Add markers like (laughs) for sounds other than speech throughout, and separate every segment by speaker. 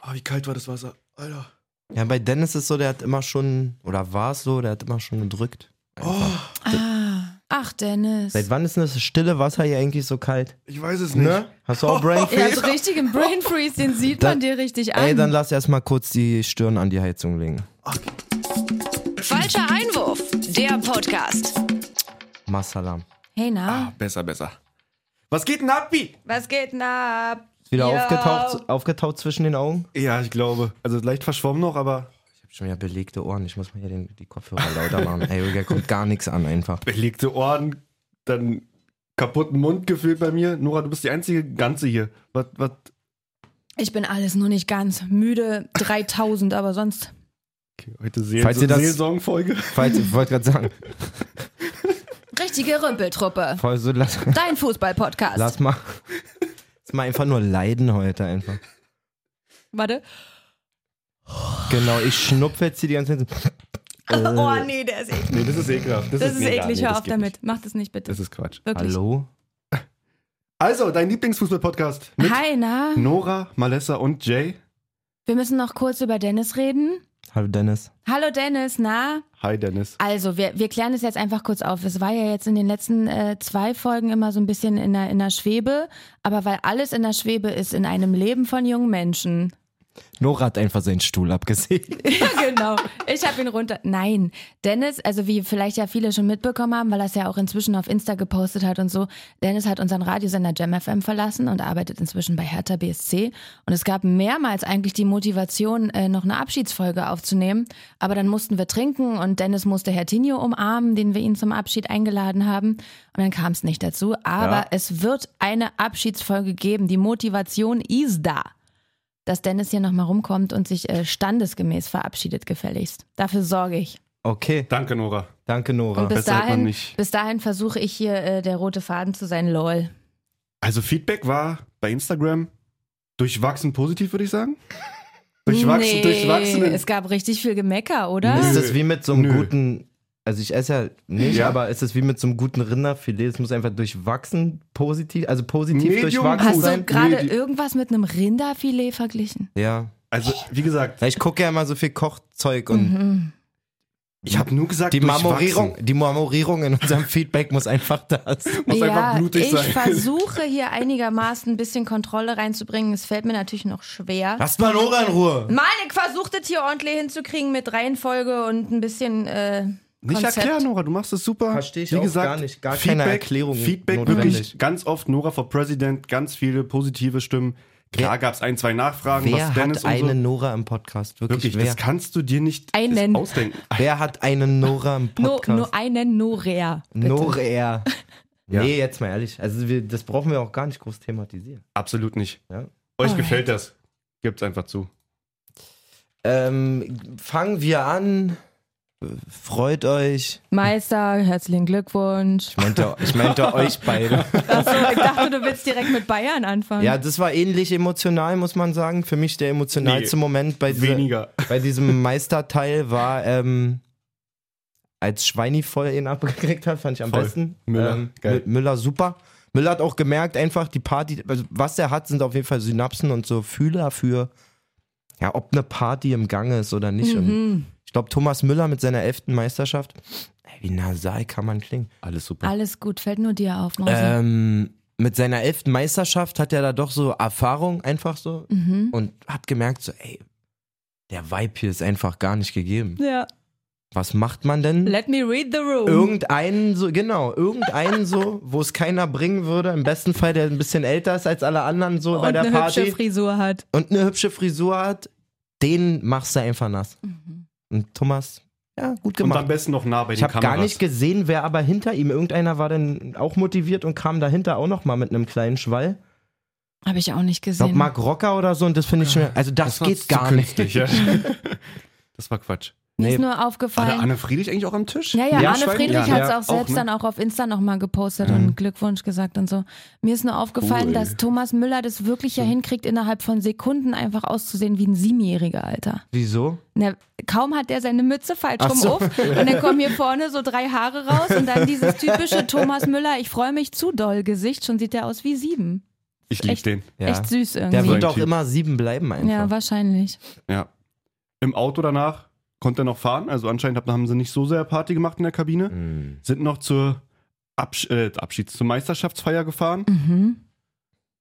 Speaker 1: Oh, wie kalt war das Wasser? Alter.
Speaker 2: Ja, bei Dennis ist es so, der hat immer schon, oder war es so, der hat immer schon gedrückt.
Speaker 1: Oh,
Speaker 2: Einfach.
Speaker 3: Ah. Ach, Dennis.
Speaker 2: Seit wann ist denn das stille Wasser hier eigentlich so kalt?
Speaker 1: ich weiß es nicht.
Speaker 2: Ne? Hast du
Speaker 3: (laughs)
Speaker 2: auch Brain
Speaker 3: Er
Speaker 2: Freeze?
Speaker 3: hat richtig einen Brain Freeze, den sieht
Speaker 2: Dann-
Speaker 3: man dir richtig an.
Speaker 2: Ey, dann lass erstmal kurz die Stirn an die Heizung legen.
Speaker 4: Falscher Einwurf, der Podcast.
Speaker 2: Massalam.
Speaker 3: hey,
Speaker 1: Ah,
Speaker 3: na?
Speaker 1: besser, besser. Was geht denn ab, Bi?
Speaker 3: Was geht denn ab?
Speaker 2: Ist wieder
Speaker 3: Ja.
Speaker 2: aufgetaucht, aufgetaut zwischen den Augen?
Speaker 1: Ja, ich glaube. Also leicht verschwommen noch, aber
Speaker 2: Ich habe schon wieder belegte Ohren. Ich muss mal hier den, die Kopfhörer lauter machen. Ey, Digga, kommt gar nichts an einfach.
Speaker 1: belegte Ohren, dann kaputten Mund gefühlt bei mir. Nora, du bist die einzige Ganze hier. Was, was?
Speaker 3: Ich bin alles nur nicht ganz müde, 3000, aber sonst.
Speaker 1: Okay, heute Seel
Speaker 2: Falls ihr das-
Speaker 1: Seelsongfolge.
Speaker 2: Falls ich wollte gerade sagen,
Speaker 3: Richtige Rümpeltruppe.
Speaker 2: voll so, lass,
Speaker 3: Dein Fußball-Podcast.
Speaker 2: lass mal. Lass mal einfach nur leiden heute einfach.
Speaker 3: Warte.
Speaker 2: Genau, ich schnupfe jetzt hier die ganze Zeit.
Speaker 3: Oh, nee, der ist
Speaker 1: (laughs)
Speaker 3: eklig.
Speaker 1: Nee, das ist ekelhaft. Das,
Speaker 3: Das ist
Speaker 1: mega.
Speaker 3: eklig,
Speaker 1: Nee,
Speaker 3: hör
Speaker 1: das
Speaker 3: auf
Speaker 1: geht
Speaker 3: damit.
Speaker 1: nicht.
Speaker 3: Mach das nicht, bitte.
Speaker 1: Das ist Quatsch.
Speaker 3: Wirklich.
Speaker 2: Hallo?
Speaker 1: Also, dein Lieblingsfußball-Podcast mit Hm.
Speaker 3: Hi, na?
Speaker 1: Nora, Malessa und Jay.
Speaker 3: Wir müssen noch kurz über Dennis reden.
Speaker 2: Hallo Dennis.
Speaker 3: Hallo Dennis, na?
Speaker 1: Hi, Dennis.
Speaker 3: Also, wir, wir klären es jetzt einfach kurz auf. Es war ja jetzt in den letzten äh, zwei Folgen immer so ein bisschen in der, in der Schwebe, aber weil alles in der Schwebe ist in einem Leben von jungen Menschen.
Speaker 2: Nora hat einfach seinen Stuhl abgesägt.
Speaker 3: Ja, genau. Ich habe ihn runter. Nein, Dennis, also wie vielleicht ja viele schon mitbekommen haben, weil er es ja auch inzwischen auf Insta gepostet hat und so. Dennis hat unseren Radiosender Jam FM verlassen und arbeitet inzwischen bei Hertha BSC. Und es gab mehrmals eigentlich die Motivation, äh, noch eine Abschiedsfolge aufzunehmen. Aber dann mussten wir trinken und Dennis musste Hertinho umarmen, den wir ihn zum Abschied eingeladen haben. Und dann kam es nicht dazu. Aber
Speaker 1: Ja.
Speaker 3: es wird eine Abschiedsfolge geben. Die Motivation ist da dass Dennis hier nochmal rumkommt und sich äh, standesgemäß verabschiedet, gefälligst. Dafür sorge ich.
Speaker 2: Okay,
Speaker 1: Danke, Nora.
Speaker 2: danke
Speaker 3: Und
Speaker 2: Nora.
Speaker 3: bis
Speaker 1: besser hat man
Speaker 3: dahin,
Speaker 1: nicht.
Speaker 3: bis dahin versuche ich hier äh, der rote Faden zu sein, lol.
Speaker 1: Also Feedback war bei Instagram durchwachsen positiv, würde ich sagen. Durchwachsen,
Speaker 3: nee,
Speaker 1: durchwachsen.
Speaker 3: Es gab richtig viel Gemecker, oder?
Speaker 2: Ist
Speaker 1: Nö.
Speaker 2: das wie mit so einem
Speaker 1: Nö.
Speaker 2: guten, also ich esse ja nicht,
Speaker 1: Ja.
Speaker 2: aber ist das wie mit so einem guten Rinderfilet? Es muss einfach durchwachsen, positiv, also positiv
Speaker 1: Medium
Speaker 2: durchwachsen
Speaker 3: Hast du
Speaker 2: sein.
Speaker 3: gerade
Speaker 1: Nee, die-
Speaker 3: irgendwas mit einem Rinderfilet verglichen?
Speaker 2: Ja.
Speaker 1: Also, wie gesagt,
Speaker 2: Ja, Ich gucke ja immer so viel Kochzeug und
Speaker 3: Mhm.
Speaker 1: ich habe nur gesagt,
Speaker 2: die
Speaker 1: durchwachsen.
Speaker 2: Marmorierung, die Marmorierung in unserem Feedback muss einfach da
Speaker 1: (laughs)
Speaker 2: sein.
Speaker 1: Muss
Speaker 3: ja,
Speaker 1: einfach blutig
Speaker 3: ich
Speaker 1: sein.
Speaker 3: versuche hier einigermaßen ein bisschen Kontrolle reinzubringen. Es fällt mir natürlich noch schwer.
Speaker 2: Lasst mal Nora in Ruhe.
Speaker 3: Mann, ich versuche das hier ordentlich hinzukriegen mit Reihenfolge und ein bisschen äh,
Speaker 1: Nicht
Speaker 3: Konzept.
Speaker 1: erklären, Nora, du machst es super.
Speaker 2: Verstehe ich
Speaker 1: wie
Speaker 2: auch
Speaker 1: gesagt,
Speaker 2: gar nicht, gar
Speaker 1: Feedback,
Speaker 2: keine Erklärung
Speaker 1: Feedback
Speaker 2: notwendig.
Speaker 1: wirklich ganz oft Nora for President, ganz viele positive Stimmen. Klar
Speaker 2: Wer-
Speaker 1: gab es ein, zwei Nachfragen,
Speaker 2: Wer
Speaker 1: was Dennis
Speaker 2: hat eine
Speaker 1: und so.
Speaker 2: Nora im Podcast? Wirklich,
Speaker 1: Wirklich,
Speaker 2: wer?
Speaker 1: das kannst du dir nicht
Speaker 3: Einen.
Speaker 1: ausdenken.
Speaker 2: Wer hat eine Nora im
Speaker 3: No,
Speaker 2: Podcast?
Speaker 3: (laughs) nur einen Norea. bitte.
Speaker 2: Norea.
Speaker 1: Ja.
Speaker 2: Nee, jetzt mal ehrlich. Also wir, das brauchen wir auch gar nicht groß thematisieren.
Speaker 1: Absolut nicht.
Speaker 2: Ja.
Speaker 1: Euch
Speaker 3: Alright.
Speaker 1: gefällt das. Gibt's einfach zu.
Speaker 2: Ähm, fangen wir an. Freut euch.
Speaker 3: Meister, herzlichen Glückwunsch.
Speaker 2: Ich meinte,
Speaker 1: (laughs)
Speaker 2: ich meinte euch beide.
Speaker 3: Achso, (laughs) ich dachte, du willst direkt mit Bayern anfangen.
Speaker 2: Ja, das war ähnlich emotional, muss man sagen. Für mich der emotionalste
Speaker 1: Nee,
Speaker 2: Moment bei, dieser,
Speaker 1: Weniger.
Speaker 2: bei diesem Meisterteil war, ähm, als Schweini voll ihn abgekriegt hat, fand ich am
Speaker 1: Voll.
Speaker 2: besten.
Speaker 1: Müller,
Speaker 2: ähm,
Speaker 1: geil.
Speaker 2: M- Müller super. Müller hat auch gemerkt, einfach die Party, also was er hat, sind auf jeden Fall Synapsen und so Fühler für, ja, ob eine Party im Gange ist oder nicht. Und
Speaker 3: Mhm.
Speaker 2: ich glaube, Thomas Müller mit seiner elften Meisterschaft, ey, wie nasal kann man klingen?
Speaker 1: Alles super.
Speaker 3: Alles gut, fällt nur dir auf, Mausi.
Speaker 2: Ähm, mit seiner elften Meisterschaft hat er da doch so Erfahrung einfach so
Speaker 3: mhm.
Speaker 2: und hat gemerkt so, ey, der Vibe hier ist einfach gar nicht gegeben.
Speaker 3: Ja.
Speaker 2: Was macht man denn?
Speaker 3: Let me read the room.
Speaker 2: Irgendeinen so, genau, irgendeinen so, wo es keiner bringen würde, im besten Fall, der ein bisschen älter ist als alle anderen so
Speaker 3: und
Speaker 2: bei der
Speaker 3: eine
Speaker 2: Party
Speaker 3: hübsche Frisur hat.
Speaker 2: und eine hübsche Frisur hat, den machst du einfach nass.
Speaker 3: Mhm.
Speaker 2: Und Thomas, ja, gut
Speaker 1: Und am
Speaker 2: gemacht.
Speaker 1: besten noch nah bei
Speaker 2: Ich
Speaker 1: den
Speaker 2: habe
Speaker 1: Kameras.
Speaker 2: gar nicht gesehen, wer aber hinter ihm, irgendeiner war dann auch motiviert und kam dahinter auch nochmal mit einem kleinen Schwall.
Speaker 3: Habe ich auch nicht
Speaker 2: Ich glaube,
Speaker 3: gesehen.
Speaker 2: Mark Rocker oder so, und das finde ich schon. Also, das,
Speaker 1: war
Speaker 2: geht
Speaker 1: zu
Speaker 2: gar nicht.
Speaker 1: künstlich, (laughs) ja. Das war Quatsch.
Speaker 3: Mir ist
Speaker 2: Nee. Also
Speaker 3: nur
Speaker 1: War der
Speaker 3: aufgefallen.
Speaker 1: Anne Friedrich eigentlich auch am Tisch?
Speaker 3: Ja, ja,
Speaker 2: Ja,
Speaker 3: Arne
Speaker 2: Schwein-
Speaker 3: Friedrich
Speaker 2: ja, Mhm.
Speaker 3: hat es
Speaker 1: ja,
Speaker 3: auch selbst
Speaker 1: auch, ne?
Speaker 3: dann auch auf Insta nochmal gepostet und Glückwunsch gesagt und so. Mir ist nur aufgefallen,
Speaker 1: Cool.
Speaker 3: dass Thomas Müller das wirklich
Speaker 2: Hm.
Speaker 3: ja hinkriegt, innerhalb von Sekunden einfach auszusehen wie ein Siebenjähriger, Alter.
Speaker 2: Wieso?
Speaker 3: Na, kaum hat er seine Mütze falsch
Speaker 2: Ach
Speaker 3: rum
Speaker 2: so.
Speaker 3: auf und dann kommen hier vorne so drei
Speaker 2: (laughs)
Speaker 3: Haare raus und dann dieses typische Thomas Müller, ich freue mich zu doll Gesicht, schon sieht er aus wie sieben.
Speaker 1: Ich liebe
Speaker 3: echt-
Speaker 1: den.
Speaker 2: Ja.
Speaker 3: Echt süß irgendwie.
Speaker 2: Der
Speaker 1: So ein
Speaker 2: wird auch
Speaker 1: Typ.
Speaker 2: immer sieben bleiben einfach.
Speaker 3: ja, wahrscheinlich.
Speaker 1: Ja. Im Auto danach konnte er noch fahren. Also anscheinend hab- haben sie nicht so sehr Party gemacht in der Kabine.
Speaker 2: Mhm.
Speaker 1: Sind noch zur Absch äh, Abschieds-, zur Meisterschaftsfeier gefahren.
Speaker 3: Mhm.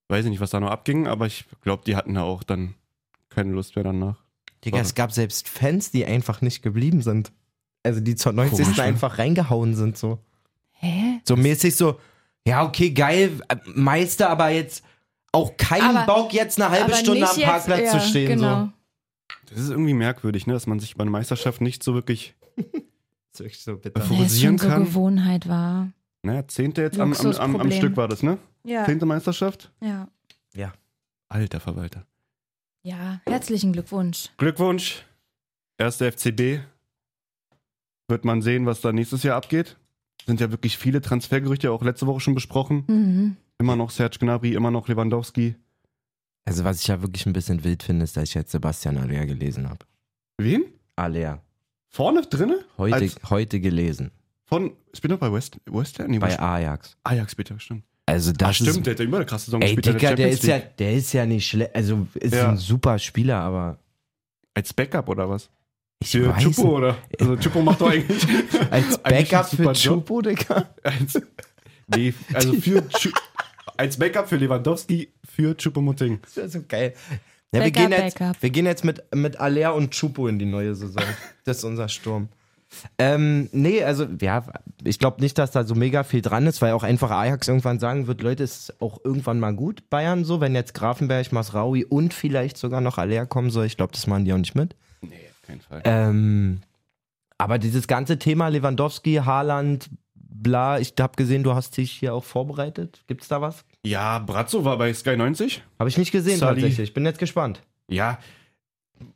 Speaker 1: Weiß ich nicht, was da noch abging, aber ich glaube, die hatten da auch dann keine Lust mehr danach.
Speaker 2: Digga, es gab selbst Fans, die einfach nicht geblieben sind. Also die zur 90.
Speaker 1: Komisch, ne?
Speaker 2: einfach reingehauen sind so.
Speaker 3: Hä?
Speaker 2: So mäßig so, ja, okay, geil, äh, Meister, aber jetzt auch keinen
Speaker 3: Aber-
Speaker 2: Bock, jetzt eine halbe
Speaker 3: Aber
Speaker 2: Stunde
Speaker 3: nicht
Speaker 2: am
Speaker 3: jetzt-
Speaker 2: Parkplatz zu
Speaker 3: ja,
Speaker 2: stehen.
Speaker 3: Genau.
Speaker 1: Das ist irgendwie merkwürdig, ne? dass man sich bei einer Meisterschaft nicht so wirklich.
Speaker 2: So. Das ist so bitter.
Speaker 1: Wo
Speaker 3: Weil es
Speaker 1: rasieren
Speaker 3: schon so
Speaker 1: kann.
Speaker 3: Gewohnheit war.
Speaker 1: Naja, zehnte jetzt am, am, am, am
Speaker 3: Luxusproblem.
Speaker 1: Stück war das, ne?
Speaker 3: Ja.
Speaker 1: Zehnte Meisterschaft?
Speaker 3: ja.
Speaker 1: Alter Verwalter.
Speaker 3: Ja, herzlichen Glückwunsch.
Speaker 1: Glückwunsch. Erste FCB. Wird man sehen, was da nächstes Jahr abgeht. Sind ja wirklich viele Transfergerüchte, auch letzte Woche schon besprochen.
Speaker 3: Mhm.
Speaker 1: Immer noch Serge Gnabry, immer noch Lewandowski.
Speaker 2: Also was ich ja wirklich ein bisschen wild finde, ist, dass ich jetzt Sebastian Aller gelesen habe.
Speaker 1: Wen?
Speaker 2: Aller.
Speaker 1: Vorne drinne?
Speaker 2: Heute,
Speaker 1: Als-
Speaker 2: heute gelesen.
Speaker 1: Von, ich bin doch bei West, West Ham? Nee,
Speaker 2: Bei
Speaker 1: West-
Speaker 2: Ajax.
Speaker 1: Ajax, bitte, stimmt.
Speaker 2: Also das
Speaker 1: Ach, stimmt,
Speaker 2: ist...
Speaker 1: der hat ja über eine krasse Saison
Speaker 2: Ey,
Speaker 1: gespielt. in
Speaker 2: Dicker, der
Speaker 1: Champions
Speaker 2: ist ja,
Speaker 1: League.
Speaker 2: der ist ja nicht schlecht. Also ist
Speaker 1: Ja.
Speaker 2: ein super Spieler, aber
Speaker 1: Als Backup oder was?
Speaker 2: ich
Speaker 1: Für
Speaker 2: weiß
Speaker 1: Chupo
Speaker 2: nicht.
Speaker 1: oder? Also Chupo macht doch
Speaker 2: (laughs)
Speaker 1: eigentlich. eigentlich
Speaker 2: Als
Speaker 1: einen
Speaker 2: Backup
Speaker 1: super
Speaker 2: für
Speaker 1: Job.
Speaker 2: Chupo, Digga.
Speaker 1: Als, nee, also für Chu- als Backup für Lewandowski, für Chupomoting.
Speaker 2: Das wäre so geil. Ja, wir,
Speaker 3: Backup,
Speaker 2: gehen jetzt,
Speaker 3: Backup.
Speaker 2: wir gehen jetzt mit, mit Aller und Chupo in die neue
Speaker 3: (laughs)
Speaker 2: Saison. Das ist unser Sturm. Ähm, nee, also ja, ich glaube nicht, dass da so mega viel dran ist, weil auch einfach Ajax irgendwann sagen wird, Leute, es ist auch irgendwann mal gut, Bayern so, wenn jetzt Grafenberg, Masraui und vielleicht sogar noch Aller kommen soll. Ich glaube, das machen die auch nicht mit.
Speaker 1: Nee, auf keinen Fall.
Speaker 2: Ähm, aber dieses ganze Thema Lewandowski, Haaland, bla, ich habe gesehen, du hast dich hier auch vorbereitet. Gibt's da was?
Speaker 1: Ja, Brazzo war bei Sky 90.
Speaker 2: Habe ich nicht gesehen
Speaker 1: Sully.
Speaker 2: tatsächlich. Ich bin jetzt gespannt.
Speaker 1: Ja,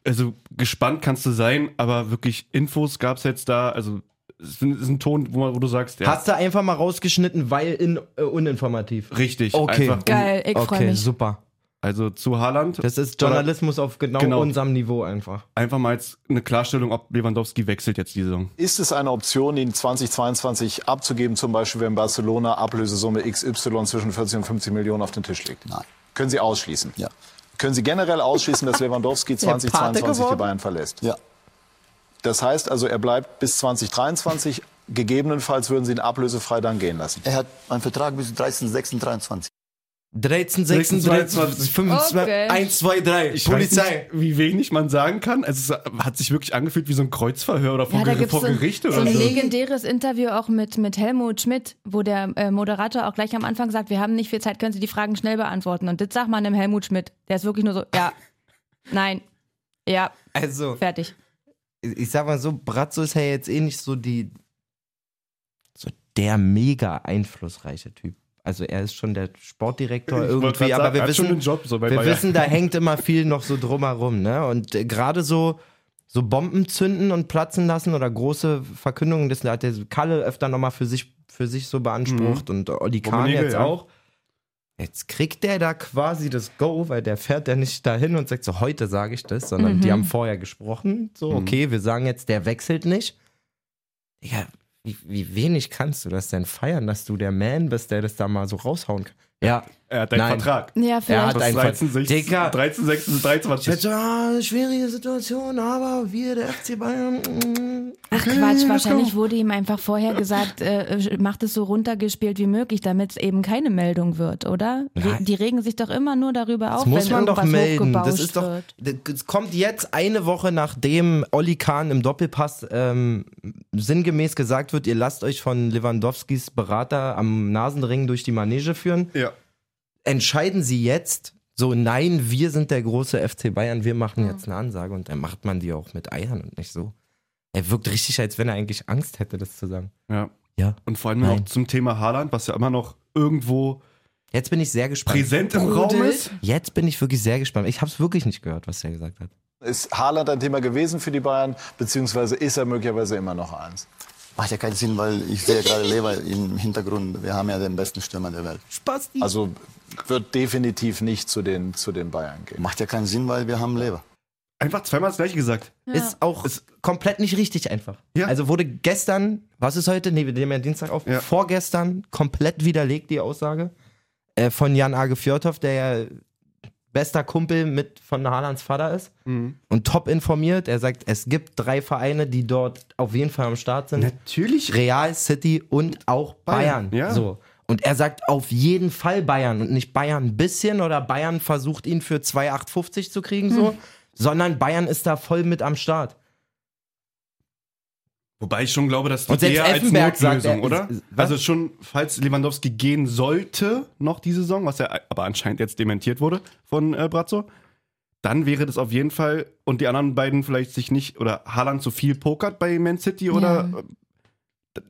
Speaker 1: also gespannt kannst du sein, aber wirklich Infos gab es jetzt da. Also es ist ein- es ist ein Ton, wo, man, wo du sagst, ja,
Speaker 2: Hast du einfach mal rausgeschnitten, weil in, äh, uninformativ.
Speaker 1: richtig.
Speaker 2: Okay.
Speaker 1: Einfach, um-
Speaker 3: Geil, ich freue
Speaker 2: Okay,
Speaker 3: mich.
Speaker 2: super.
Speaker 1: Also zu Haaland,
Speaker 2: Das ist Journalismus auf genau,
Speaker 1: Genau.
Speaker 2: unserem Niveau einfach.
Speaker 1: einfach mal jetzt eine Klarstellung, ob Lewandowski wechselt jetzt die Saison.
Speaker 5: Ist es eine Option, ihn 2022 abzugeben, zum Beispiel wenn Barcelona Ablösesumme XY zwischen 40 und 50 Millionen auf den Tisch legt?
Speaker 6: Nein.
Speaker 5: Können Sie ausschließen?
Speaker 6: Ja.
Speaker 5: Können Sie generell ausschließen,
Speaker 6: (laughs)
Speaker 5: dass Lewandowski
Speaker 2: Der Pate
Speaker 5: 2022 die
Speaker 2: geworden?
Speaker 5: Bayern verlässt?
Speaker 6: Ja.
Speaker 5: Das heißt also, er bleibt bis 2023. Gegebenenfalls würden Sie ihn ablösefrei dann gehen lassen.
Speaker 6: Er hat einen Vertrag bis 13.26.
Speaker 2: 13, 16,
Speaker 1: 26,
Speaker 2: 25,
Speaker 3: Okay.
Speaker 2: 1, 2, 3. Polizei.
Speaker 1: Weiß nicht, wie wenig man sagen kann. Also es hat sich wirklich angefühlt wie so ein Kreuzverhör oder vor,
Speaker 3: Ja, da
Speaker 1: Geri-
Speaker 3: gibt
Speaker 1: vor
Speaker 3: es so, ein-
Speaker 1: Gericht
Speaker 3: so
Speaker 1: oder
Speaker 3: ein
Speaker 1: so.
Speaker 3: legendäres Interview auch mit, mit Helmut Schmidt, wo der äh, Moderator auch gleich am Anfang sagt, wir haben nicht viel Zeit, können Sie die Fragen schnell beantworten. Und das sagt man dem Helmut Schmidt. Der ist wirklich nur so, ja, nein, ja,
Speaker 2: Also,
Speaker 3: fertig.
Speaker 2: ich sag mal so, Brazzo ist ja jetzt eh nicht so die. So der mega einflussreiche Typ. Also, er ist schon der Sportdirektor
Speaker 1: Ich wollte
Speaker 2: irgendwie,
Speaker 1: grad
Speaker 2: aber
Speaker 1: sagen,
Speaker 2: wir
Speaker 1: hat schon
Speaker 2: wissen,
Speaker 1: einen Job so bei
Speaker 2: wir
Speaker 1: Bayern.
Speaker 2: wissen, da hängt immer viel noch so drumherum, ne? Und äh, gerade so, so Bomben zünden und platzen lassen oder große Verkündungen, das hat der Kalle öfter nochmal für sich, für sich so beansprucht und Olli Kahn
Speaker 1: Rummenigge,
Speaker 2: jetzt
Speaker 1: Mhm. ja.
Speaker 2: auch. Jetzt kriegt der da quasi das Go, weil der fährt ja nicht dahin und sagt so, heute sage ich das, sondern die haben vorher gesprochen. So,
Speaker 1: Mhm.
Speaker 2: okay, wir sagen jetzt, der wechselt nicht. Ja, wie, wie wenig kannst du das denn feiern, dass du der Man bist, der das da mal so raushauen kann? Ja,
Speaker 1: Er hat einen
Speaker 2: Nein.
Speaker 1: Vertrag.
Speaker 3: Ja,
Speaker 2: Er
Speaker 3: vielleicht.
Speaker 2: hat einen
Speaker 1: 13,
Speaker 2: Ver-
Speaker 1: 16,
Speaker 2: Digga.
Speaker 1: 13, 16,
Speaker 2: Ich hätte
Speaker 1: 23.
Speaker 2: so, ah, schwierige Situation, aber wir, der FC Bayern. mm,
Speaker 3: Ach Quatsch, wahrscheinlich wurde ihm einfach vorher gesagt, äh, macht es so runtergespielt wie möglich, damit es eben keine Meldung wird, oder? Re
Speaker 2: Nein.
Speaker 3: die regen sich doch immer nur darüber auf,
Speaker 2: Das muss
Speaker 3: wenn
Speaker 2: man doch
Speaker 3: irgendwas
Speaker 2: melden. Das
Speaker 3: hochgebauscht
Speaker 2: ist doch.
Speaker 3: wird.
Speaker 2: Das kommt jetzt eine Woche nachdem Olli Kahn im Doppelpass ähm, sinngemäß gesagt wird, ihr lasst euch von Lewandowskis Berater am Nasenring durch die Manege führen.
Speaker 1: Ja.
Speaker 2: Entscheiden sie jetzt so, nein, wir sind der große FC Bayern, wir machen jetzt eine Ansage und dann macht man die auch mit Eiern und nicht so. Er wirkt richtig, als wenn er eigentlich Angst hätte, das zu sagen.
Speaker 1: ja.
Speaker 2: Ja.
Speaker 1: Und vor allem
Speaker 2: Nein.
Speaker 1: auch zum Thema Haaland, was ja immer noch irgendwo
Speaker 2: Jetzt bin ich sehr gespannt.
Speaker 1: präsent im Raum ist.
Speaker 2: Jetzt bin ich wirklich sehr gespannt. Ich habe es wirklich nicht gehört, was er gesagt hat.
Speaker 5: Ist Haaland ein Thema gewesen für die Bayern, beziehungsweise ist er möglicherweise immer noch eins?
Speaker 6: Macht ja keinen Sinn, weil ich sehe gerade Lever im Hintergrund. Wir haben ja den besten Stürmer der Welt.
Speaker 2: Spasti.
Speaker 5: Also wird definitiv nicht zu den, zu den Bayern gehen.
Speaker 6: Macht ja keinen Sinn, weil wir haben Lever.
Speaker 1: Einfach zweimal das gleiche gesagt.
Speaker 2: Ist auch komplett nicht richtig einfach.
Speaker 1: Ja.
Speaker 2: Also wurde gestern, was ist heute? Nee, wir nehmen ja Dienstag auf.
Speaker 1: Ja.
Speaker 2: Vorgestern komplett widerlegt die Aussage. äh, von Jan Age Fjordhoff, der ja bester Kumpel mit von Haalands Vater ist und top informiert. Er sagt, es gibt drei Vereine, die dort auf jeden Fall am Start sind.
Speaker 1: Natürlich.
Speaker 2: Real City und auch Bayern.
Speaker 1: Bayern, ja.
Speaker 2: So. Und er sagt auf jeden Fall Bayern und nicht Bayern ein bisschen oder Bayern versucht ihn für 2,850 zu kriegen,
Speaker 1: Hm.
Speaker 2: so, sondern Bayern ist da voll mit am Start.
Speaker 1: Wobei ich schon glaube, dass
Speaker 2: Und selbst
Speaker 1: eher als
Speaker 2: Effenberg sagt,
Speaker 1: Notlösung,
Speaker 2: er-
Speaker 1: oder?
Speaker 2: Was?
Speaker 1: Also schon, falls Lewandowski gehen sollte noch die Saison, was ja aber anscheinend jetzt dementiert wurde von äh, Brazzo, dann wäre das auf jeden Fall und die anderen beiden vielleicht sich nicht oder Haaland zu viel pokert bei Man City oder
Speaker 3: Ja.
Speaker 1: äh,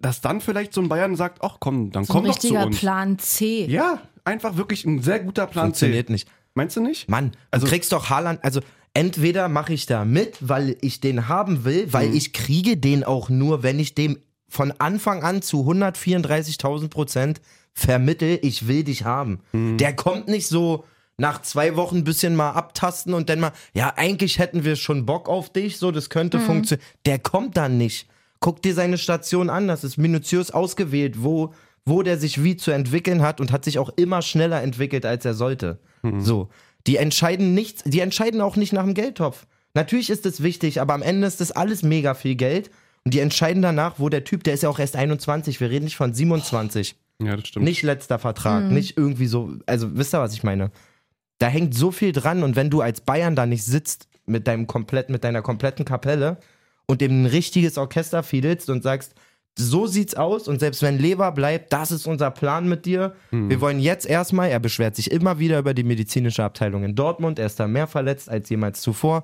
Speaker 1: dass dann vielleicht so ein Bayern sagt, ach komm, dann
Speaker 3: So ein
Speaker 1: komm doch zu
Speaker 3: richtiger
Speaker 1: uns.
Speaker 3: Plan C.
Speaker 1: Ja, einfach wirklich ein sehr guter Plan C.
Speaker 2: Funktioniert nicht.
Speaker 1: Meinst du nicht?
Speaker 2: Mann,
Speaker 1: Also-
Speaker 2: du kriegst doch Haaland, also entweder mache ich da mit, weil ich den haben will, weil ich kriege den auch nur, wenn ich dem von Anfang an zu 134.000 Prozent vermittel, ich will dich haben. Der kommt nicht so nach zwei Wochen ein bisschen mal abtasten und dann mal, ja, eigentlich hätten wir schon Bock auf dich, so, das könnte funktionieren. Der kommt dann nicht. Guck dir seine Station an, das ist minutiös ausgewählt, wo, wo der sich wie zu entwickeln hat und hat sich auch immer schneller entwickelt, als er sollte. So. Die entscheiden nichts, die entscheiden auch nicht nach dem Geldtopf. Natürlich ist es wichtig, aber am Ende ist das alles mega viel Geld. Und die entscheiden danach, wo der Typ, der ist ja auch erst 21, wir reden nicht von 27.
Speaker 1: Ja, das stimmt.
Speaker 2: Nicht letzter Vertrag, nicht irgendwie so, also wisst ihr, was ich meine? Da hängt so viel dran und wenn du als Bayern da nicht sitzt mit deinem komplett, mit deiner kompletten Kapelle und eben ein richtiges Orchester fiedelst und sagst, so sieht's aus und selbst wenn Lever bleibt, das ist unser Plan mit dir. Wir wollen jetzt erstmal, er beschwert sich immer wieder über die medizinische Abteilung in Dortmund, er ist da mehr verletzt als jemals zuvor.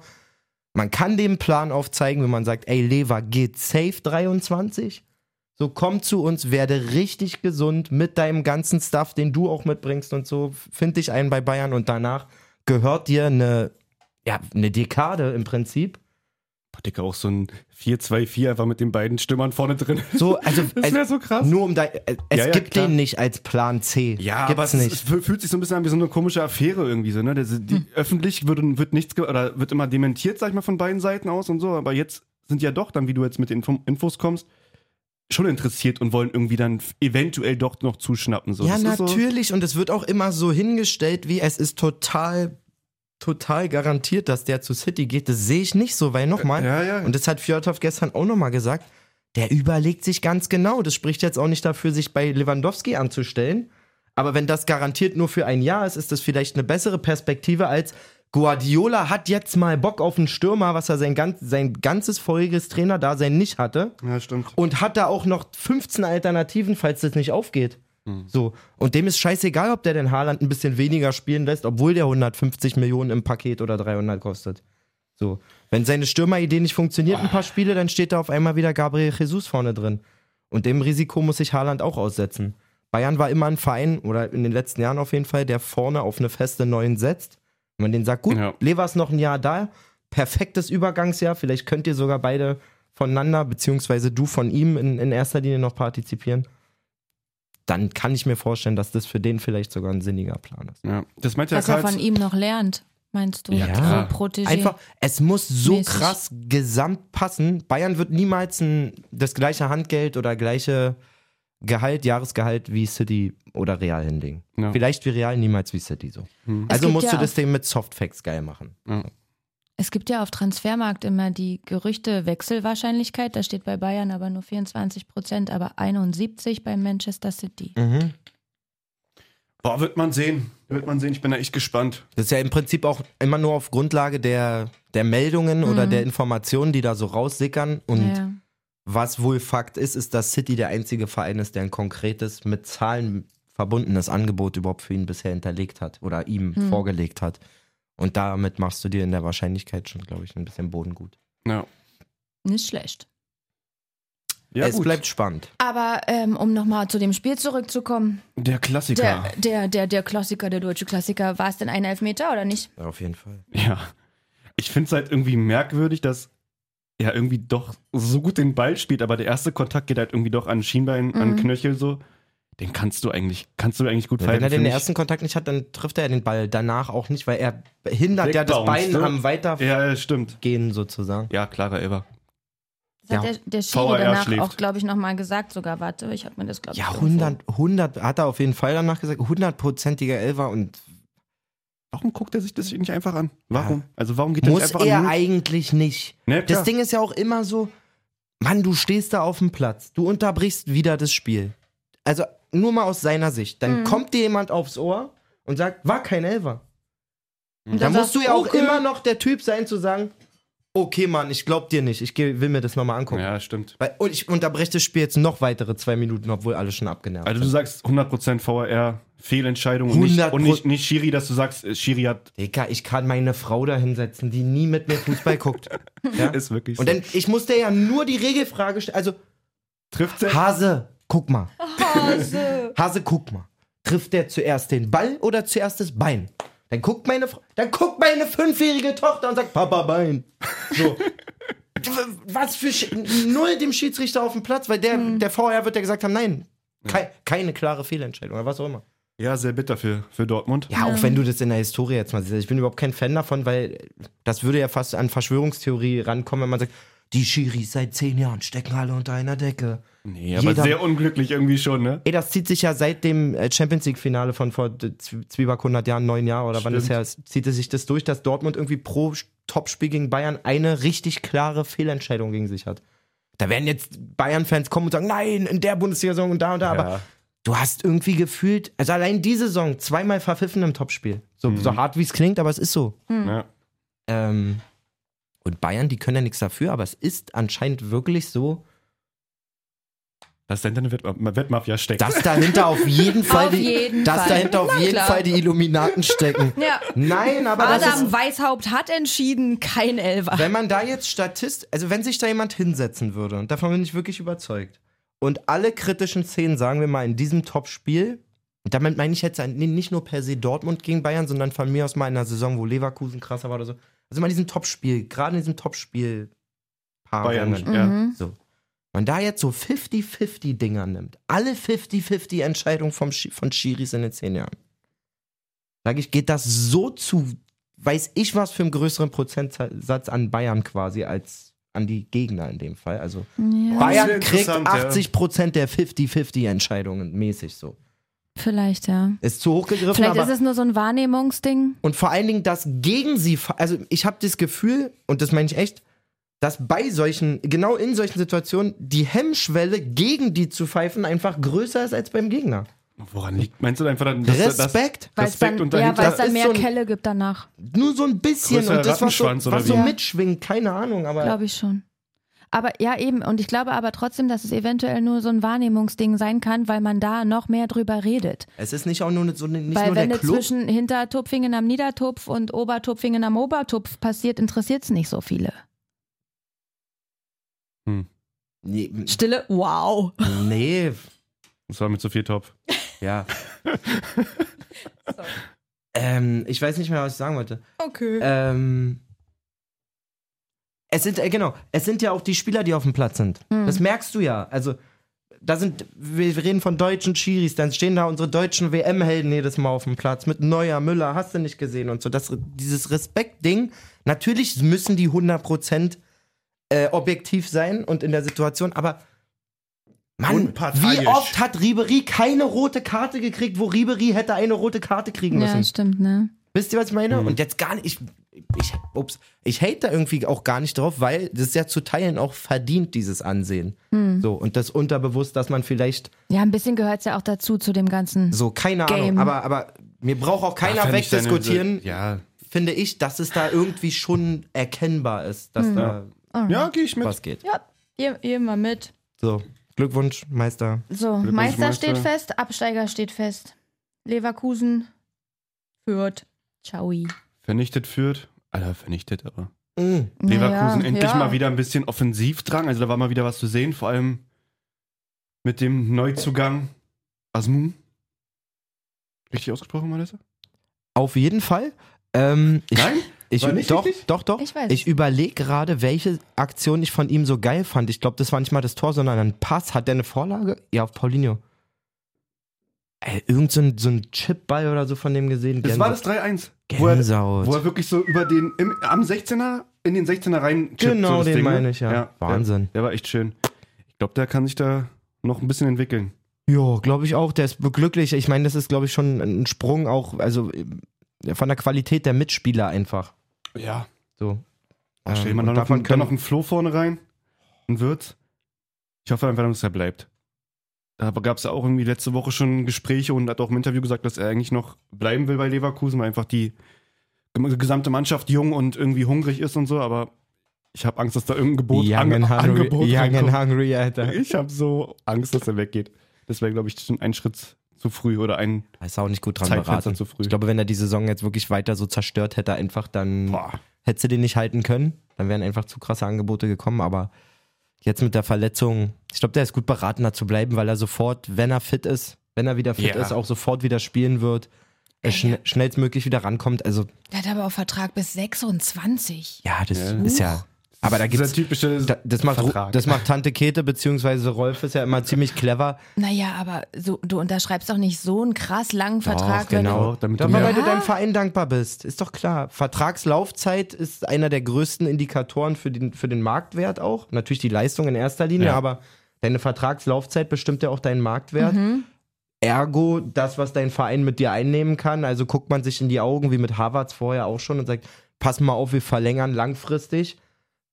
Speaker 2: Man kann den Plan aufzeigen, wenn man sagt, ey, Lever geht safe 23. So komm zu uns, werde richtig gesund mit deinem ganzen Stuff, den du auch mitbringst und so. Find dich ein bei Bayern und danach gehört dir eine, ja, eine Dekade im Prinzip.
Speaker 1: Boah, Dicker, auch so ein 4-2-4 einfach mit den beiden Stimmern vorne drin.
Speaker 2: So, also,
Speaker 1: Das wär so krass.
Speaker 2: Nur um dein, es
Speaker 1: Ja, ja,
Speaker 2: gibt
Speaker 1: klar.
Speaker 2: den nicht als Plan C.
Speaker 1: (laughs) Ja,
Speaker 2: Gibt's
Speaker 1: aber es,
Speaker 2: nicht.
Speaker 1: es fü- fühlt sich so ein bisschen an wie so eine komische Affäre irgendwie so, ne? Das, die, Öffentlich wird, wird nichts ge- oder wird immer dementiert, sag ich mal, von beiden Seiten aus und so, aber jetzt sind ja doch dann, wie du jetzt mit den Info- Infos kommst, schon interessiert und wollen irgendwie dann f- eventuell doch noch zuschnappen. So.
Speaker 2: ja,
Speaker 1: Das ist
Speaker 2: natürlich. Und es wird auch immer so hingestellt, wie es ist total, total garantiert, dass der zu City geht. Das sehe ich nicht so, weil nochmal,
Speaker 1: Äh, Ja, ja.
Speaker 2: und das hat Fjordhoff gestern auch nochmal gesagt, der überlegt sich ganz genau. Das spricht jetzt auch nicht dafür, sich bei Lewandowski anzustellen. Aber wenn das garantiert nur für ein Jahr ist, ist das vielleicht eine bessere Perspektive als Guardiola hat jetzt mal Bock auf einen Stürmer, was er sein, ganz, sein ganzes voriges Trainerdasein nicht hatte
Speaker 1: So. Ja, stimmt.
Speaker 2: und hat da auch noch 15 Alternativen, falls das nicht aufgeht. So. Und dem ist scheißegal, ob der den Haaland ein bisschen weniger spielen lässt, obwohl der 150 Millionen im Paket oder 300 kostet. So. Wenn seine Stürmeridee nicht funktioniert, ein paar Spiele, dann steht da auf einmal wieder Gabriel Jesus vorne drin. Und dem Risiko muss sich Haaland auch aussetzen. Bayern war immer ein Verein, oder in den letzten Jahren auf jeden Fall, der vorne auf eine feste Neun setzt. Wenn man denen sagt, gut,
Speaker 1: Ja.
Speaker 2: Lever ist noch ein Jahr da, perfektes Übergangsjahr, vielleicht könnt ihr sogar beide voneinander, beziehungsweise du von ihm in, in erster Linie noch partizipieren, dann kann ich mir vorstellen, dass das für den vielleicht sogar ein sinniger Plan ist.
Speaker 1: Ja. Das meint ja
Speaker 3: Was er
Speaker 1: Karls.
Speaker 3: von ihm noch lernt, meinst du?
Speaker 2: Ja.
Speaker 3: So Protégé.
Speaker 2: Einfach, es muss so
Speaker 3: Mäßig.
Speaker 2: krass gesamt passen. Bayern wird niemals ein, das gleiche Handgeld oder gleiche Gehalt, Jahresgehalt wie City oder Real hinlegen.
Speaker 1: Ja.
Speaker 2: Vielleicht wie Real, niemals wie City so.
Speaker 3: Es
Speaker 2: Also
Speaker 3: gibt
Speaker 2: musst
Speaker 3: ja
Speaker 2: du das
Speaker 3: auch-
Speaker 2: Ding mit Softfacts geil machen.
Speaker 3: Es gibt ja auf Transfermarkt immer die Gerüchte Wechselwahrscheinlichkeit. Da steht bei Bayern aber nur 24 Prozent, aber 71 bei Manchester City.
Speaker 1: Boah, wird man sehen. Wird man sehen. Ich bin da echt gespannt.
Speaker 2: Das ist ja im Prinzip auch immer nur auf Grundlage der, der Meldungen oder der Informationen, die da so raussickern und
Speaker 3: Hm. Ja.
Speaker 2: Was wohl Fakt ist, ist, dass City der einzige Verein ist, der ein konkretes, mit Zahlen verbundenes Angebot überhaupt für ihn bisher hinterlegt hat oder ihm vorgelegt hat. Und damit machst du dir in der Wahrscheinlichkeit schon, glaube ich, ein bisschen Boden gut.
Speaker 1: Ja.
Speaker 3: Nicht schlecht.
Speaker 1: Ja,
Speaker 2: es
Speaker 1: gut.
Speaker 2: bleibt spannend.
Speaker 3: Aber ähm, um nochmal zu dem Spiel zurückzukommen,
Speaker 1: der Klassiker.
Speaker 3: der, der, der, der Klassiker, der deutsche Klassiker, war es denn ein Elfmeter oder nicht?
Speaker 2: Ja, auf jeden Fall.
Speaker 1: Ja. Ich finde es halt irgendwie merkwürdig, dass er irgendwie doch so gut den Ball spielt, aber der erste Kontakt geht halt irgendwie doch an Schienbein, an Knöchel so. Den kannst du eigentlich, kannst du eigentlich gut
Speaker 2: Wenn
Speaker 1: pfeifen,
Speaker 2: er den
Speaker 1: find ich.
Speaker 2: ersten Kontakt nicht hat, dann trifft er den Ball danach auch nicht, weil er hindert ja das
Speaker 1: Wegbounced,
Speaker 2: Bein
Speaker 1: ne?
Speaker 2: am
Speaker 1: Ja, ja, stimmt.
Speaker 2: Weitergehen sozusagen.
Speaker 1: Ja, klarer Elber.
Speaker 3: Das hat
Speaker 2: Ja.
Speaker 3: der, der Schiri
Speaker 1: VR
Speaker 3: danach
Speaker 1: schläft.
Speaker 3: auch, glaube ich, nochmal gesagt sogar. Warte, ich habe mir das, glaube ich,
Speaker 2: Ja,
Speaker 3: irgendwo-
Speaker 2: 100, 100, hat er auf jeden Fall danach gesagt, hundertprozentiger Elfer und
Speaker 1: Warum guckt er sich das nicht einfach an? Warum? Also warum geht er
Speaker 2: muss
Speaker 1: nicht einfach
Speaker 2: er
Speaker 1: an?
Speaker 2: eigentlich nicht.
Speaker 1: Ne,
Speaker 2: das
Speaker 1: klar.
Speaker 2: Ding ist ja auch immer so, Mann, du stehst da auf dem Platz, du unterbrichst wieder das Spiel. Also nur mal aus seiner Sicht. Dann kommt dir jemand aufs Ohr und sagt, war kein Elfer.
Speaker 3: Und
Speaker 2: Da
Speaker 3: dann
Speaker 2: musst du
Speaker 3: sagst
Speaker 2: ja auch
Speaker 3: okay.
Speaker 2: immer noch der Typ sein zu sagen, okay Mann, ich glaub dir nicht, ich geh- will mir das nochmal angucken.
Speaker 1: Ja, stimmt.
Speaker 2: Weil, und ich unterbreche das Spiel jetzt noch weitere zwei Minuten, obwohl alle schon abgenervt
Speaker 1: Also du
Speaker 2: sind.
Speaker 1: sagst 100% VR, Fehlentscheidung und, nicht,
Speaker 2: 100%.
Speaker 1: und nicht, nicht Schiri, dass du sagst, äh, Schiri hat...
Speaker 2: Digga, ich kann meine Frau da hinsetzen, die nie mit mir
Speaker 1: (laughs)
Speaker 2: Fußball guckt. Ja?
Speaker 1: Ist wirklich
Speaker 2: Und dann, ich musste ja nur die Regelfrage stellen. Also,
Speaker 1: trifft er.
Speaker 2: Hase, guck mal. Hase. Hase, guck mal. Trifft der zuerst den Ball oder zuerst das Bein? Dann guckt meine, Fr- dann guckt meine fünfjährige Tochter und sagt, Papa, Bein. (laughs) So. Was für Sch Null dem Schiedsrichter auf dem Platz, weil der, der VR wird ja gesagt haben, nein, kei keine klare Fehlentscheidung oder was auch immer.
Speaker 1: Ja, sehr bitter für, für Dortmund.
Speaker 2: Ja, auch wenn du das in der Historie jetzt mal siehst. Also Ich bin überhaupt kein Fan davon, weil das würde ja fast an Verschwörungstheorie rankommen, wenn man sagt, die Schiris seit zehn Jahren stecken alle unter einer Decke.
Speaker 1: Nee, aber
Speaker 2: Jeder-
Speaker 1: sehr unglücklich irgendwie schon, ne?
Speaker 2: Ey, das zieht sich ja seit dem äh, Champions League-Finale von vor äh, Zwie- Zwieback 100 Jahren, neun Jahre oder wann
Speaker 1: Stimmt.
Speaker 2: das her ist, zieht es sich das durch, dass Dortmund irgendwie pro Sch- Topspiel gegen Bayern eine richtig klare Fehlentscheidung gegen sich hat. Da werden jetzt Bayern-Fans kommen und sagen, nein, in der Bundesliga-Saison und da und da, aber du hast irgendwie gefühlt, also allein diese Saison zweimal verpfiffen im Topspiel. So, so hart wie es klingt, aber es ist so.
Speaker 1: Ja.
Speaker 2: Ähm, und Bayern, die können ja nichts dafür, aber es ist anscheinend wirklich so,
Speaker 1: Dass da hinter eine Wettmafia steckt.
Speaker 2: dass dahinter auf jeden Fall,
Speaker 3: Auf
Speaker 2: die,
Speaker 3: jeden
Speaker 2: dass
Speaker 3: Fall.
Speaker 2: dahinter auf
Speaker 3: Na
Speaker 2: jeden
Speaker 3: klar.
Speaker 2: Fall die Illuminaten stecken.
Speaker 3: Ja.
Speaker 2: Nein, aber das
Speaker 3: Adam
Speaker 2: ist,
Speaker 3: Weishaupt hat entschieden, kein Elfer.
Speaker 2: wenn man da jetzt Statist, also wenn sich da jemand hinsetzen würde, und davon bin ich wirklich überzeugt, und alle kritischen Szenen, sagen wir mal, in diesem Topspiel, und damit meine ich jetzt an- nee, nicht nur per se Dortmund gegen Bayern, sondern von mir aus mal in einer Saison, wo Leverkusen krasser war oder so, also mal in diesem Topspiel, gerade in diesem Topspiel,
Speaker 1: Bayern,
Speaker 2: Paarungen.
Speaker 1: ja.
Speaker 3: Mhm.
Speaker 2: So. Man da jetzt so 50-50 Dinger nimmt, alle 50-50 Entscheidungen vom Schi von Schiris in den 10 Jahren, sage ich, geht das so zu, weiß ich was für einen größeren Prozentsatz an Bayern quasi als an die Gegner in dem Fall. Also
Speaker 3: Ja,
Speaker 1: wär
Speaker 2: Bayern kriegt
Speaker 1: interessant, ja.
Speaker 2: 80 Prozent der 50-50 Entscheidungen mäßig so.
Speaker 3: vielleicht, ja.
Speaker 2: Ist zu hoch gegriffen,
Speaker 3: Vielleicht
Speaker 2: aber
Speaker 3: ist es nur so ein Wahrnehmungsding.
Speaker 2: und vor allen Dingen, dass gegen sie, fa- also ich habe das Gefühl, und das meine ich echt, dass bei solchen, genau in solchen Situationen, die Hemmschwelle gegen die zu pfeifen einfach größer ist als beim Gegner.
Speaker 1: Woran liegt? Meinst du einfach, dann,
Speaker 2: Respekt.
Speaker 1: Das,
Speaker 3: Weil's
Speaker 1: Respekt
Speaker 3: dann,
Speaker 1: und
Speaker 3: ja,
Speaker 1: dahinter...
Speaker 3: weil es dann
Speaker 2: ist
Speaker 3: mehr
Speaker 2: so ein-
Speaker 3: Kelle gibt danach,
Speaker 2: Nur so ein bisschen
Speaker 1: Größerer
Speaker 2: und das, was so,
Speaker 1: Rattenschwanz oder
Speaker 2: was so
Speaker 1: wie?
Speaker 2: mitschwingt, keine Ahnung, aber
Speaker 3: glaube ich schon. Aber ja, eben. Und ich glaube aber trotzdem, dass es eventuell nur so ein Wahrnehmungsding sein kann, weil man da noch mehr drüber redet.
Speaker 2: es ist nicht auch nur so nicht
Speaker 3: Weil
Speaker 2: nur der
Speaker 3: wenn es
Speaker 2: Club.
Speaker 3: zwischen Hintertupfingen am Niedertupf und Obertupfingen am Obertupf passiert, interessiert es nicht so viele.
Speaker 2: Nee,
Speaker 3: Stille, wow.
Speaker 2: nee,
Speaker 1: Das war mit so viel Topf.
Speaker 3: (laughs)
Speaker 2: ja. ähm, ich weiß nicht mehr, was ich sagen wollte.
Speaker 3: Okay.
Speaker 2: Ähm, es sind, äh, genau, es sind ja auch die Spieler, die auf dem Platz sind.
Speaker 3: Mhm.
Speaker 2: Das merkst du ja. Also, da sind, wir wir reden von deutschen Schiris, dann stehen da unsere deutschen WM-Helden jedes Mal auf dem Platz mit Neuer, Müller, hast du nicht gesehen und so. Das, dieses Respekt-Ding, natürlich müssen die 100% äh, objektiv sein und in der Situation, aber Mann,
Speaker 1: Unparteiisch.
Speaker 2: wie oft hat Ribery keine rote Karte gekriegt, wo Ribery hätte eine rote Karte kriegen müssen?
Speaker 3: Ja, stimmt, ne?
Speaker 2: Wisst ihr, was ich meine?
Speaker 1: Mhm.
Speaker 2: Und jetzt gar nicht, ich, ich, ups, ich hate da irgendwie auch gar nicht drauf, weil das ist ja zu Teilen auch verdient, dieses Ansehen.
Speaker 3: Mhm.
Speaker 2: So, und das unterbewusst, dass man vielleicht
Speaker 3: Ja, ein bisschen gehört es ja auch dazu, zu dem Ganzen.
Speaker 2: so, keine
Speaker 3: Game.
Speaker 2: Ahnung, aber, aber mir braucht auch keiner
Speaker 1: Ach, wenn ich deine-
Speaker 2: wegdiskutieren,
Speaker 1: Ja,
Speaker 2: finde ich, dass es da irgendwie schon erkennbar ist,
Speaker 3: Mhm.
Speaker 2: dass da
Speaker 3: Oh.
Speaker 1: ja gehe ich mit.
Speaker 2: was geht.
Speaker 3: Ja, ihr, ihr mal mit.
Speaker 2: So, Glückwunsch, Meister.
Speaker 3: So,
Speaker 1: Glückwunsch,
Speaker 3: Meister,
Speaker 1: Meister.
Speaker 3: steht fest, Absteiger steht fest. Leverkusen führt. Ciao.
Speaker 1: Vernichtet führt. Alter, vernichtet aber.
Speaker 2: Mhm.
Speaker 1: Leverkusen
Speaker 3: Naja,
Speaker 1: endlich
Speaker 3: ja.
Speaker 1: mal wieder ein bisschen offensiv dran. Also da war mal wieder was zu sehen, vor allem mit dem Neuzugang Asmun. Richtig ausgesprochen, Malessa?
Speaker 2: Auf jeden Fall. Ähm, ich,
Speaker 1: Nein?
Speaker 2: Ich,
Speaker 1: War nicht
Speaker 2: doch,
Speaker 1: richtig?
Speaker 2: doch, doch.
Speaker 3: Ich weiß.
Speaker 2: Ich überlege gerade, welche Aktion ich von ihm so geil fand. Ich glaube, das war nicht mal das Tor, sondern ein Pass. Hat der eine Vorlage? Ja, auf Paulinho. Ey, irgend so ein, so ein Chipball oder so von dem gesehen.
Speaker 1: Das war das 3-1. Wo er,
Speaker 2: Gänsehaut.
Speaker 1: wo er wirklich so über den, im, am 16er in den 16er rein
Speaker 2: Genau,
Speaker 1: das
Speaker 2: den
Speaker 1: Ding, ne?
Speaker 2: meine ich, ja. Wahnsinn.
Speaker 1: Der, der war echt schön. Ich glaube, der kann sich da noch ein bisschen entwickeln.
Speaker 2: Ja, glaube ich auch. Der ist glücklich. Ich meine, das ist, glaube ich, schon ein Sprung auch, also äh, von der Qualität der Mitspieler einfach.
Speaker 1: Ja.
Speaker 2: So.
Speaker 1: Ach, stell dir
Speaker 2: Ähm,
Speaker 1: mal
Speaker 2: und
Speaker 1: dann noch,
Speaker 2: davon
Speaker 1: einen, dann
Speaker 2: können-
Speaker 1: noch einen Flo vorne rein. Ein Wirt. Ich hoffe einfach, dass er bleibt. Da gab es ja auch irgendwie letzte Woche schon Gespräche und hat auch im Interview gesagt, dass er eigentlich noch bleiben will bei Leverkusen, weil einfach die gem- gesamte Mannschaft jung und irgendwie hungrig ist und so, aber ich habe Angst, dass da irgendein Gebot,
Speaker 2: Young
Speaker 1: Ange-
Speaker 2: and hungry,
Speaker 1: Angebot
Speaker 2: young
Speaker 1: reinkommt.
Speaker 2: and hungry Alter.
Speaker 1: Ich habe so Angst, dass er weggeht. Das wäre, glaube ich, schon ein Schritt zu früh oder ein.
Speaker 2: Er Ist auch nicht gut dran
Speaker 1: Zeitfenster
Speaker 2: beraten.
Speaker 1: zu früh.
Speaker 2: Ich glaube, wenn er die Saison jetzt wirklich weiter so zerstört hätte, einfach dann
Speaker 1: Boah.
Speaker 2: hätte sie den nicht halten können. Dann wären einfach zu krasse Angebote gekommen. Aber jetzt mit der Verletzung, ich glaube, der ist gut beraten, da zu bleiben, weil er sofort, wenn er fit ist, wenn er wieder fit
Speaker 1: Ja.
Speaker 2: ist, auch sofort wieder spielen wird, er schn schnellstmöglich wieder rankommt. Also
Speaker 3: Der hat aber auch Vertrag bis 26.
Speaker 2: ja, das
Speaker 1: Ja.
Speaker 2: ist ja. Aber da gibt's
Speaker 1: Dieser typische
Speaker 2: da, das, macht, Ru-
Speaker 1: Vertrag.
Speaker 2: das macht Tante Kete beziehungsweise Rolf ist ja immer ziemlich clever.
Speaker 3: Naja, aber so, du unterschreibst doch nicht so einen krass langen Vertrag. wenn du-
Speaker 2: genau.
Speaker 1: du- damit
Speaker 2: Damit
Speaker 1: du-
Speaker 2: du, weil
Speaker 1: Ja.
Speaker 2: du deinem Verein dankbar bist. Ist doch klar. Vertragslaufzeit ist einer der größten Indikatoren für den, für den Marktwert auch. Natürlich die Leistung in erster Linie,
Speaker 1: Ja.
Speaker 2: aber deine Vertragslaufzeit bestimmt ja auch deinen Marktwert. Ergo, das, was dein Verein mit dir einnehmen kann. Also guckt man sich in die Augen, wie mit Havertz vorher auch schon, und sagt, pass mal auf, wir verlängern langfristig.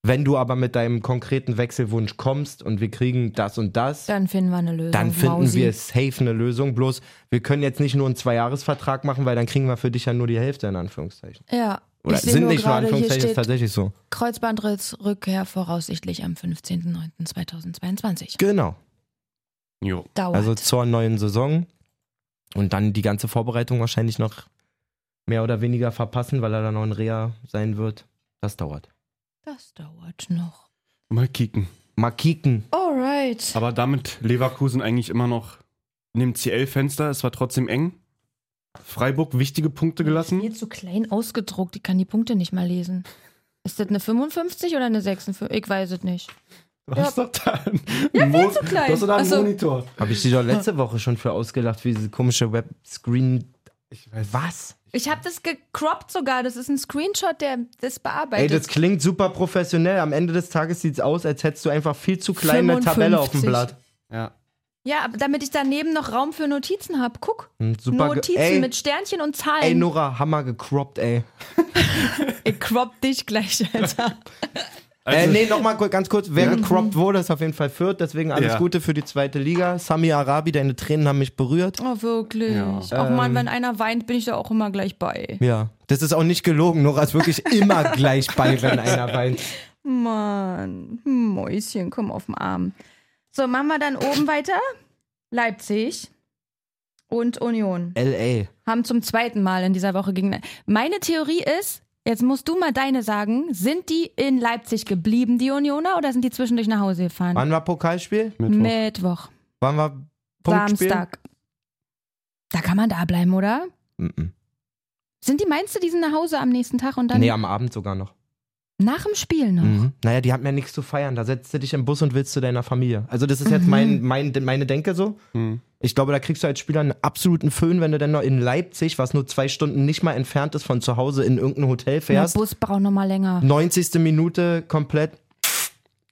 Speaker 2: Wenn du aber mit deinem konkreten Wechselwunsch kommst und wir kriegen das und das,
Speaker 3: Dann finden wir eine Lösung.
Speaker 2: dann finden
Speaker 3: Äh, Mausi.
Speaker 2: wir safe eine Lösung. Bloß, wir können jetzt nicht nur einen Zweijahresvertrag machen, weil dann kriegen wir für dich ja nur die Hälfte in Anführungszeichen.
Speaker 3: Ja.
Speaker 2: Oder
Speaker 3: ich seh
Speaker 2: sind nicht nur
Speaker 3: gerade, hier
Speaker 2: Anführungszeichen, ist
Speaker 3: steht
Speaker 2: tatsächlich so.
Speaker 3: Kreuzbandriss, Rückkehr voraussichtlich am 15.09.2022.
Speaker 2: Genau.
Speaker 1: Jo.
Speaker 3: Dauert.
Speaker 2: Also zur neuen Saison und dann die ganze Vorbereitung wahrscheinlich noch mehr oder weniger verpassen, weil er dann noch in Rea sein wird. Das dauert.
Speaker 3: das dauert noch.
Speaker 1: Mal kicken.
Speaker 2: Mal kicken.
Speaker 3: Alright.
Speaker 1: Aber damit Leverkusen eigentlich immer noch in dem CL-Fenster. Es war trotzdem eng. Freiburg wichtige Punkte gelassen.
Speaker 3: Viel zu klein ausgedruckt, ich kann die Punkte nicht mal lesen. Ist das eine 55 oder eine 56? Ich weiß es nicht.
Speaker 1: Du
Speaker 3: Ja.
Speaker 1: doch da einen, ja, Mo
Speaker 3: zu klein.
Speaker 1: Du hast doch da einen
Speaker 3: Also-
Speaker 1: Monitor.
Speaker 2: Habe ich sie doch letzte
Speaker 3: (laughs)
Speaker 2: Woche schon für ausgelacht, wie diese komische Webscreen. Ich weiß. Was?
Speaker 3: Ich habe das gecroppt sogar, das ist ein Screenshot, der das
Speaker 2: Ey,
Speaker 3: bearbeitet.
Speaker 2: das klingt super professionell. Am Ende des Tages sieht es aus, als hättest du einfach viel zu klein eine
Speaker 3: 55.
Speaker 2: Tabelle auf dem Blatt.
Speaker 1: Ja.
Speaker 3: ja, aber damit ich daneben noch Raum für Notizen habe. Guck,
Speaker 2: Ein Super ge-
Speaker 3: Notizen
Speaker 2: Hm. ey,
Speaker 3: mit Sternchen und Zahlen.
Speaker 2: ey, Nora, Hammer gecroppt, ey.
Speaker 3: ich cropp dich gleich, Alter.
Speaker 2: äh,
Speaker 1: Also,
Speaker 2: nee, nochmal ganz kurz. Wer gecroppt wurde, ist auf jeden Fall Fürth. Deswegen alles
Speaker 1: Ja.
Speaker 2: Gute für die zweite Liga. Sami Arabi, deine Tränen haben mich berührt.
Speaker 3: Oh, wirklich.
Speaker 1: Ja.
Speaker 3: Ach man,
Speaker 2: Ähm.
Speaker 3: wenn einer weint, bin ich da auch immer gleich bei.
Speaker 2: Ja, das ist auch nicht gelogen. Nora ist
Speaker 3: (laughs)
Speaker 2: wirklich immer gleich bei, wenn einer weint.
Speaker 3: Mann, Mäuschen, komm auf den Arm. So, machen wir dann oben weiter. Leipzig und Union
Speaker 2: L.A.
Speaker 3: haben zum zweiten Mal in dieser Woche gegen. Meine Theorie ist, jetzt musst du mal deine sagen, sind die in Leipzig geblieben, die Unioner, oder sind die zwischendurch nach Hause gefahren?
Speaker 2: Wann war Pokalspiel?
Speaker 1: Mittwoch.
Speaker 3: Mittwoch,
Speaker 2: Wann war Punktspiel?
Speaker 3: Samstag. Da kann man da bleiben, oder?
Speaker 2: Mhm.
Speaker 3: Sind die, meinst du, die sind nach Hause am nächsten Tag und dann
Speaker 2: Nee, am Abend sogar noch.
Speaker 3: nach dem Spiel noch?
Speaker 1: Hm.
Speaker 2: Mhm. Naja, die hatten ja nichts zu feiern. Da setzt du dich im Bus und willst zu deiner Familie. Also, das ist jetzt
Speaker 3: (laughs)
Speaker 2: mein, mein, meine Denke so.
Speaker 1: Mhm.
Speaker 2: Ich glaube, da kriegst du als Spieler einen absoluten Föhn, wenn du dann noch in Leipzig, was nur zwei Stunden nicht mal entfernt ist von zu Hause, in irgendein Hotel
Speaker 3: Der
Speaker 2: fährst.
Speaker 3: Bus braucht noch mal länger.
Speaker 1: Hm.
Speaker 2: 90. Minute komplett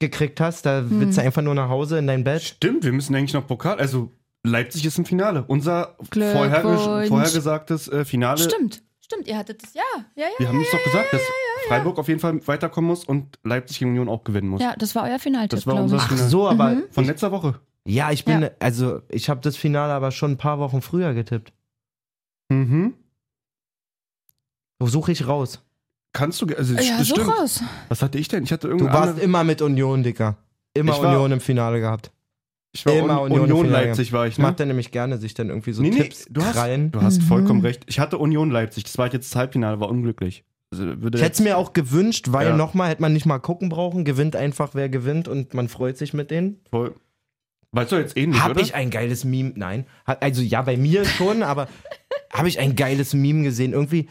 Speaker 2: gekriegt hast. Da willst du einfach nur nach Hause in dein Bett.
Speaker 1: Stimmt, wir müssen eigentlich noch Pokal. Also Leipzig ist im Finale. Unser
Speaker 3: Glückwunsch.
Speaker 1: vorher, vorhergesagtes äh, Finale.
Speaker 3: Stimmt, stimmt, ihr hattet das, ja, ja, ja.
Speaker 1: Wir haben es doch gesagt, dass Freiburg auf jeden Fall weiterkommen muss und Leipzig gegen Union auch gewinnen muss.
Speaker 3: Ja, das war euer Finaltipp,
Speaker 1: Das war
Speaker 3: glaube
Speaker 1: unser
Speaker 3: ich.
Speaker 2: Ach so, aber
Speaker 1: Von letzter Woche.
Speaker 2: ja, ich bin,
Speaker 3: Ja.
Speaker 2: also ich habe das Finale aber schon ein paar Wochen früher getippt.
Speaker 1: Mhm.
Speaker 2: Wo suche ich raus?
Speaker 1: Kannst du, ge- also
Speaker 3: Ja,
Speaker 1: das
Speaker 3: so
Speaker 1: stimmt.
Speaker 3: raus.
Speaker 1: Was hatte ich denn? Ich hatte
Speaker 2: Du
Speaker 1: irgendeine
Speaker 2: warst
Speaker 1: andere-
Speaker 2: immer mit Union, Dicker. Immer
Speaker 1: Ich war-
Speaker 2: Union im Finale gehabt.
Speaker 1: ich war
Speaker 2: immer
Speaker 1: Un
Speaker 2: Union im
Speaker 1: Union
Speaker 2: Finale.
Speaker 1: Leipzig war ich,
Speaker 2: Ich
Speaker 1: ne?
Speaker 2: mag dann nämlich gerne sich dann irgendwie so
Speaker 1: Nee, nee,
Speaker 2: Tipps
Speaker 1: du hast-
Speaker 2: krallen.
Speaker 1: Du hast vollkommen recht. Ich hatte Union Leipzig. Das war jetzt das Halbfinale, war unglücklich. Also, würde
Speaker 2: Ich hätte es mir auch gewünscht, weil
Speaker 1: Ja.
Speaker 2: nochmal hätte man nicht mal gucken brauchen. Gewinnt einfach, wer gewinnt und man freut sich mit denen.
Speaker 1: Voll. Weißt du jetzt eh nicht,
Speaker 2: Hab
Speaker 1: oder?
Speaker 2: ich ein geiles Meme? Nein. Ha- Also ja, bei mir
Speaker 1: (laughs)
Speaker 2: schon, aber habe ich ein geiles Meme gesehen? Irgendwie,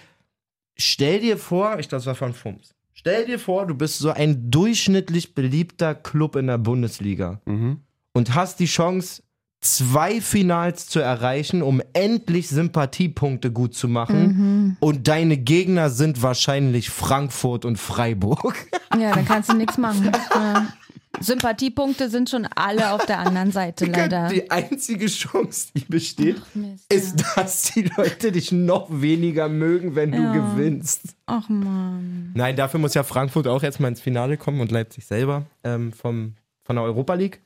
Speaker 2: stell dir vor, ich glaube, das war von Fums. Stell dir vor, du bist so ein durchschnittlich beliebter Club in der Bundesliga
Speaker 1: mhm.
Speaker 2: und hast die Chance, zwei Finals zu erreichen, um endlich Sympathiepunkte gut zu machen, Und deine Gegner sind wahrscheinlich Frankfurt und Freiburg.
Speaker 3: Ja, dann kannst du nichts machen. Ja. Sympathiepunkte sind schon alle auf der anderen Seite, leider.
Speaker 2: Die einzige Chance, die besteht,
Speaker 3: Mist,
Speaker 2: ist, dass die Leute dich noch weniger mögen, wenn du gewinnst.
Speaker 3: Ach man.
Speaker 2: Nein, dafür muss ja Frankfurt auch erstmal ins Finale kommen und Leipzig selber ähm, vom, von der Europa League.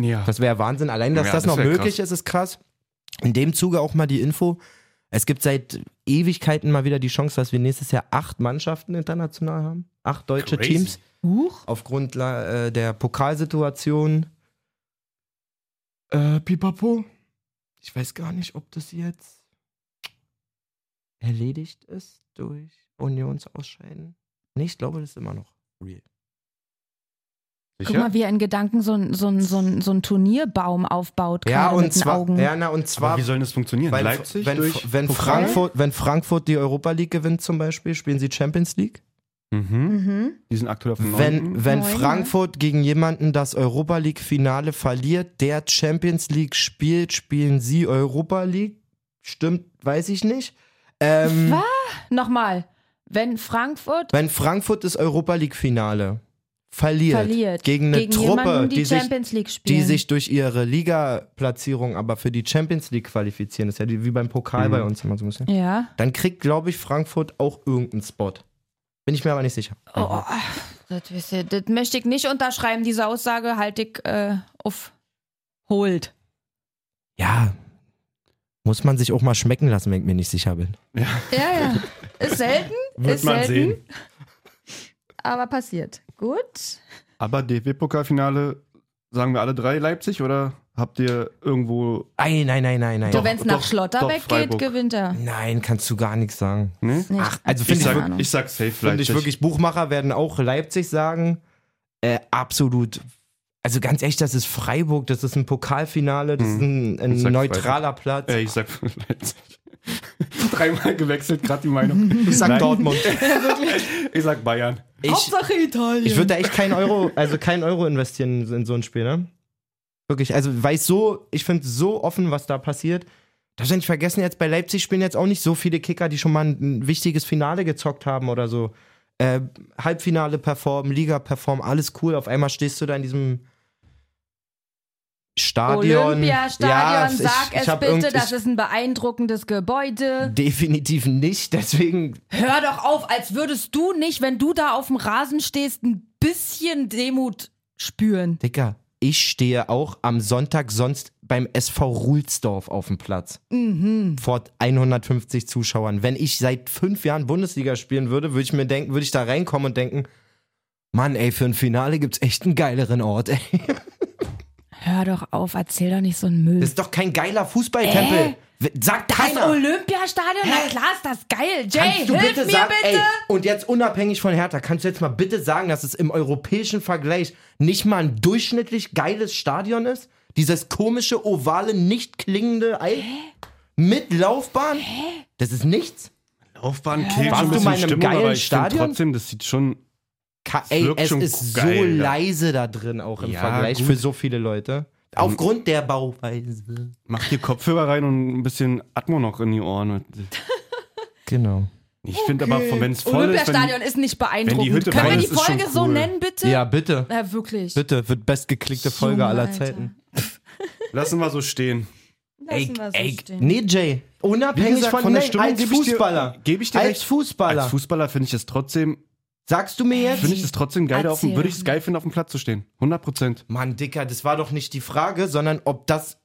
Speaker 1: Ja.
Speaker 2: Das wäre Wahnsinn. Allein, dass
Speaker 7: Ja,
Speaker 2: das,
Speaker 7: das
Speaker 2: noch
Speaker 7: wär
Speaker 2: möglich ist, ist krass. In dem Zuge auch mal die Info. Es gibt seit Ewigkeiten mal wieder die Chance, dass wir nächstes Jahr acht Mannschaften international haben. Acht deutsche
Speaker 7: Crazy.
Speaker 2: Teams. Aufgrund äh, der Pokalsituation. Äh, pipapo. Ich weiß gar nicht, ob das jetzt erledigt ist durch Unionsausscheiden. Nee, ich glaube, das ist immer noch real.
Speaker 3: Guck mal, wie er in Gedanken so ein, so ein, so ein, so ein Turnierbaum aufbaut.
Speaker 2: Ja,
Speaker 3: gerade
Speaker 2: und
Speaker 3: mit den
Speaker 2: zwar,
Speaker 3: Augen.
Speaker 2: ja, na, und
Speaker 1: Aber
Speaker 2: zwar
Speaker 1: wie soll denn das funktionieren?
Speaker 2: Weil,
Speaker 1: Leipzig
Speaker 2: wenn,
Speaker 1: durch
Speaker 2: wenn,
Speaker 1: Pokal?
Speaker 2: Frankfurt, wenn Frankfurt die Europa League gewinnt zum Beispiel, spielen sie Champions League.
Speaker 1: Mhm.
Speaker 3: Mhm.
Speaker 1: Die sind aktuell auf dem neunten.
Speaker 2: Wenn, wenn
Speaker 3: Moin, ja.
Speaker 2: Frankfurt gegen jemanden das Europa League Finale verliert, der Champions League spielt, spielen sie Europa League. Stimmt, weiß ich nicht.
Speaker 3: (laughs)
Speaker 2: Ähm,
Speaker 3: Was? Nochmal, wenn Frankfurt
Speaker 2: wenn Frankfurt das Europa League Finale verliert,
Speaker 3: verliert
Speaker 2: gegen eine Truppe,
Speaker 3: jemanden,
Speaker 2: die,
Speaker 3: die,
Speaker 2: sich,
Speaker 3: Champions League spielen,
Speaker 2: die sich durch ihre Liga-Platzierung aber für die Champions League qualifizieren, ist ja die- wie beim Pokal
Speaker 1: Mhm.
Speaker 2: bei uns immer so ein bisschen.
Speaker 3: ja.
Speaker 2: dann kriegt, glaube ich, Frankfurt auch irgendeinen Spot. Bin ich mir aber nicht sicher.
Speaker 3: Oh, das, wisst ihr, das möchte ich nicht unterschreiben, diese Aussage halte ich äh, auf Hold.
Speaker 2: Ja, muss man sich auch mal schmecken lassen, wenn ich mir nicht sicher bin.
Speaker 3: Ja, ja.
Speaker 2: (laughs)
Speaker 3: Ist selten,
Speaker 1: Wird
Speaker 3: ist
Speaker 1: man
Speaker 3: selten,
Speaker 1: sehen.
Speaker 3: aber passiert. Gut.
Speaker 1: Aber DFB-Pokalfinale, sagen wir alle drei Leipzig oder habt ihr irgendwo.
Speaker 2: Ei, nein, nein, nein, nein.
Speaker 3: So, wenn es nach
Speaker 1: doch,
Speaker 3: Schlotterbeck
Speaker 1: doch,
Speaker 3: geht,
Speaker 1: Freiburg.
Speaker 3: gewinnt er.
Speaker 2: Nein, kannst du gar nichts sagen.
Speaker 1: Ne?
Speaker 3: Nee,
Speaker 2: Ach, also
Speaker 1: Ich
Speaker 2: finde ich, wirklich-
Speaker 3: Keine
Speaker 1: sag,
Speaker 3: Ahnung.
Speaker 1: ich sag safe
Speaker 2: finde
Speaker 1: Leipzig.
Speaker 2: ich wirklich, Buchmacher werden auch Leipzig sagen. Äh, absolut. Also ganz echt, das ist Freiburg, das ist ein Pokalfinale, das ist ein, ein
Speaker 1: Mhm. Ich sag
Speaker 2: neutraler Platz.
Speaker 1: Äh, ich sag (laughs)
Speaker 2: (laughs)
Speaker 1: Leipzig. Dreimal gewechselt, gerade die Meinung.
Speaker 2: ich
Speaker 1: (laughs)
Speaker 2: sag Dortmund.
Speaker 1: Ich sag Bayern.
Speaker 2: Ich,
Speaker 3: Sache Italien.
Speaker 2: Ich würde da echt keinen Euro, also keinen Euro investieren in, in so ein Spiel, ne? Wirklich, also weil ich so, ich finde so offen, was da passiert. Darfst du nicht vergessen, jetzt bei Leipzig spielen jetzt auch nicht so viele Kicker, die schon mal ein, ein wichtiges Finale gezockt haben oder so. Äh, Halbfinale performen, Liga performen, alles cool. Auf einmal stehst du da in diesem Stadion. Ja,
Speaker 3: Olympiastadion,
Speaker 2: ich-
Speaker 3: sag
Speaker 2: ich
Speaker 3: es
Speaker 2: hab irgend-
Speaker 3: bitte, das
Speaker 2: ich-
Speaker 3: ist ein beeindruckendes Gebäude.
Speaker 2: Definitiv nicht, deswegen
Speaker 3: Hör doch auf, als würdest du nicht, wenn du da auf dem Rasen stehst, ein bisschen Demut spüren.
Speaker 2: Dicker, ich stehe auch am Sonntag sonst beim SV Ruhlsdorf auf dem Platz. Vor 150 Zuschauern. Wenn ich seit fünf Jahren Bundesliga spielen würde, würde ich mir denken, würde ich da reinkommen und denken, Mann, ey, für ein Finale gibt's echt einen geileren Ort, ey.
Speaker 3: Hör doch auf, erzähl doch nicht so einen Müll.
Speaker 2: Das ist doch kein geiler Fußballtempel. W- Sagt
Speaker 3: Das
Speaker 2: keiner.
Speaker 3: Olympiastadion? Na klar ist das geil. Jay,
Speaker 2: Kannst du
Speaker 3: hilf
Speaker 2: bitte
Speaker 3: mir
Speaker 2: sagen,
Speaker 3: bitte.
Speaker 2: ey, und jetzt unabhängig von Hertha, kannst du jetzt mal bitte sagen, dass es im europäischen Vergleich nicht mal ein durchschnittlich geiles Stadion ist? Dieses komische, ovale, nicht klingende Ei mit Laufbahn? Das ist nichts.
Speaker 1: Laufbahn killt
Speaker 2: Warst
Speaker 1: schon ein
Speaker 2: du
Speaker 1: bisschen
Speaker 2: mal in einem
Speaker 1: Stimmung,
Speaker 2: geilen
Speaker 1: aber ich find
Speaker 2: Stadion?
Speaker 1: trotzdem, das sieht schon
Speaker 2: Ka ey,
Speaker 1: wirkt
Speaker 2: es
Speaker 1: schon
Speaker 2: ist
Speaker 1: geil,
Speaker 2: so
Speaker 1: ja.
Speaker 2: leise da drin auch im
Speaker 1: Ja,
Speaker 2: Vergleich
Speaker 1: gut.
Speaker 2: für so viele Leute. Aufgrund der Bauweise.
Speaker 1: Mach hier Kopfhörer rein und ein bisschen Atmo noch in die Ohren.
Speaker 2: Genau.
Speaker 1: Ich finde aber, wenn es voll ist,
Speaker 3: Olympiastadion
Speaker 1: wenn,
Speaker 3: ist nicht beeindruckend.
Speaker 1: wenn die Hütte
Speaker 3: Können wir
Speaker 1: voll
Speaker 3: die
Speaker 1: ist, ist schon
Speaker 3: Folge so
Speaker 1: cool.
Speaker 3: nennen, bitte?
Speaker 2: Ja, bitte.
Speaker 3: Na, wirklich.
Speaker 2: Bitte, wird bestgeklickte Folge
Speaker 3: Junge,
Speaker 2: aller
Speaker 3: Alter.
Speaker 2: Zeiten.
Speaker 1: lassen wir so stehen.
Speaker 3: Lassen wir so stehen.
Speaker 2: Nee, Jay. Unabhängig von, nein, als
Speaker 1: gebe ich dir-
Speaker 2: Fußballer.
Speaker 1: Gebe ich dir
Speaker 2: als
Speaker 1: recht.
Speaker 2: Fußballer.
Speaker 1: Als Fußballer finde ich es trotzdem,
Speaker 2: Sagst du mir jetzt?
Speaker 1: finde ich es trotzdem geil, auf dem,
Speaker 3: Erzähl.
Speaker 1: würde ich es geil finden, auf dem Platz zu stehen. 100 Prozent.
Speaker 2: Mann, Dicker, das war doch nicht die Frage, sondern ob das.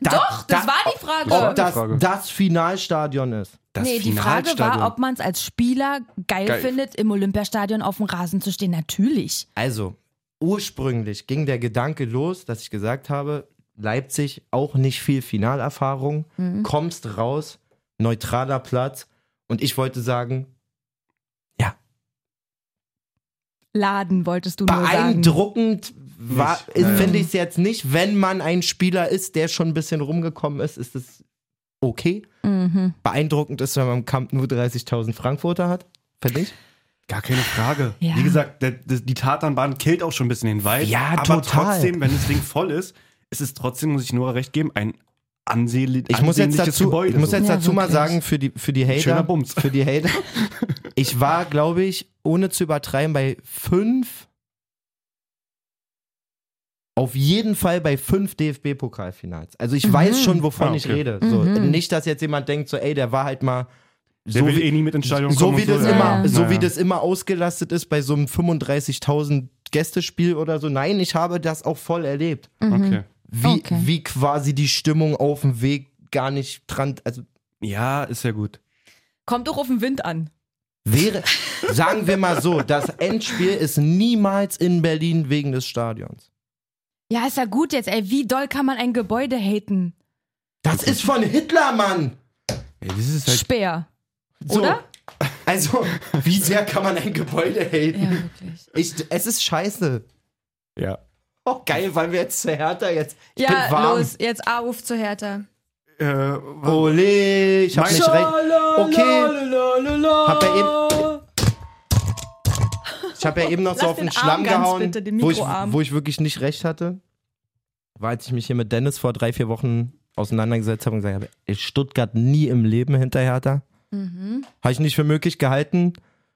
Speaker 2: da-
Speaker 3: Doch, das
Speaker 2: da-
Speaker 3: war die Frage.
Speaker 1: war
Speaker 2: Ob
Speaker 1: die
Speaker 2: das
Speaker 1: Frage.
Speaker 2: das Finalstadion ist.
Speaker 3: nee, die Frage war, ob man es als Spieler geil,
Speaker 1: Geil.
Speaker 3: findet, im Olympiastadion auf dem Rasen zu stehen. Natürlich.
Speaker 2: Also, ursprünglich ging der Gedanke los, dass ich gesagt habe: Leipzig auch nicht viel Finalerfahrung,
Speaker 3: Mhm.
Speaker 2: kommst raus, neutraler Platz. Und ich wollte sagen,
Speaker 3: Laden wolltest du nur sagen.
Speaker 2: beeindruckend war,
Speaker 1: Nicht. äh,
Speaker 2: ist,
Speaker 1: Ja, ja.
Speaker 2: finde ich es jetzt nicht. Wenn man ein Spieler ist, der schon ein bisschen rumgekommen ist, ist es okay.
Speaker 3: Mhm.
Speaker 2: Beeindruckend ist, wenn man im Kampf nur 30.000 Frankfurter hat, finde ich.
Speaker 1: Gar keine Frage.
Speaker 3: Ja.
Speaker 1: Wie gesagt, der, der, die Tatanbahn killt auch schon ein bisschen den Vibe.
Speaker 2: Ja,
Speaker 1: aber
Speaker 2: total.
Speaker 1: trotzdem, wenn das Ding voll ist, ist es trotzdem, muss ich Nora recht geben, ein ansehli-
Speaker 2: ich muss jetzt
Speaker 1: ansehnliches
Speaker 2: dazu,
Speaker 1: Gebäude.
Speaker 2: ich muss
Speaker 1: so.
Speaker 2: jetzt
Speaker 3: Ja,
Speaker 2: dazu mal
Speaker 3: wirklich.
Speaker 2: sagen, für die, für die
Speaker 1: Schöner
Speaker 2: Hater,
Speaker 1: Bums.
Speaker 2: für
Speaker 1: (laughs)
Speaker 2: die Hater, ich war, glaube ich, ohne zu übertreiben, bei fünf, auf jeden Fall bei fünf DFB-Pokalfinals. Also ich
Speaker 3: Mhm.
Speaker 2: weiß schon, wovon
Speaker 1: Ah,
Speaker 2: ich
Speaker 1: okay.
Speaker 2: rede. So,
Speaker 3: Mhm.
Speaker 2: Nicht, dass jetzt jemand denkt, so, ey, der war halt mal
Speaker 1: der
Speaker 2: so
Speaker 1: will
Speaker 2: wie-
Speaker 1: eh nie mit ins Stadion
Speaker 2: so
Speaker 1: kommen.
Speaker 2: wie
Speaker 1: und
Speaker 2: das
Speaker 3: so,
Speaker 2: immer,
Speaker 3: ja.
Speaker 2: so wie
Speaker 1: Naja.
Speaker 2: das immer ausgelastet ist bei so einem 35.000 Gästespiel oder so. Nein, ich habe das auch voll erlebt.
Speaker 1: Okay.
Speaker 2: Wie,
Speaker 3: Okay.
Speaker 2: wie quasi die Stimmung auf dem Weg gar nicht dran, also
Speaker 1: Ja, ist ja gut.
Speaker 3: Kommt doch auf den Wind an.
Speaker 2: wäre,
Speaker 3: (laughs)
Speaker 2: sagen wir mal so, das Endspiel ist niemals in Berlin wegen des Stadions.
Speaker 3: Ja, ist ja gut jetzt, ey. Wie doll kann man ein Gebäude haten?
Speaker 2: Das ist von Hitler, Mann!
Speaker 1: das ist
Speaker 3: Speer.
Speaker 2: So,
Speaker 3: Oder?
Speaker 2: Also, wie sehr kann man ein Gebäude haten?
Speaker 3: Ja, wirklich.
Speaker 2: Ich, es ist scheiße.
Speaker 1: ja.
Speaker 2: Oh, geil, weil wir jetzt zu Hertha jetzt. Ich bin
Speaker 7: Ja,
Speaker 2: warm.
Speaker 7: los, jetzt auf zu Hertha.
Speaker 1: Äh,
Speaker 2: Ole, ich hab
Speaker 1: Mein-
Speaker 2: nicht recht. Okay. Hab ja eben. Ich habe ja eben noch so
Speaker 3: Lass
Speaker 2: auf den,
Speaker 3: den Arm
Speaker 2: Schlamm
Speaker 3: ganz
Speaker 2: gehauen,
Speaker 3: bitte, den
Speaker 2: wo, ich,
Speaker 3: Mikroarm.
Speaker 2: wo ich wirklich nicht recht hatte. War, als ich mich hier mit Dennis vor drei, vier Wochen auseinandergesetzt habe und gesagt habe, ey, Stuttgart nie im Leben hinter Hertha.
Speaker 3: Mhm.
Speaker 2: Habe ich nicht für möglich gehalten,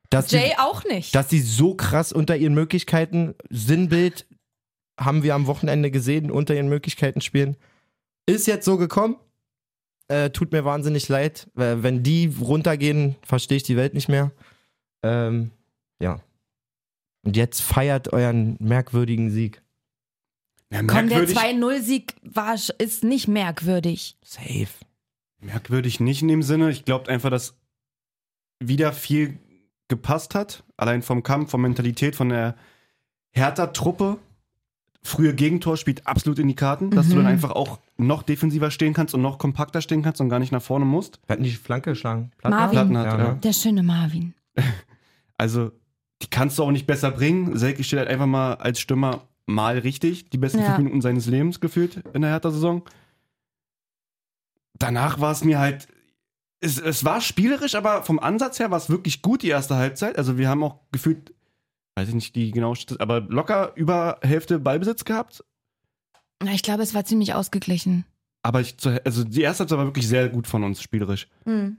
Speaker 2: dass
Speaker 3: Jay
Speaker 2: sie,
Speaker 3: auch nicht.
Speaker 2: dass sie so krass unter ihren Möglichkeiten, Sinnbild haben wir am Wochenende gesehen, unter ihren Möglichkeiten spielen. Ist jetzt so gekommen. Äh, tut mir wahnsinnig leid. Äh, wenn die runtergehen, verstehe ich die Welt nicht mehr. Ähm, ja. Und jetzt feiert euren merkwürdigen Sieg.
Speaker 1: ja,
Speaker 3: Komm, der
Speaker 1: merkwürdig,
Speaker 3: 2-0-Sieg war, sch- ist nicht merkwürdig.
Speaker 2: Safe.
Speaker 1: merkwürdig nicht in dem Sinne. Ich glaube einfach, dass wieder viel gepasst hat. Allein vom Kampf, von Mentalität, von der Hertha-Truppe. Frühe Gegentor spielt absolut in die Karten, dass du dann einfach auch noch defensiver stehen kannst und noch kompakter stehen kannst und gar nicht nach vorne musst.
Speaker 2: Wir hatten die Flanke geschlagen.
Speaker 3: Marvin.
Speaker 1: Platten hat, ja.
Speaker 2: ne?
Speaker 3: Der schöne Marvin.
Speaker 1: Also, die kannst du auch nicht besser bringen. Selke steht halt einfach mal als Stürmer mal richtig, die besten
Speaker 3: Ja.
Speaker 1: fünf Minuten seines Lebens gefühlt in der Hertha-Saison. Danach war es mir halt. Es, es war spielerisch, aber vom Ansatz her war es wirklich gut, die erste Halbzeit. Also, wir haben auch gefühlt, weiß ich nicht die genaue Statistik, aber locker über Hälfte Ballbesitz gehabt.
Speaker 3: Na, Ich glaube, es war ziemlich ausgeglichen.
Speaker 1: Aber ich, zu- also die erste Halbzeit war wirklich sehr gut von uns spielerisch.
Speaker 7: Hm.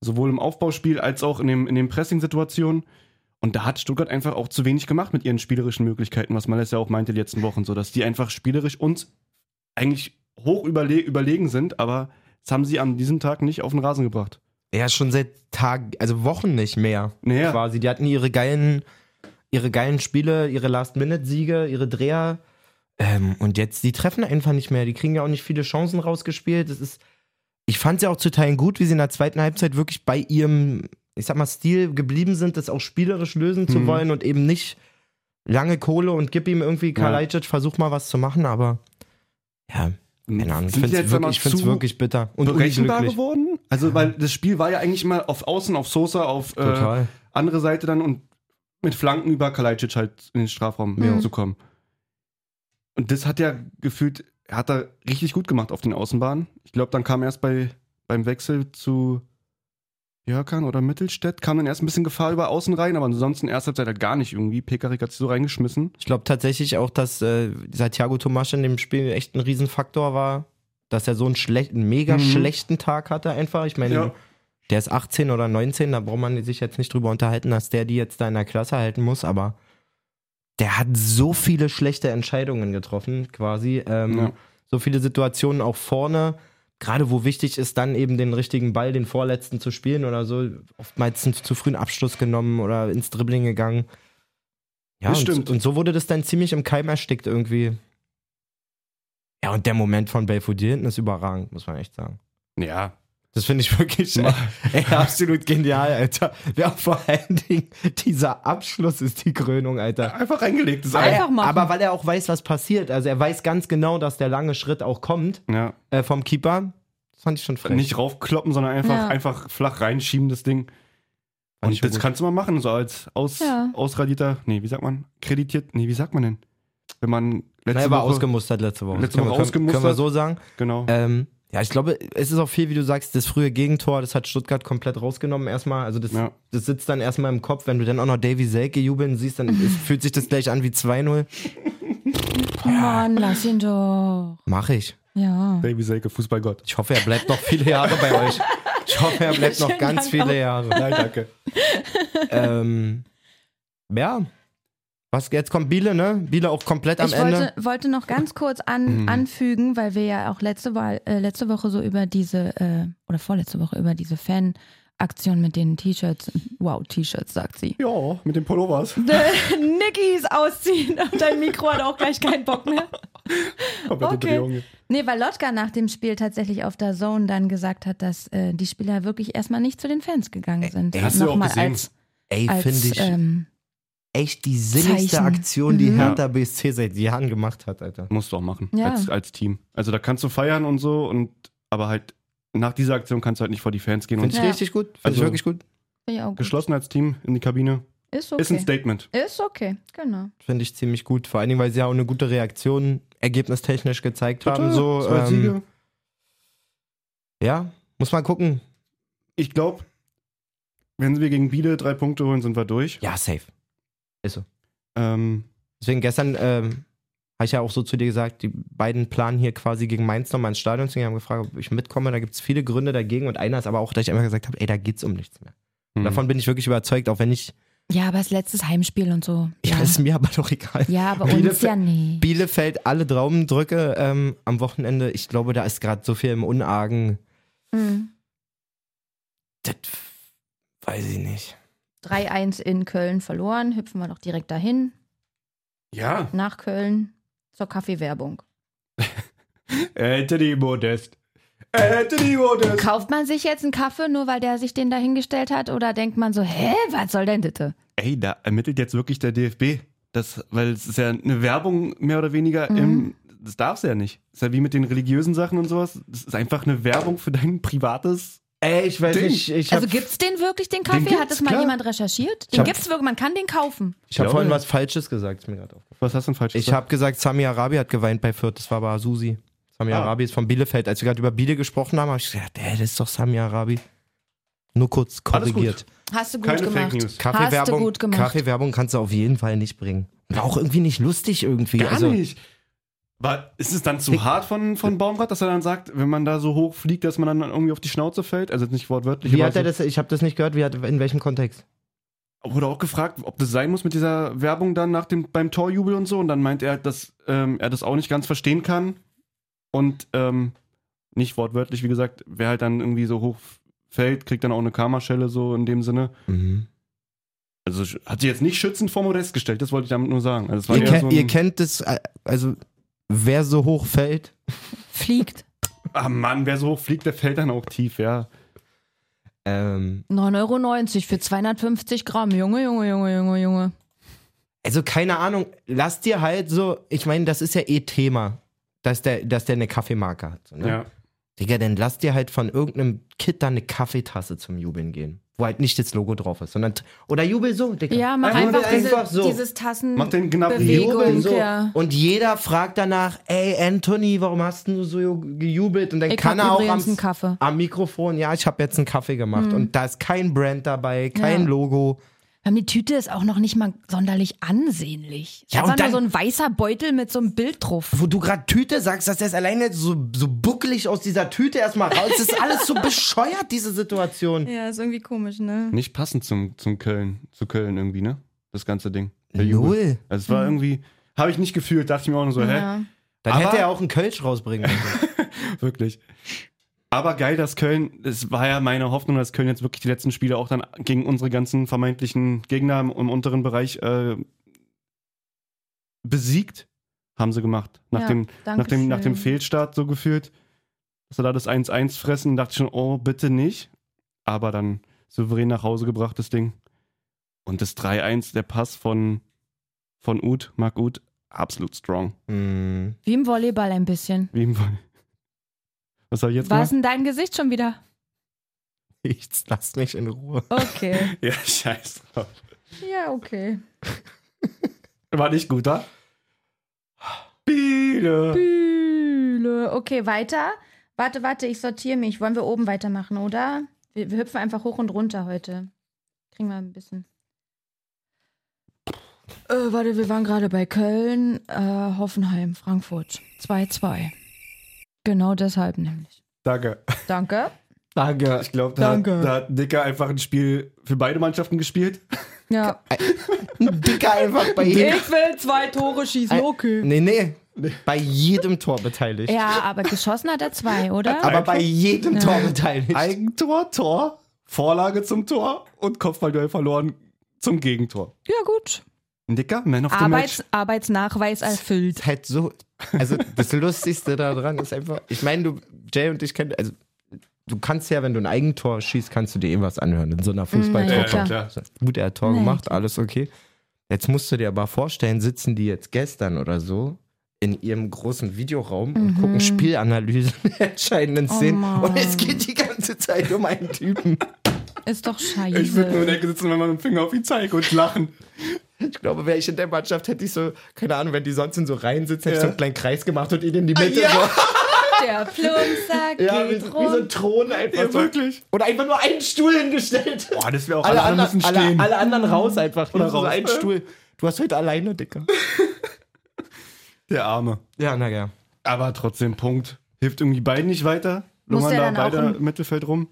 Speaker 1: sowohl im Aufbauspiel als auch in, dem, in den Pressing-Situationen. Und da hat Stuttgart einfach auch zu wenig gemacht mit ihren spielerischen Möglichkeiten, was Malles ja auch meinte die letzten Wochen, so dass die einfach spielerisch uns eigentlich hoch überle überlegen sind, aber das haben sie an diesem Tag nicht auf den Rasen gebracht.
Speaker 2: Ja, schon seit Tagen, also Wochen nicht mehr.
Speaker 1: Naja.
Speaker 2: Quasi. Die hatten ihre geilen, ihre geilen Spiele, ihre Last-Minute-Siege, ihre Dreher. Ähm, und jetzt, die treffen einfach nicht mehr. Die kriegen ja auch nicht viele Chancen rausgespielt. Das ist, ich fand ja auch zu Teilen gut, wie sie in der zweiten Halbzeit wirklich bei ihrem, ich sag mal, Stil geblieben sind, das auch spielerisch lösen zu
Speaker 1: Mhm.
Speaker 2: wollen und eben nicht lange Kohle und gib ihm irgendwie Kalajdzic, versuch mal was zu machen, aber ja, keine Ahnung. Ich
Speaker 1: Sind
Speaker 2: find's
Speaker 1: jetzt
Speaker 2: wirklich,
Speaker 1: aber
Speaker 2: ich find's
Speaker 1: zu
Speaker 2: wirklich bitter. Und
Speaker 1: berechenbar
Speaker 2: unglücklich.
Speaker 1: geworden? Also, weil das Spiel war ja eigentlich immer auf Außen, auf Sosa, auf äh,
Speaker 2: Total.
Speaker 1: andere Seite dann und mit Flanken über Kalajdzic halt in den Strafraum zu kommen. Und das hat ja gefühlt, hat er richtig gut gemacht auf den Außenbahnen. Ich glaube, dann kam erst bei, beim Wechsel zu Jörkan oder Mittelstädt, kam dann erst ein bisschen Gefahr über außen rein, aber ansonsten erst Halbzeit halt gar nicht irgendwie. Pekarik hat sich so reingeschmissen.
Speaker 2: Ich glaube tatsächlich auch, dass äh, Santiago Tomasch in dem Spiel echt ein Riesenfaktor war, dass er so einen, schlecht, einen mega
Speaker 1: Mhm.
Speaker 2: schlechten Tag hatte einfach. Ich meine,
Speaker 1: Ja.
Speaker 2: der ist 18 oder 19, da braucht man sich jetzt nicht drüber unterhalten, dass der die jetzt da in der Klasse halten muss, aber der hat so viele schlechte Entscheidungen getroffen quasi. Ähm,
Speaker 1: Ja.
Speaker 2: So viele Situationen auch vorne, gerade wo wichtig ist, dann eben den richtigen Ball, den vorletzten zu spielen oder so, oftmals einen zu frühen Abschluss genommen oder ins Dribbling gegangen. Ja,
Speaker 1: Das
Speaker 2: und,
Speaker 1: stimmt.
Speaker 2: und so wurde das dann ziemlich im Keim erstickt irgendwie. Ja, und der Moment von Belfodil hinten ist überragend, muss man echt sagen.
Speaker 1: Ja.
Speaker 2: Das finde ich (laughs) wirklich äh, ey, absolut genial, Alter. Ja, vor allen Dingen, dieser Abschluss ist die Krönung, Alter.
Speaker 1: Einfach reingelegt. Das
Speaker 3: Einfach
Speaker 2: Aber-
Speaker 3: machen.
Speaker 2: Aber weil er auch weiß, was passiert. Also er weiß ganz genau, dass der lange Schritt auch kommt
Speaker 1: ja.
Speaker 2: äh, vom Keeper. Das fand ich schon frech.
Speaker 1: Nicht raufkloppen, sondern einfach,
Speaker 3: Ja.
Speaker 1: einfach flach reinschieben, das Ding.
Speaker 2: Fand
Speaker 1: Und
Speaker 2: ich schon
Speaker 1: das
Speaker 2: gut.
Speaker 1: kannst du mal machen, so als aus,
Speaker 3: Ja.
Speaker 1: ausradierter, nee, wie sagt man? Kreditiert, nee, wie sagt man denn? Wenn man
Speaker 2: Na,
Speaker 1: letzte
Speaker 2: er war
Speaker 1: Woche,
Speaker 2: ausgemustert letzte Woche.
Speaker 1: Letzte
Speaker 2: Können
Speaker 1: Woche
Speaker 2: wir- können- Können wir
Speaker 1: ausgemustert.
Speaker 2: so sagen.
Speaker 1: genau.
Speaker 2: Ähm, ja, ich glaube, es ist auch viel, wie du sagst, das frühe Gegentor, das hat Stuttgart komplett rausgenommen erstmal. Also das,
Speaker 1: Ja.
Speaker 2: das sitzt dann erstmal im Kopf. Wenn du dann auch noch Davy Selke jubeln siehst, dann ist, fühlt sich das gleich an wie 2-0.
Speaker 3: Mann, lass ihn doch.
Speaker 2: Mach ich.
Speaker 3: Ja.
Speaker 1: Davy Selke, Fußballgott.
Speaker 2: Ich hoffe, er bleibt noch viele Jahre bei euch. Ich hoffe, er bleibt noch
Speaker 3: Schönen
Speaker 2: ganz
Speaker 3: Dank
Speaker 2: viele
Speaker 3: auch.
Speaker 2: Jahre.
Speaker 1: Nein, danke.
Speaker 2: ähm, ja. Was, jetzt kommt Biele, ne? Biele auch komplett am
Speaker 3: ich
Speaker 2: Ende.
Speaker 3: wollte, wollte noch ganz kurz an,
Speaker 1: Hm.
Speaker 3: anfügen, weil wir ja auch letzte, Wahl, äh, letzte Woche so über diese, äh, oder vorletzte Woche über diese Fan-Aktion mit den T-Shirts, wow, T-Shirts, sagt (laughs) sie.
Speaker 1: (laughs) Ja, mit den (laughs) Pullovers.
Speaker 3: Nickys ausziehen und dein Mikro hat auch gleich keinen Bock mehr.
Speaker 1: Komplette
Speaker 3: Okay.
Speaker 1: Drehung.
Speaker 3: Nee, weil Lotka nach dem Spiel tatsächlich auf der Zone dann gesagt hat, dass äh, die Spieler wirklich erstmal nicht zu den Fans gegangen sind.
Speaker 1: hast du auch
Speaker 3: Nochmal
Speaker 1: gesehen.
Speaker 3: Als,
Speaker 2: Ey,
Speaker 3: als,
Speaker 2: finde ich
Speaker 3: ähm,
Speaker 2: echt die sinnigste
Speaker 3: Zeichen.
Speaker 2: Aktion, die
Speaker 3: Mhm.
Speaker 2: Hertha BSC seit Jahren gemacht hat, Alter.
Speaker 1: Musst du auch machen.
Speaker 3: Ja.
Speaker 1: Als, als Team. Also da kannst du feiern und so, und aber halt nach dieser Aktion kannst du halt nicht vor die Fans gehen
Speaker 2: Finde
Speaker 1: und
Speaker 2: ich
Speaker 3: Ja.
Speaker 2: richtig gut. Finde
Speaker 1: Also-
Speaker 2: ich wirklich gut.
Speaker 3: finde ich auch gut.
Speaker 1: geschlossen als Team in die Kabine.
Speaker 3: Ist okay.
Speaker 1: Ist ein Statement.
Speaker 3: Ist okay, genau.
Speaker 2: Finde ich ziemlich gut. Vor allen Dingen, weil sie ja auch eine gute Reaktion ergebnistechnisch gezeigt haben.
Speaker 1: Total.
Speaker 2: So,
Speaker 1: Zwei
Speaker 2: ähm,
Speaker 1: Siege.
Speaker 2: ja, muss man gucken.
Speaker 1: Ich glaube, wenn wir gegen Biele drei Punkte holen, sind wir durch.
Speaker 2: Ja, safe.
Speaker 1: Ähm,
Speaker 2: Deswegen gestern ähm, habe ich ja auch so zu dir gesagt, die beiden planen hier quasi gegen Mainz nochmal ins Stadion zu gehen. haben gefragt, ob ich mitkomme. Da gibt es viele Gründe dagegen. Und einer ist aber auch, dass ich einfach gesagt habe, ey, da geht's um nichts mehr.
Speaker 1: hm.
Speaker 2: Davon bin ich wirklich überzeugt, auch wenn ich,
Speaker 3: Ja, aber das letztes Heimspiel und so.
Speaker 2: ja. (laughs)
Speaker 3: Ja,
Speaker 2: ist mir aber doch egal.
Speaker 3: ja aber uns
Speaker 2: Bielefeld-
Speaker 3: ja nie.
Speaker 2: Bielefeld alle Daumen drücke ähm, am Wochenende. Ich glaube, da ist gerade so viel im Unargen.
Speaker 3: Mhm.
Speaker 2: Das f- weiß ich nicht.
Speaker 3: 3-1 in Köln verloren, hüpfen wir doch direkt dahin,
Speaker 1: Ja,
Speaker 3: nach Köln, zur Kaffeewerbung.
Speaker 1: Anthony Modest. Anthony Modest.
Speaker 3: Kauft man sich jetzt einen Kaffee, nur weil der sich den dahingestellt hat? Oder denkt man so, hä, was soll denn bitte?
Speaker 1: Ey, da ermittelt jetzt wirklich der DFB. Das, weil es ist ja eine Werbung mehr oder weniger
Speaker 3: Mhm.
Speaker 1: im. Das darfst du ja nicht. Das ist ja wie mit den religiösen Sachen und sowas. Das ist einfach eine Werbung für dein privates.
Speaker 2: Ey, ich weiß
Speaker 1: Ding.
Speaker 2: nicht. Ich
Speaker 3: Also
Speaker 2: habe
Speaker 3: gibt's den wirklich, den Kaffee?
Speaker 1: gibt's,
Speaker 3: Hat das mal
Speaker 1: klar.
Speaker 3: jemand recherchiert? Den
Speaker 2: hab-
Speaker 3: gibt's wirklich, man kann den kaufen.
Speaker 2: hab
Speaker 1: Ja,
Speaker 2: vorhin
Speaker 1: oder?
Speaker 2: was Falsches gesagt, ist mir gerade aufgefallen.
Speaker 1: Was hast du denn falsch
Speaker 2: Ich habe gesagt, Sami Arabi hat geweint bei Fürth, das war aber Susi. Sami
Speaker 1: Ah.
Speaker 2: Arabi ist von Bielefeld. Als wir gerade über Biele gesprochen haben, habe ich gesagt, ey, das ist doch Sami Arabi. Nur kurz
Speaker 1: Alles gut.
Speaker 2: korrigiert.
Speaker 3: Hast du gut
Speaker 1: Keine
Speaker 3: gemacht.
Speaker 1: Fake News.
Speaker 3: Hast du
Speaker 2: Kaffeewerbung
Speaker 3: gut gemacht.
Speaker 2: Kaffeewerbung kannst du auf jeden Fall nicht bringen. War auch irgendwie nicht lustig irgendwie.
Speaker 1: Gar
Speaker 2: also,
Speaker 1: nicht. War, ist es dann zu hart von, von Baumgart, dass er dann sagt, wenn man da so hoch fliegt, dass man dann irgendwie auf die Schnauze fällt? Also jetzt nicht wortwörtlich.
Speaker 2: Wie
Speaker 1: aber
Speaker 2: hat er
Speaker 1: so-
Speaker 2: das, ich also habe das nicht gehört, wie hat, in welchem Kontext?
Speaker 1: Wurde auch gefragt, ob das sein muss mit dieser Werbung dann nach dem, beim Torjubel und so. Und dann meint er, dass ähm, er das auch nicht ganz verstehen kann. Und ähm, nicht wortwörtlich, wie gesagt, wer halt dann irgendwie so hoch fällt, kriegt dann auch eine Karmaschelle so in dem Sinne.
Speaker 2: Mhm.
Speaker 1: Also sch- hat sich jetzt nicht schützend vor Modest gestellt, das wollte ich damit nur sagen. Also, es war
Speaker 2: Ihr,
Speaker 1: eher
Speaker 2: ken,
Speaker 1: so ein,
Speaker 2: ihr kennt das, äh, also wer so hoch fällt.
Speaker 3: Fliegt.
Speaker 1: Ah Mann, wer so hoch fliegt, der fällt dann auch tief, ja.
Speaker 2: Ähm,
Speaker 3: 9,90 Euro für 250 Gramm. Junge, Junge, Junge, Junge, Junge.
Speaker 2: also keine Ahnung, lass dir halt so, ich meine, das ist ja eh Thema, dass der, dass der eine Kaffeemarke hat. so, Ne?
Speaker 1: ja.
Speaker 2: Digga, dann lass dir halt von irgendeinem Kid da eine Kaffeetasse zum Jubeln gehen. Wo halt nicht das Logo drauf ist, sondern. Oder jubel so, Digga.
Speaker 3: Ja, mach
Speaker 1: Einfach-
Speaker 3: einfach, diese,
Speaker 2: einfach so.
Speaker 3: dieses Tassen.
Speaker 1: Macht den knappen
Speaker 3: Bewegung,
Speaker 2: Jubel so.
Speaker 3: ja.
Speaker 2: Und jeder fragt danach, ey Anthony, warum hast denn du so gejubelt? Und dann
Speaker 3: Ich
Speaker 2: kann
Speaker 3: hab
Speaker 2: er auch
Speaker 3: übrigens
Speaker 2: am,
Speaker 3: einen Kaffee. Mhm.
Speaker 2: am Mikrofon, ja, ich habe jetzt einen Kaffee gemacht. Und da ist kein Brand dabei, kein
Speaker 3: Ja.
Speaker 2: Logo.
Speaker 3: Vor allem Die Tüte ist auch noch nicht mal sonderlich ansehnlich.
Speaker 2: Ja,
Speaker 3: Einfach
Speaker 2: und dann-
Speaker 3: nur so ein weißer Beutel mit so einem Bild drauf.
Speaker 2: Wo du gerade Tüte sagst, dass der ist alleine so, so buckelig aus dieser Tüte erstmal raus. Es ist alles so bescheuert, diese Situation.
Speaker 7: Ja, ist irgendwie komisch, ne?
Speaker 1: Nicht passend zum, zum Köln, zu Köln irgendwie, ne? Das ganze Ding. Der Jubel.
Speaker 2: Null.
Speaker 1: Also es war irgendwie, habe ich nicht gefühlt, dachte ich mir auch nur so, hä?
Speaker 7: Ja.
Speaker 2: Dann
Speaker 1: Aber-
Speaker 2: hätte er auch einen Kölsch rausbringen können.
Speaker 1: Wirklich. Aber geil, dass Köln, es war ja meine Hoffnung, dass Köln jetzt wirklich die letzten Spiele auch dann gegen unsere ganzen vermeintlichen Gegner im, im unteren Bereich äh, besiegt. Haben sie gemacht. Nach,
Speaker 3: Ja,
Speaker 1: dem, nach, dem,
Speaker 3: Dankeschön.
Speaker 1: nach dem Fehlstart so gefühlt. Dass sie da das 1-1 fressen, dachte ich schon, oh, bitte nicht. Aber dann souverän nach Hause gebracht, das Ding. Und das 3-1, der Pass von, von Uth, Marc Uth, absolut strong.
Speaker 2: (laughs) Hm.
Speaker 3: Wie im Volleyball ein bisschen.
Speaker 1: Wie im Voll- Was soll ich jetzt
Speaker 3: War es
Speaker 1: machen?
Speaker 3: in deinem Gesicht schon wieder?
Speaker 2: Ich lass mich in Ruhe.
Speaker 3: Okay. (laughs)
Speaker 1: Ja, (laughs) scheiß drauf.
Speaker 3: ja, okay.
Speaker 1: War nicht gut, da? Biele.
Speaker 3: Bühle. Okay, weiter. Warte, warte, ich sortiere mich. Wollen wir oben weitermachen, oder? Wir, wir hüpfen einfach hoch und runter heute. Kriegen wir ein bisschen. Äh, warte, wir waren gerade bei Köln, äh, Hoffenheim, Frankfurt. 2-2. Genau deshalb nämlich.
Speaker 1: Danke.
Speaker 3: Danke.
Speaker 2: Danke.
Speaker 1: Ich glaube, da, hat-
Speaker 3: Danke.
Speaker 1: da hat Dicker einfach ein Spiel für beide Mannschaften gespielt.
Speaker 3: Ja.
Speaker 2: (laughs)
Speaker 1: Äh,
Speaker 2: Dicker einfach bei jedem.
Speaker 3: Ich will zwei Tore
Speaker 1: Äh,
Speaker 3: schießen, okay.
Speaker 2: Nee, nee. Bei jedem Tor beteiligt.
Speaker 3: Ja, aber geschossen hat er
Speaker 1: Äh,
Speaker 3: zwei, oder?
Speaker 2: Aber bei jedem Tor beteiligt.
Speaker 1: Eigentor, Tor, Vorlage zum Tor und Kopfballduell verloren zum Gegentor.
Speaker 3: ja, gut.
Speaker 1: Dicker, Man of the
Speaker 3: Arbeits
Speaker 1: Match.
Speaker 3: Arbeitsnachweis erfüllt.
Speaker 2: ist halt so. Also das Lustigste daran ist einfach, ich meine, du, Jay und ich kennen, also du kannst ja, wenn du ein Eigentor schießt, kannst du dir eh was anhören in so einer
Speaker 3: Mhm, Ja,
Speaker 2: Fußballgruppe.
Speaker 3: klar.
Speaker 2: Gut, er hat Tor
Speaker 3: Na ja,
Speaker 2: gemacht, alles okay. Jetzt musst du dir aber vorstellen, sitzen die jetzt gestern oder so in ihrem großen Videoraum und
Speaker 3: Mhm.
Speaker 2: gucken Spielanalysen (laughs) der
Speaker 3: Oh
Speaker 2: entscheidenden Szenen. und es geht die ganze Zeit um einen Typen.
Speaker 3: Ist doch scheiße.
Speaker 1: Ich würde nur in der Ecke sitzen, wenn man mit dem Finger auf ihn zeigt und lachen.
Speaker 2: Ich glaube, wäre ich in der Mannschaft, hätte ich so, keine Ahnung, wenn die sonst in so Reihen sitzen, hätte ich
Speaker 1: Ja.
Speaker 2: so einen kleinen Kreis gemacht und ihn in die Mitte so.
Speaker 1: (laughs)
Speaker 3: Der Plumpsack
Speaker 2: Ja, wie,
Speaker 3: geht
Speaker 2: so- wie so ein
Speaker 3: rum.
Speaker 2: Thron einfach.
Speaker 1: Ja,
Speaker 2: so.
Speaker 1: wirklich.
Speaker 2: Und einfach nur einen Stuhl hingestellt.
Speaker 1: Boah, das wäre auch
Speaker 2: alle,
Speaker 1: alle anderen
Speaker 2: anderen,
Speaker 1: müssen
Speaker 2: alle,
Speaker 1: stehen.
Speaker 2: alle anderen raus einfach. Oder
Speaker 1: raus.
Speaker 2: einen Stuhl. Du hast heute alleine, Dicker.
Speaker 1: Der Arme.
Speaker 2: Ja, naja.
Speaker 1: Aber trotzdem, Punkt. Hilft irgendwie beiden nicht weiter.
Speaker 3: Muss
Speaker 1: Lungern
Speaker 3: der
Speaker 1: da
Speaker 3: dann auch
Speaker 1: beide
Speaker 3: im-
Speaker 1: im Mittelfeld rum.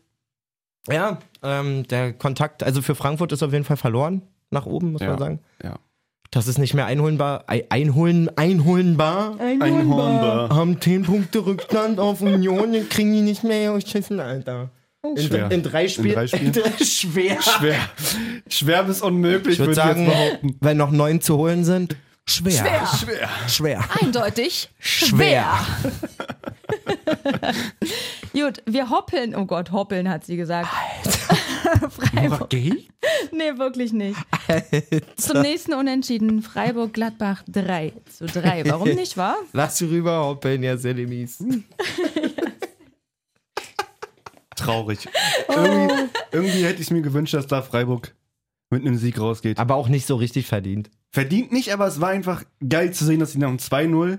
Speaker 2: Ja, ähm, der Kontakt, also für Frankfurt ist auf jeden Fall verloren. Nach oben, muss
Speaker 1: Ja.
Speaker 2: man sagen.
Speaker 1: Ja.
Speaker 2: Das ist nicht mehr einholenbar. Ei- Einholen, einholenbar.
Speaker 1: Ein Hornbar.
Speaker 2: Haben 10 Punkte Rückstand auf Union, den kriegen die nicht mehr geschissen, Alter. In,
Speaker 1: Schwer.
Speaker 2: Oh, (laughs) in drei
Speaker 1: In
Speaker 2: Spielen.
Speaker 1: drei Spielen.
Speaker 2: schwer.
Speaker 1: Schwer. Schwer bis unmöglich,
Speaker 2: Ich würde
Speaker 1: ich
Speaker 2: sagen,
Speaker 1: jetzt behaupten.
Speaker 2: wenn noch neun zu holen sind, schwer.
Speaker 1: Schwer.
Speaker 2: Schwer.
Speaker 3: Eindeutig.
Speaker 2: Schwer.
Speaker 3: (laughs) Gut, wir hoppeln. Oh Gott, hoppeln, hat sie gesagt. (laughs) Freiburg.
Speaker 2: Okay.
Speaker 3: Nee, wirklich nicht. Zum nächsten Unentschieden. Freiburg-Gladbach 3 zu 3. Warum nicht, wahr?
Speaker 2: Lass rüber hoppeln, ja, Selimis.
Speaker 1: Traurig. (laughs) Irgendwie, irgendwie hätte ich mir gewünscht, dass da Freiburg mit einem Sieg rausgeht.
Speaker 2: Aber auch nicht so richtig verdient.
Speaker 1: Verdient nicht, aber es war einfach geil zu sehen, dass sie nach dem 2-0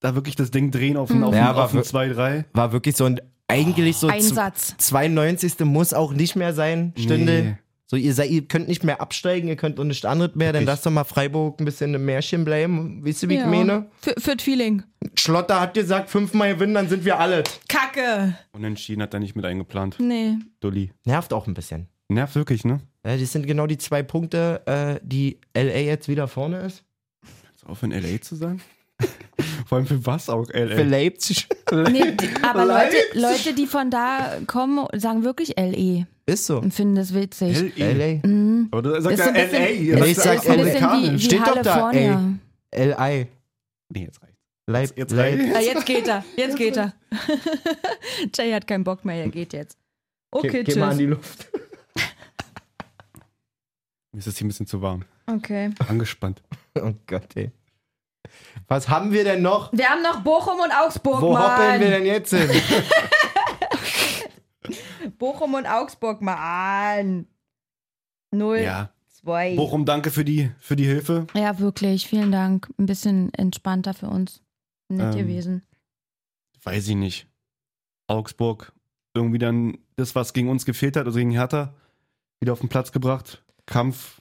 Speaker 1: da wirklich das Ding drehen auf ein,
Speaker 3: Mhm.
Speaker 1: auf
Speaker 2: Ja,
Speaker 1: ein,
Speaker 2: aber
Speaker 1: auf ein
Speaker 2: wir-
Speaker 1: 2-3.
Speaker 2: War wirklich so ein, eigentlich so
Speaker 3: Ein
Speaker 2: zu-
Speaker 3: Satz.
Speaker 2: 92. muss auch nicht mehr sein, Stunde.
Speaker 1: Nee.
Speaker 2: So, ihr, seid, ihr könnt nicht mehr absteigen, ihr könnt auch nicht anderes mehr, dann
Speaker 1: Richtig.
Speaker 2: lasst doch mal Freiburg ein bisschen im Märchen bleiben. Wisst ihr, wie ich meine?
Speaker 3: Für, für das Feeling.
Speaker 2: Schlotter hat gesagt, fünfmal gewinnen, dann sind wir alle.
Speaker 3: Kacke.
Speaker 1: Unentschieden hat er nicht mit eingeplant.
Speaker 3: Nee.
Speaker 1: Dulli.
Speaker 2: Nervt auch ein bisschen.
Speaker 1: Nervt wirklich, ne?
Speaker 2: Ja, das sind genau die zwei Punkte, äh, die LA jetzt wieder vorne ist.
Speaker 1: Jetzt auf in L.A. zu sein? (laughs) Vor allem für was auch L.A.?
Speaker 2: Für Leipzig.
Speaker 3: nee d- aber Leute, Leute, die von da kommen, sagen wirklich LE
Speaker 2: (laughs) Ist so.
Speaker 3: und finden das witzig. Mhm.
Speaker 1: L.A.
Speaker 2: LA.
Speaker 1: Aber du sagst ja
Speaker 3: Ist ein bisschen-
Speaker 1: L.A.
Speaker 3: ist-
Speaker 1: Das
Speaker 2: Nee, ich sag
Speaker 1: alles
Speaker 3: ist ein bisschen
Speaker 1: amerikanisch.
Speaker 3: die, die
Speaker 2: Steht doch
Speaker 3: Halle
Speaker 2: da,
Speaker 3: vorne.
Speaker 2: ey. LI.
Speaker 1: Nee, jetzt reicht's.
Speaker 2: Leip,
Speaker 1: Jetzt
Speaker 2: Leip.
Speaker 1: reicht's.
Speaker 3: Ah, jetzt geht er, jetzt geht er. (laughs) Jay hat keinen Bock mehr, er geht jetzt. Okay,
Speaker 2: Geh- geh mal an die
Speaker 3: tschüss.
Speaker 2: Luft. (laughs)
Speaker 1: Mir ist es hier ein bisschen zu warm.
Speaker 3: Okay.
Speaker 1: Angespannt.
Speaker 2: Oh Gott, ey. Was haben wir denn noch?
Speaker 3: Wir haben noch Bochum und Augsburg,
Speaker 2: Wo hoppeln wir
Speaker 3: Mann.
Speaker 2: denn jetzt hin?
Speaker 3: Bochum und Augsburg, Mann. 0,
Speaker 1: Ja.
Speaker 3: 2.
Speaker 1: Bochum, danke für die, für die Hilfe.
Speaker 3: Ja, wirklich, vielen Dank. Ein bisschen entspannter für uns. Nett
Speaker 1: Ähm,
Speaker 3: gewesen.
Speaker 1: Weiß ich nicht. Augsburg, irgendwie dann das, was gegen uns gefehlt hat, also gegen Hertha, wieder auf den Platz gebracht. Kampf,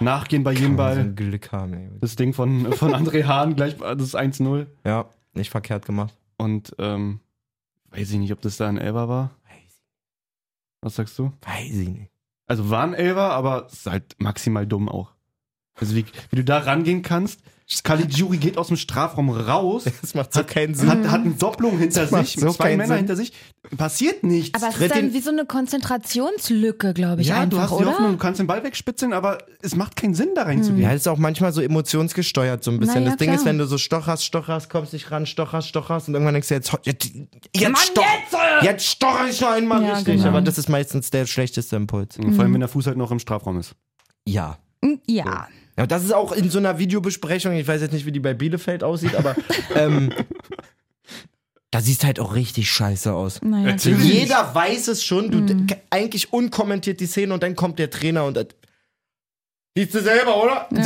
Speaker 1: Nachgehen bei jedem
Speaker 2: So
Speaker 1: Ball.
Speaker 2: ein Glück haben, ey.
Speaker 1: Das Ding von, von André Hahn, gleich das 1-0.
Speaker 2: Ja, nicht verkehrt gemacht.
Speaker 1: Und ähm, weiß ich nicht, ob das da ein Elber war.
Speaker 2: Weiß,
Speaker 1: Was sagst du?
Speaker 2: weiß ich nicht.
Speaker 1: Also war ein Elfer, aber es ist halt maximal dumm auch. Also wie, wie du da rangehen kannst. Caligiuri geht aus dem Strafraum raus,
Speaker 2: Das macht so keinen Sinn.
Speaker 1: hat, hat eine Doppelung hinter
Speaker 2: Das macht
Speaker 1: sich,
Speaker 2: so
Speaker 1: zwei
Speaker 2: keinen
Speaker 1: Männer
Speaker 2: Sinn.
Speaker 1: hinter sich. Passiert nichts.
Speaker 3: Aber es
Speaker 2: tritt
Speaker 3: ist dann
Speaker 2: den-
Speaker 3: wie so eine Konzentrationslücke, glaube ich,
Speaker 1: ja,
Speaker 3: einfach,
Speaker 1: du hast die
Speaker 3: oder?
Speaker 1: Hoffnung, du kannst den Ball wegspitzeln, aber es macht keinen Sinn, da reinzugehen.
Speaker 2: Ja, das ist auch manchmal so emotionsgesteuert so ein bisschen.
Speaker 3: Mhm. Na ja,
Speaker 2: das Ding
Speaker 3: klar.
Speaker 2: ist, wenn du so stocherst, stocherst, kommst nicht ran, stocherst, stocherst und irgendwann denkst du, jetzt, jetzt, jetzt, stoch, jetzt stocher ich noch einmal
Speaker 3: äh! Ja,
Speaker 2: richtig.
Speaker 3: genau.
Speaker 2: Aber das ist meistens der schlechteste Impuls.
Speaker 3: Hm.
Speaker 1: Und Vor allem, wenn der Fuß halt noch im Strafraum ist.
Speaker 2: Ja.
Speaker 3: Ja.
Speaker 2: Ja, das ist auch in so einer Videobesprechung, ich weiß jetzt nicht, wie die bei Bielefeld aussieht,
Speaker 3: (laughs)
Speaker 2: aber ähm, da siehst halt auch richtig scheiße aus.
Speaker 3: Naja,
Speaker 1: Erzähl
Speaker 3: klar.
Speaker 2: Jeder weiß es schon, du
Speaker 3: Mhm.
Speaker 2: k- eigentlich unkommentiert die Szene und dann kommt der Trainer und das- siehst du selber, oder?
Speaker 3: Ja.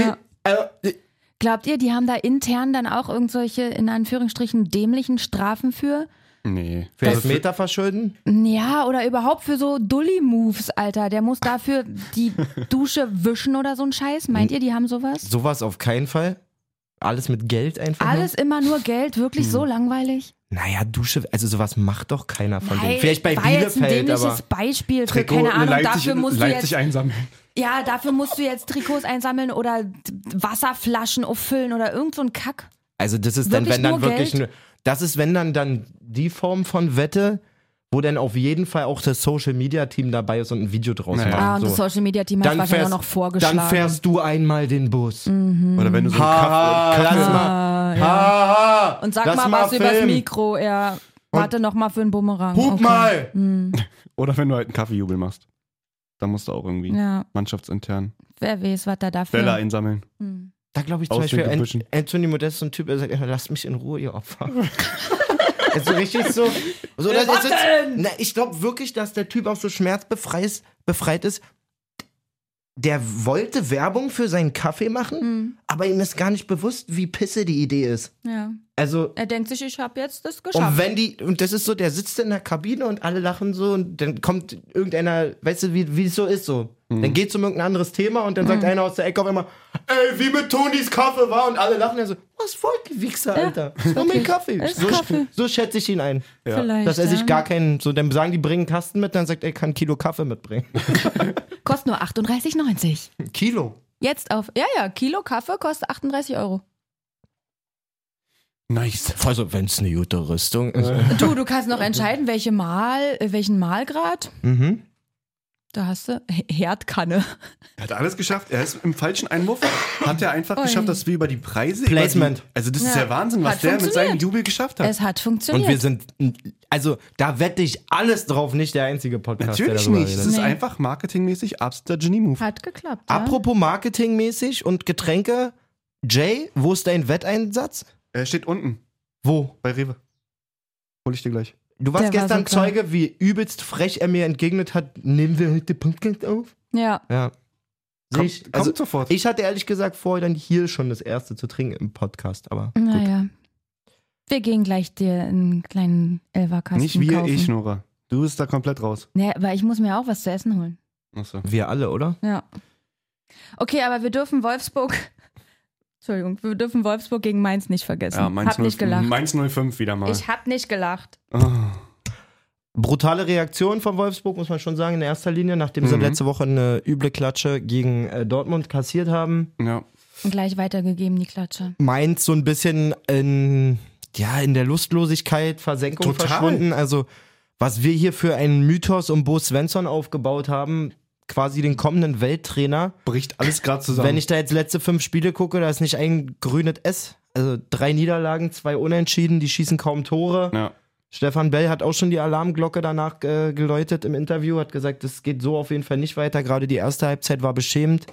Speaker 2: Sie, äh,
Speaker 3: Glaubt ihr, die haben da intern dann auch irgendwelche, in Anführungsstrichen, dämlichen Strafen für?
Speaker 1: Nee.
Speaker 2: für Elfmeter verschulden?
Speaker 3: Ja, oder überhaupt für so Dully-Moves, Alter. Der muss dafür
Speaker 2: (laughs) Mhm.
Speaker 3: die Dusche wischen oder so ein Scheiß. Meint ihr, die haben sowas?
Speaker 2: Sowas auf keinen Fall. Alles mit Geld einfach.
Speaker 3: Alles immer nur Geld, wirklich
Speaker 2: Mhm.
Speaker 3: so langweilig?
Speaker 2: Nur? Naja, Dusche, also sowas macht doch keiner von
Speaker 3: Nein,
Speaker 2: denen. Vielleicht bei
Speaker 3: war jetzt ein
Speaker 2: Bielefeld,
Speaker 3: dämliches
Speaker 2: aber.
Speaker 3: Beispiel für keine Ahnung.
Speaker 1: Leipzig,
Speaker 3: dafür musst du
Speaker 1: Leipzig
Speaker 3: jetzt,
Speaker 1: einsammeln.
Speaker 3: ja, dafür musst du jetzt Trikots einsammeln oder t- Wasserflaschen auffüllen oder irgend so ein Kack.
Speaker 2: Also das ist dann,
Speaker 3: Wirklich
Speaker 2: wenn dann
Speaker 3: nur
Speaker 2: wirklich
Speaker 3: Geld?
Speaker 2: nur, das ist, wenn dann dann die Form von Wette, wo dann auf jeden Fall auch das Social Media Team dabei ist und ein Video draus
Speaker 1: Naja.
Speaker 2: macht.
Speaker 3: Ah, und
Speaker 2: so.
Speaker 3: das Social Media Team hat wahrscheinlich auch noch vorgeschlagen.
Speaker 2: dann fährst du einmal den Bus.
Speaker 3: Hm.
Speaker 1: Oder wenn du so einen
Speaker 2: Ha,
Speaker 1: Kaffee,
Speaker 2: ha,
Speaker 1: Kaffee
Speaker 2: lass mal. Ha, ha,
Speaker 3: und sag
Speaker 2: lass
Speaker 3: mal was übers
Speaker 2: filmen.
Speaker 3: Mikro, ja. Warte noch mal für einen Bumerang.
Speaker 2: Hup mal!
Speaker 1: oder wenn du halt einen Kaffeejubel machst. Da musst du auch irgendwie
Speaker 3: Ja,
Speaker 1: mannschaftsintern
Speaker 3: wer weiß, was da dafür.
Speaker 1: Bälle einsammeln.
Speaker 2: Da glaube ich zum
Speaker 1: Aus den
Speaker 2: Beispiel,
Speaker 1: Gebüschen.
Speaker 2: Ant Anthony Modest ist so ein Typ, der sagt, "Ja, lasst mich in Ruhe, ihr Opfer. (laughs) also richtig so. so das ist jetzt, na, ich glaube wirklich, dass der Typ auch so schmerzbefreit befreit ist. Der wollte Werbung für seinen Kaffee machen, aber ihm ist gar nicht bewusst, wie pisse die Idee ist.
Speaker 3: Ja.
Speaker 2: Also,
Speaker 3: Er denkt sich, ich habe jetzt das geschafft.
Speaker 2: und wenn die, und das ist so, der sitzt in der Kabine und alle lachen so und dann kommt irgendeiner, weißt du, wie wie es so ist so. Dann geht's um irgendein anderes Thema und dann sagt
Speaker 3: Mhm.
Speaker 2: einer aus der Ecke auf einmal, ey, wie mit Tonis Kaffee war und alle lachen dann so, was wollt ihr Wichser, Alter? Nur mein Kaffee.
Speaker 3: Ist
Speaker 2: So,
Speaker 3: Kaffee.
Speaker 2: so schätze ich ihn ein.
Speaker 3: Vielleicht,
Speaker 2: Dass er sich
Speaker 3: ja.
Speaker 2: gar keinen, so dann sagen die, bringen einen Kasten mit, dann sagt er, kann ein Kilo Kaffee mitbringen.
Speaker 3: Kostet nur 38,90.
Speaker 2: Kilo?
Speaker 3: Jetzt auf, ja, ja, Kilo Kaffee kostet 38 Euro.
Speaker 1: Nice.
Speaker 2: (laughs) Also, wenn es eine gute Rüstung ist.
Speaker 3: Du, du kannst noch entscheiden, welche Mal, äh, welchen Mahlgrad.
Speaker 2: Mhm.
Speaker 3: Da hast du H- Herdkanne.
Speaker 1: Er hat alles geschafft. Er ist im falschen Einwurf. Hat er einfach
Speaker 3: Ui.
Speaker 1: geschafft, dass wir über die Preise.
Speaker 2: Placement.
Speaker 1: Über die, also, das ist
Speaker 3: Ja.
Speaker 1: ja Wahnsinn, was
Speaker 3: Hat
Speaker 1: der mit seinem
Speaker 3: funktioniert.
Speaker 1: Jubel geschafft hat.
Speaker 3: (laughs) Es hat funktioniert.
Speaker 2: Und wir sind, also, da wette ich alles drauf, nicht der einzige Podcast, der
Speaker 1: Natürlich
Speaker 2: darüber
Speaker 1: nicht.
Speaker 2: redet.
Speaker 1: Das ist
Speaker 3: Nee.
Speaker 1: einfach marketingmäßig absoluter Genie-Move.
Speaker 3: hat geklappt. Ja?
Speaker 2: Apropos marketingmäßig und Getränke, Jay, wo ist dein Wetteinsatz?
Speaker 1: Er steht unten
Speaker 2: Wo?
Speaker 1: bei Rewe. Hol ich dir gleich.
Speaker 2: Du warst
Speaker 3: Der war
Speaker 2: gestern
Speaker 3: so klar.
Speaker 2: Zeuge, wie übelst frech er mir entgegnet hat, nehmen wir heute Podcast auf?
Speaker 3: ja.
Speaker 2: Ja. Seh
Speaker 1: Kommt,
Speaker 2: ich,
Speaker 1: kommt
Speaker 2: also,
Speaker 1: sofort.
Speaker 2: ich hatte ehrlich gesagt vor, dann hier schon das erste zu trinken im Podcast, aber gut.
Speaker 3: Naja. Wir gehen gleich dir einen kleinen Elverkasten
Speaker 1: nicht wir,
Speaker 3: kaufen.
Speaker 1: ich, Nora. Du bist da komplett raus.
Speaker 3: Nee, aber ich muss mir auch was zu essen holen.
Speaker 1: Achso.
Speaker 3: Mhm.
Speaker 2: Wir alle, oder?
Speaker 3: Ja. Okay, aber wir dürfen Wolfsburg. (laughs) Entschuldigung, wir dürfen Wolfsburg gegen Mainz nicht vergessen. hab nicht gelacht.
Speaker 1: Mainz 05 wieder mal. Oh,
Speaker 3: Ich hab nicht gelacht.
Speaker 2: Brutale Reaktion von Wolfsburg, muss man schon sagen, in erster Linie, nachdem sie
Speaker 1: Mhm.
Speaker 2: letzte Woche eine üble Klatsche gegen äh, Dortmund kassiert haben.
Speaker 1: Ja.
Speaker 3: Und gleich weitergegeben, die Klatsche.
Speaker 2: Mainz so ein bisschen in, ja, in der Lustlosigkeit, Versenkung
Speaker 1: Total.
Speaker 2: verschwunden. Also, was wir hier für einen Mythos um Bo Svensson aufgebaut haben, quasi den kommenden Welttrainer.
Speaker 1: Bricht alles gerade zusammen.
Speaker 2: Wenn ich da jetzt letzte fünf Spiele gucke, da ist nicht ein grünes S. Also drei Niederlagen, zwei Unentschieden, die schießen kaum Tore.
Speaker 1: ja.
Speaker 2: Stefan Bell hat auch schon die Alarmglocke danach äh, geläutet im Interview, hat gesagt, es geht so auf jeden Fall nicht weiter. Gerade die erste Halbzeit war beschämend.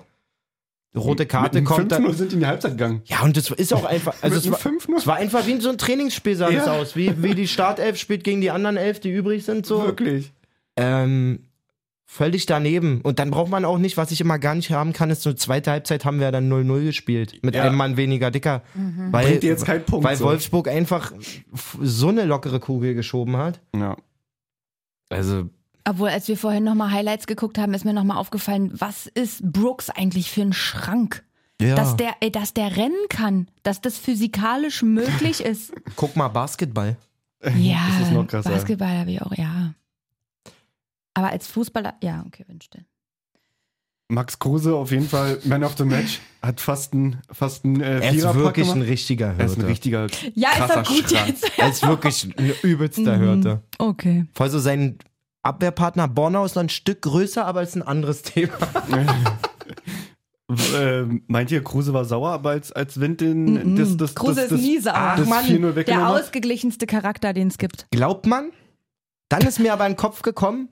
Speaker 2: Rote Karte
Speaker 1: Mit
Speaker 2: kommt. dann-
Speaker 1: 5-0 sind die in die Halbzeit gegangen.
Speaker 2: ja, und das ist auch einfach. Also
Speaker 1: Mit
Speaker 2: es war,
Speaker 1: einem 5-0?
Speaker 2: es war einfach wie so ein Trainingsspiel, sah das
Speaker 1: Ja.
Speaker 2: aus. Wie, wie die Startelf spielt gegen die anderen Elf, die übrig sind. So.
Speaker 1: Wirklich.
Speaker 2: Ähm, völlig daneben. Und dann braucht man auch nicht, was ich immer gar nicht haben kann, ist so zweite Halbzeit haben wir dann 0-0 gespielt. Mit
Speaker 1: Ja.
Speaker 2: einem Mann weniger dicker.
Speaker 3: Mhm.
Speaker 2: Weil,
Speaker 1: Bringt dir jetzt keinen Punkt,
Speaker 2: Weil
Speaker 1: so.
Speaker 2: Wolfsburg einfach f- so eine lockere Kugel geschoben hat.
Speaker 1: Ja.
Speaker 2: Also.
Speaker 3: Obwohl, als wir vorhin nochmal Highlights geguckt haben, ist mir nochmal aufgefallen, was ist Brooks eigentlich für ein Schrank?
Speaker 2: Ja.
Speaker 3: Dass, der, ey, dass der rennen kann, dass das
Speaker 1: (laughs)
Speaker 3: physikalisch möglich ist.
Speaker 2: Guck mal, Basketball.
Speaker 3: ja,
Speaker 1: Das ist noch krasser.
Speaker 3: Basketball habe ich auch, ja. Aber als Fußballer, ja, okay, bin still.
Speaker 1: Max Kruse auf jeden Fall Man of the Match. Hat fast ein, fast ein äh,
Speaker 2: Er ist
Speaker 1: Viererpack
Speaker 2: wirklich
Speaker 1: gemacht.
Speaker 2: ein richtiger Hürte.
Speaker 1: Er ist ein richtiger.
Speaker 3: Ja, ist
Speaker 1: krasser
Speaker 3: doch gut
Speaker 1: Schrank.
Speaker 3: jetzt.
Speaker 1: (laughs)
Speaker 2: er ist wirklich ein
Speaker 3: Mhm.
Speaker 2: übelster Hürte.
Speaker 3: Okay.
Speaker 2: Voll so sein Abwehrpartner Bornau ist noch ein Stück größer, aber ist ein anderes (laughs) Thema.
Speaker 1: Ähm, meint ihr, Kruse war sauer, aber als, als Wind den.
Speaker 2: Mhm,
Speaker 1: Das, das,
Speaker 3: Kruse
Speaker 1: das,
Speaker 3: ist
Speaker 1: das,
Speaker 3: nie sauer.
Speaker 1: das
Speaker 3: Ach,
Speaker 2: Mann,
Speaker 1: 4-0
Speaker 3: Der
Speaker 1: weggenommen hat?
Speaker 3: ausgeglichenste Charakter, den es gibt.
Speaker 2: Glaubt man? Dann ist mir aber in den Kopf gekommen,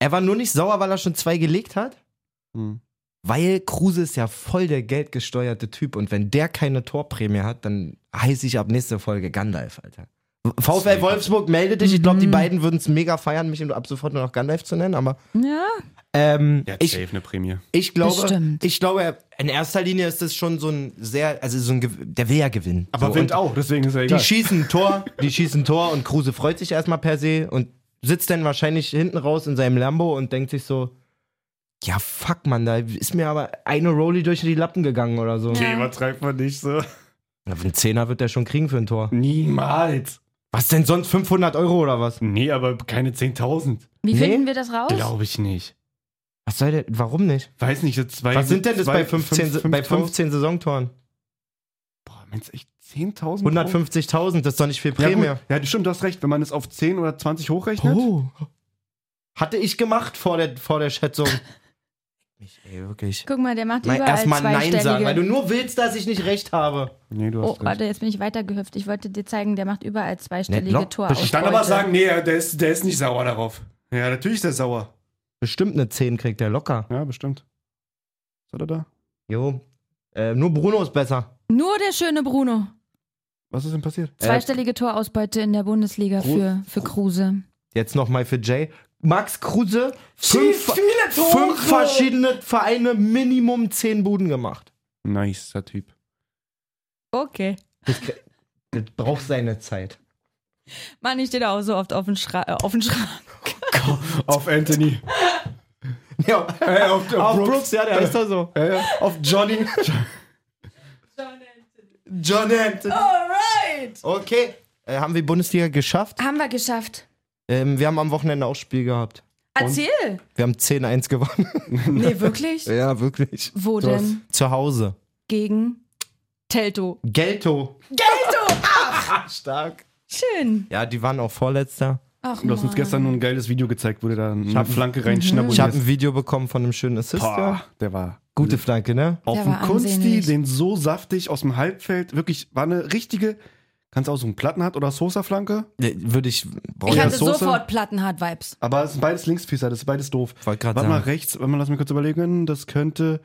Speaker 2: er war nur nicht sauer, weil er schon zwei gelegt hat.
Speaker 1: Hm.
Speaker 2: Weil Kruse ist ja voll der geldgesteuerte Typ und wenn der keine Torprämie hat, dann heiße ich ab nächste Folge Gandalf, Alter. VfL Wolfsburg, melde dich. Ich
Speaker 1: Mhm.
Speaker 2: glaube, die beiden würden es mega feiern, mich ab sofort nur noch Gandalf zu nennen, aber
Speaker 3: Ja.
Speaker 2: ähm,
Speaker 1: Der hat
Speaker 2: ich,
Speaker 1: safe eine Prämie.
Speaker 2: Ich glaube,
Speaker 3: Bestimmt.
Speaker 2: ich glaube, in erster Linie ist das schon so ein sehr, also so ein, Gew- der will ja gewinnen.
Speaker 1: Aber
Speaker 2: so,
Speaker 1: Wind
Speaker 2: und
Speaker 1: auch, deswegen ist er
Speaker 2: Die
Speaker 1: egal.
Speaker 2: schießen ein Tor, die schießen ein Tor und Kruse freut sich erstmal per se und sitzt dann wahrscheinlich hinten raus in seinem Lambo und denkt sich so, ja fuck man, da ist mir aber eine Rolli durch die Lappen gegangen oder so.
Speaker 1: Nee, übertreibt man nicht so.
Speaker 2: Na, Einen Zehner wird der schon kriegen für ein Tor.
Speaker 1: Niemals.
Speaker 2: Was denn sonst? 500 Euro oder was?
Speaker 1: Nee, aber keine 10.000.
Speaker 3: Wie
Speaker 2: Nee.
Speaker 3: finden wir das raus?
Speaker 1: Glaube ich nicht.
Speaker 2: Was soll der? Warum nicht?
Speaker 1: Weiß nicht, so zwei.
Speaker 2: Was sind denn das
Speaker 1: zwei-
Speaker 2: bei 15,
Speaker 1: fünf-
Speaker 2: bei
Speaker 1: 5.000?
Speaker 2: 15 Saisontoren?
Speaker 1: Boah, meinst du echt 10.000?
Speaker 2: 150.000, das ist doch nicht viel
Speaker 1: Euro? Ja,
Speaker 2: Prämie.
Speaker 1: gut. ja, stimmt, du hast recht. Wenn man es auf 10 oder 20 hochrechnet.
Speaker 2: Oh. Hatte ich gemacht vor der, vor
Speaker 1: (laughs)
Speaker 2: der Schätzung. Mich, ey, wirklich.
Speaker 3: Guck mal, der macht
Speaker 2: Nein,
Speaker 3: überall
Speaker 2: erstmal Nein
Speaker 3: zweistellige.
Speaker 2: sagen, weil du nur willst, dass ich nicht recht habe.
Speaker 1: Nee, du
Speaker 3: oh,
Speaker 1: hast recht.
Speaker 3: warte, jetzt bin ich weitergehüpft. Ich wollte dir zeigen, der macht überall zweistellige
Speaker 2: Nettler?
Speaker 3: nee, Tor.
Speaker 2: Bestimmt.
Speaker 1: Dann aber sagen, nee, der ist, der ist nicht sauer darauf. Ja, natürlich ist er sauer.
Speaker 2: Bestimmt eine 10 kriegt er locker.
Speaker 1: Ja, bestimmt. Was hat er da?
Speaker 2: Jo. Äh, nur Bruno ist besser.
Speaker 3: Nur der schöne Bruno.
Speaker 1: Was ist denn passiert?
Speaker 3: Zweistellige Torausbeute in der Bundesliga für, für Kruse.
Speaker 2: Jetzt nochmal für Jay. Max Kruse, fünf, fünf verschiedene Vereine, Minimum 10 Buden gemacht.
Speaker 1: Nicer Typ.
Speaker 3: Okay.
Speaker 2: Das braucht seine Zeit.
Speaker 3: Mann, ich stehe da auch so oft auf dem Schrank. Äh, auf dem Schrank.
Speaker 1: Auf Anthony.
Speaker 2: Ja,
Speaker 1: Ey, auf, auf,
Speaker 2: auf Brooks. äh, ja, der heißt da so.
Speaker 1: Ja, ja.
Speaker 2: Auf Johnny. John Hampton.
Speaker 3: Alright!
Speaker 2: Okay. Äh, haben wir Bundesliga geschafft?
Speaker 3: Haben wir geschafft.
Speaker 2: Ähm, wir haben am Wochenende auch Spiel gehabt.
Speaker 3: Erzähl!
Speaker 2: Wir haben 10-1 gewonnen. (laughs)
Speaker 3: Nee, wirklich?
Speaker 1: Äh,
Speaker 2: ja, wirklich.
Speaker 3: Wo
Speaker 2: Du hast-
Speaker 3: denn?
Speaker 2: Zu Hause.
Speaker 3: Gegen Telto.
Speaker 2: Gelto.
Speaker 3: Telto!
Speaker 2: Stark.
Speaker 3: Schön.
Speaker 2: Ja, die waren auch Vorletzter.
Speaker 3: Ach,
Speaker 1: Du hast uns
Speaker 3: Mann.
Speaker 1: gestern nur ein geiles Video gezeigt, wo der da eine
Speaker 2: hab-
Speaker 1: Flanke reinschnabuliert.
Speaker 2: Ich habe ein Video bekommen von einem schönen Assist. ja.
Speaker 1: Boah, der war
Speaker 2: Gute Flanke, ne?
Speaker 1: auf
Speaker 3: Der
Speaker 1: dem
Speaker 3: war
Speaker 1: Kunsti,
Speaker 3: ansehnlich.
Speaker 1: den so saftig aus dem Halbfeld. Wirklich, war eine richtige, kannst auch so einen Platten hat oder Sosa-Flanke.
Speaker 2: Ne, Würde ich. Brauche
Speaker 3: Ich
Speaker 1: Euer
Speaker 3: hatte
Speaker 1: Soße?
Speaker 3: sofort Plattenhard-Vibes.
Speaker 1: Aber es sind beides Linksfüßer, das ist beides doof.
Speaker 2: Wollte gerade
Speaker 1: Warte mal,
Speaker 2: sagen.
Speaker 1: rechts, warte mal, lass mich kurz überlegen. Das könnte.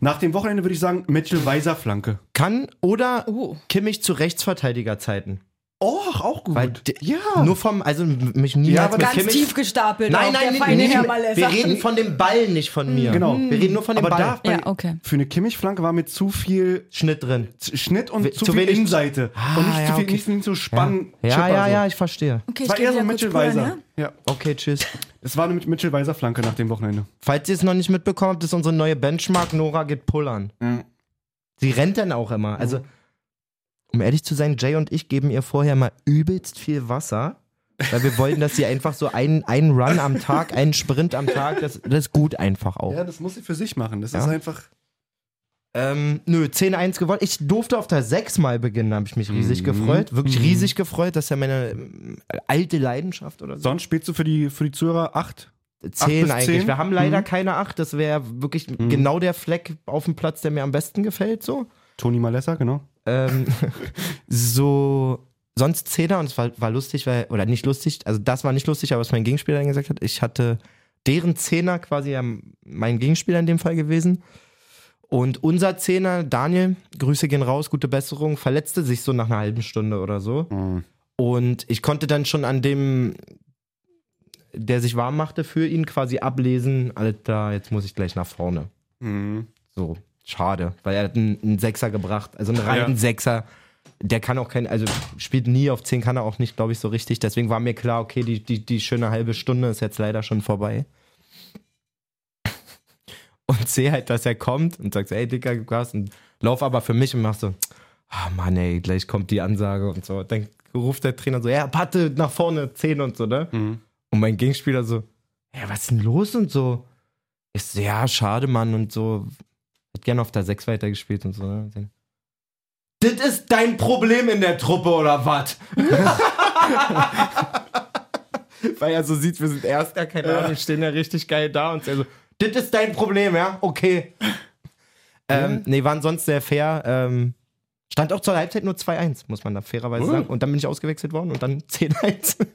Speaker 1: Nach dem Wochenende würde ich sagen, Mitchell Weiser Flanke.
Speaker 2: Kann oder
Speaker 3: Oh.
Speaker 2: Kimmich zu Rechtsverteidigerzeiten.
Speaker 1: Och, auch gut.
Speaker 2: Weil de-
Speaker 1: ja.
Speaker 2: Nur vom. Also mich niemals
Speaker 1: aber
Speaker 2: mit
Speaker 1: ganz
Speaker 2: Kimmich.
Speaker 3: gestapelt.
Speaker 2: Nein,
Speaker 3: auch,
Speaker 2: nein,
Speaker 3: der
Speaker 2: nee,
Speaker 3: feine
Speaker 2: nee,
Speaker 3: Herr
Speaker 2: nee, wir
Speaker 3: Malessa.
Speaker 2: reden von dem Ball, nicht von mir.
Speaker 1: genau.
Speaker 2: Wir reden nur von dem
Speaker 1: aber da
Speaker 2: Ball.
Speaker 1: bei,
Speaker 3: Ja, okay.
Speaker 1: für eine Kimmich-Flanke war mit zu viel
Speaker 2: Schnitt drin.
Speaker 1: Z- Schnitt und
Speaker 2: We-
Speaker 1: zu,
Speaker 2: zu
Speaker 1: viel
Speaker 2: wenig-
Speaker 1: Innenseite.
Speaker 2: Ah,
Speaker 1: und nicht
Speaker 2: ja,
Speaker 1: zu viel,
Speaker 2: okay.
Speaker 1: nicht, nicht so spannend.
Speaker 2: Ja,
Speaker 1: Chipper
Speaker 2: ja,
Speaker 1: so.
Speaker 2: ja, ich verstehe.
Speaker 3: Okay,
Speaker 1: Es
Speaker 3: ich
Speaker 1: war
Speaker 3: geh
Speaker 1: eher so
Speaker 3: wieder
Speaker 1: ein
Speaker 3: kurz
Speaker 1: Mitchell
Speaker 3: pullern,
Speaker 1: Weiser.
Speaker 3: ja?
Speaker 1: Ja.
Speaker 2: Okay, tschüss.
Speaker 1: Es war eine mit Mitchell Weiser Flanke nach dem Wochenende.
Speaker 2: Falls ihr es noch nicht mitbekommen habt, ist unsere neue Benchmark Nora geht pullern. Sie rennt dann auch immer. Also, um ehrlich zu sein, Jay und ich geben ihr vorher mal übelst viel Wasser. Weil wir wollten, dass sie einfach so einen, einen Run am Tag, einen Sprint am Tag, das, das ist gut einfach auch.
Speaker 1: Ja, das muss sie für sich machen. Das
Speaker 2: Ja.
Speaker 1: ist einfach.
Speaker 2: Ähm, nö, 10-1 gewonnen. Ich durfte auf der 6 mal beginnen, habe ich mich riesig
Speaker 1: Mhm.
Speaker 2: gefreut. Wirklich
Speaker 1: Mhm.
Speaker 2: riesig gefreut. Das ist ja meine ähm, alte Leidenschaft oder so.
Speaker 1: Sonst spielst du für die, für die Zuhörer 8.
Speaker 2: 10
Speaker 1: bis
Speaker 2: eigentlich.
Speaker 1: 10?
Speaker 2: Wir haben leider
Speaker 1: Mhm.
Speaker 2: keine 8. Das wäre wirklich genau der Fleck auf dem Platz, der mir am besten gefällt. So.
Speaker 1: Toni Malessa, genau.
Speaker 2: Ähm, so, sonst Zehner und es war, war lustig, weil, oder nicht lustig, also das war nicht lustig, aber was mein Gegenspieler dann gesagt hat, ich hatte deren Zehner quasi ja mein Gegenspieler in dem Fall gewesen. Und unser Zehner, Daniel, Grüße gehen raus, gute Besserung, verletzte sich so nach einer halben Stunde oder so. Und ich konnte dann schon an dem, der sich warm machte, für ihn quasi ablesen, Alter, jetzt muss ich gleich nach vorne.
Speaker 1: Mhm,
Speaker 2: So, schade, weil er hat einen, einen Sechser gebracht, also einen reinen
Speaker 1: Ja.
Speaker 2: Sechser. Der kann auch kein, also spielt nie auf 10, kann er auch nicht, glaube ich, so richtig. Deswegen war mir klar, okay, die, die, die schöne halbe Stunde ist jetzt leider schon vorbei. (laughs) Und sehe halt, dass er kommt und sagt, ey, Dicker, gib Gas und lauf aber für mich und mach so, ah Mann, ey, gleich kommt die Ansage und so. Dann ruft der Trainer so, ja, Patte, nach vorne, 10 und so, ne?
Speaker 1: mhm.
Speaker 2: Und mein Gegenspieler so, ja, was ist denn los und so? Ich so, ja, schade, Mann, und so, hätte gerne auf der 6 weitergespielt und so. Ne? Das ist dein Problem in der Truppe, oder was? (laughs) Weil er so sieht, wir sind Erster, keine Ahnung, stehen ja richtig geil da und er so, das ist dein Problem, ja? Okay. (laughs) Ähm, nee, waren sonst sehr fair. Ähm, stand auch zur Halbzeit nur 2-1, muss man da fairerweise
Speaker 1: Oh.
Speaker 2: sagen. Und dann bin ich ausgewechselt worden und dann (laughs) 10-1.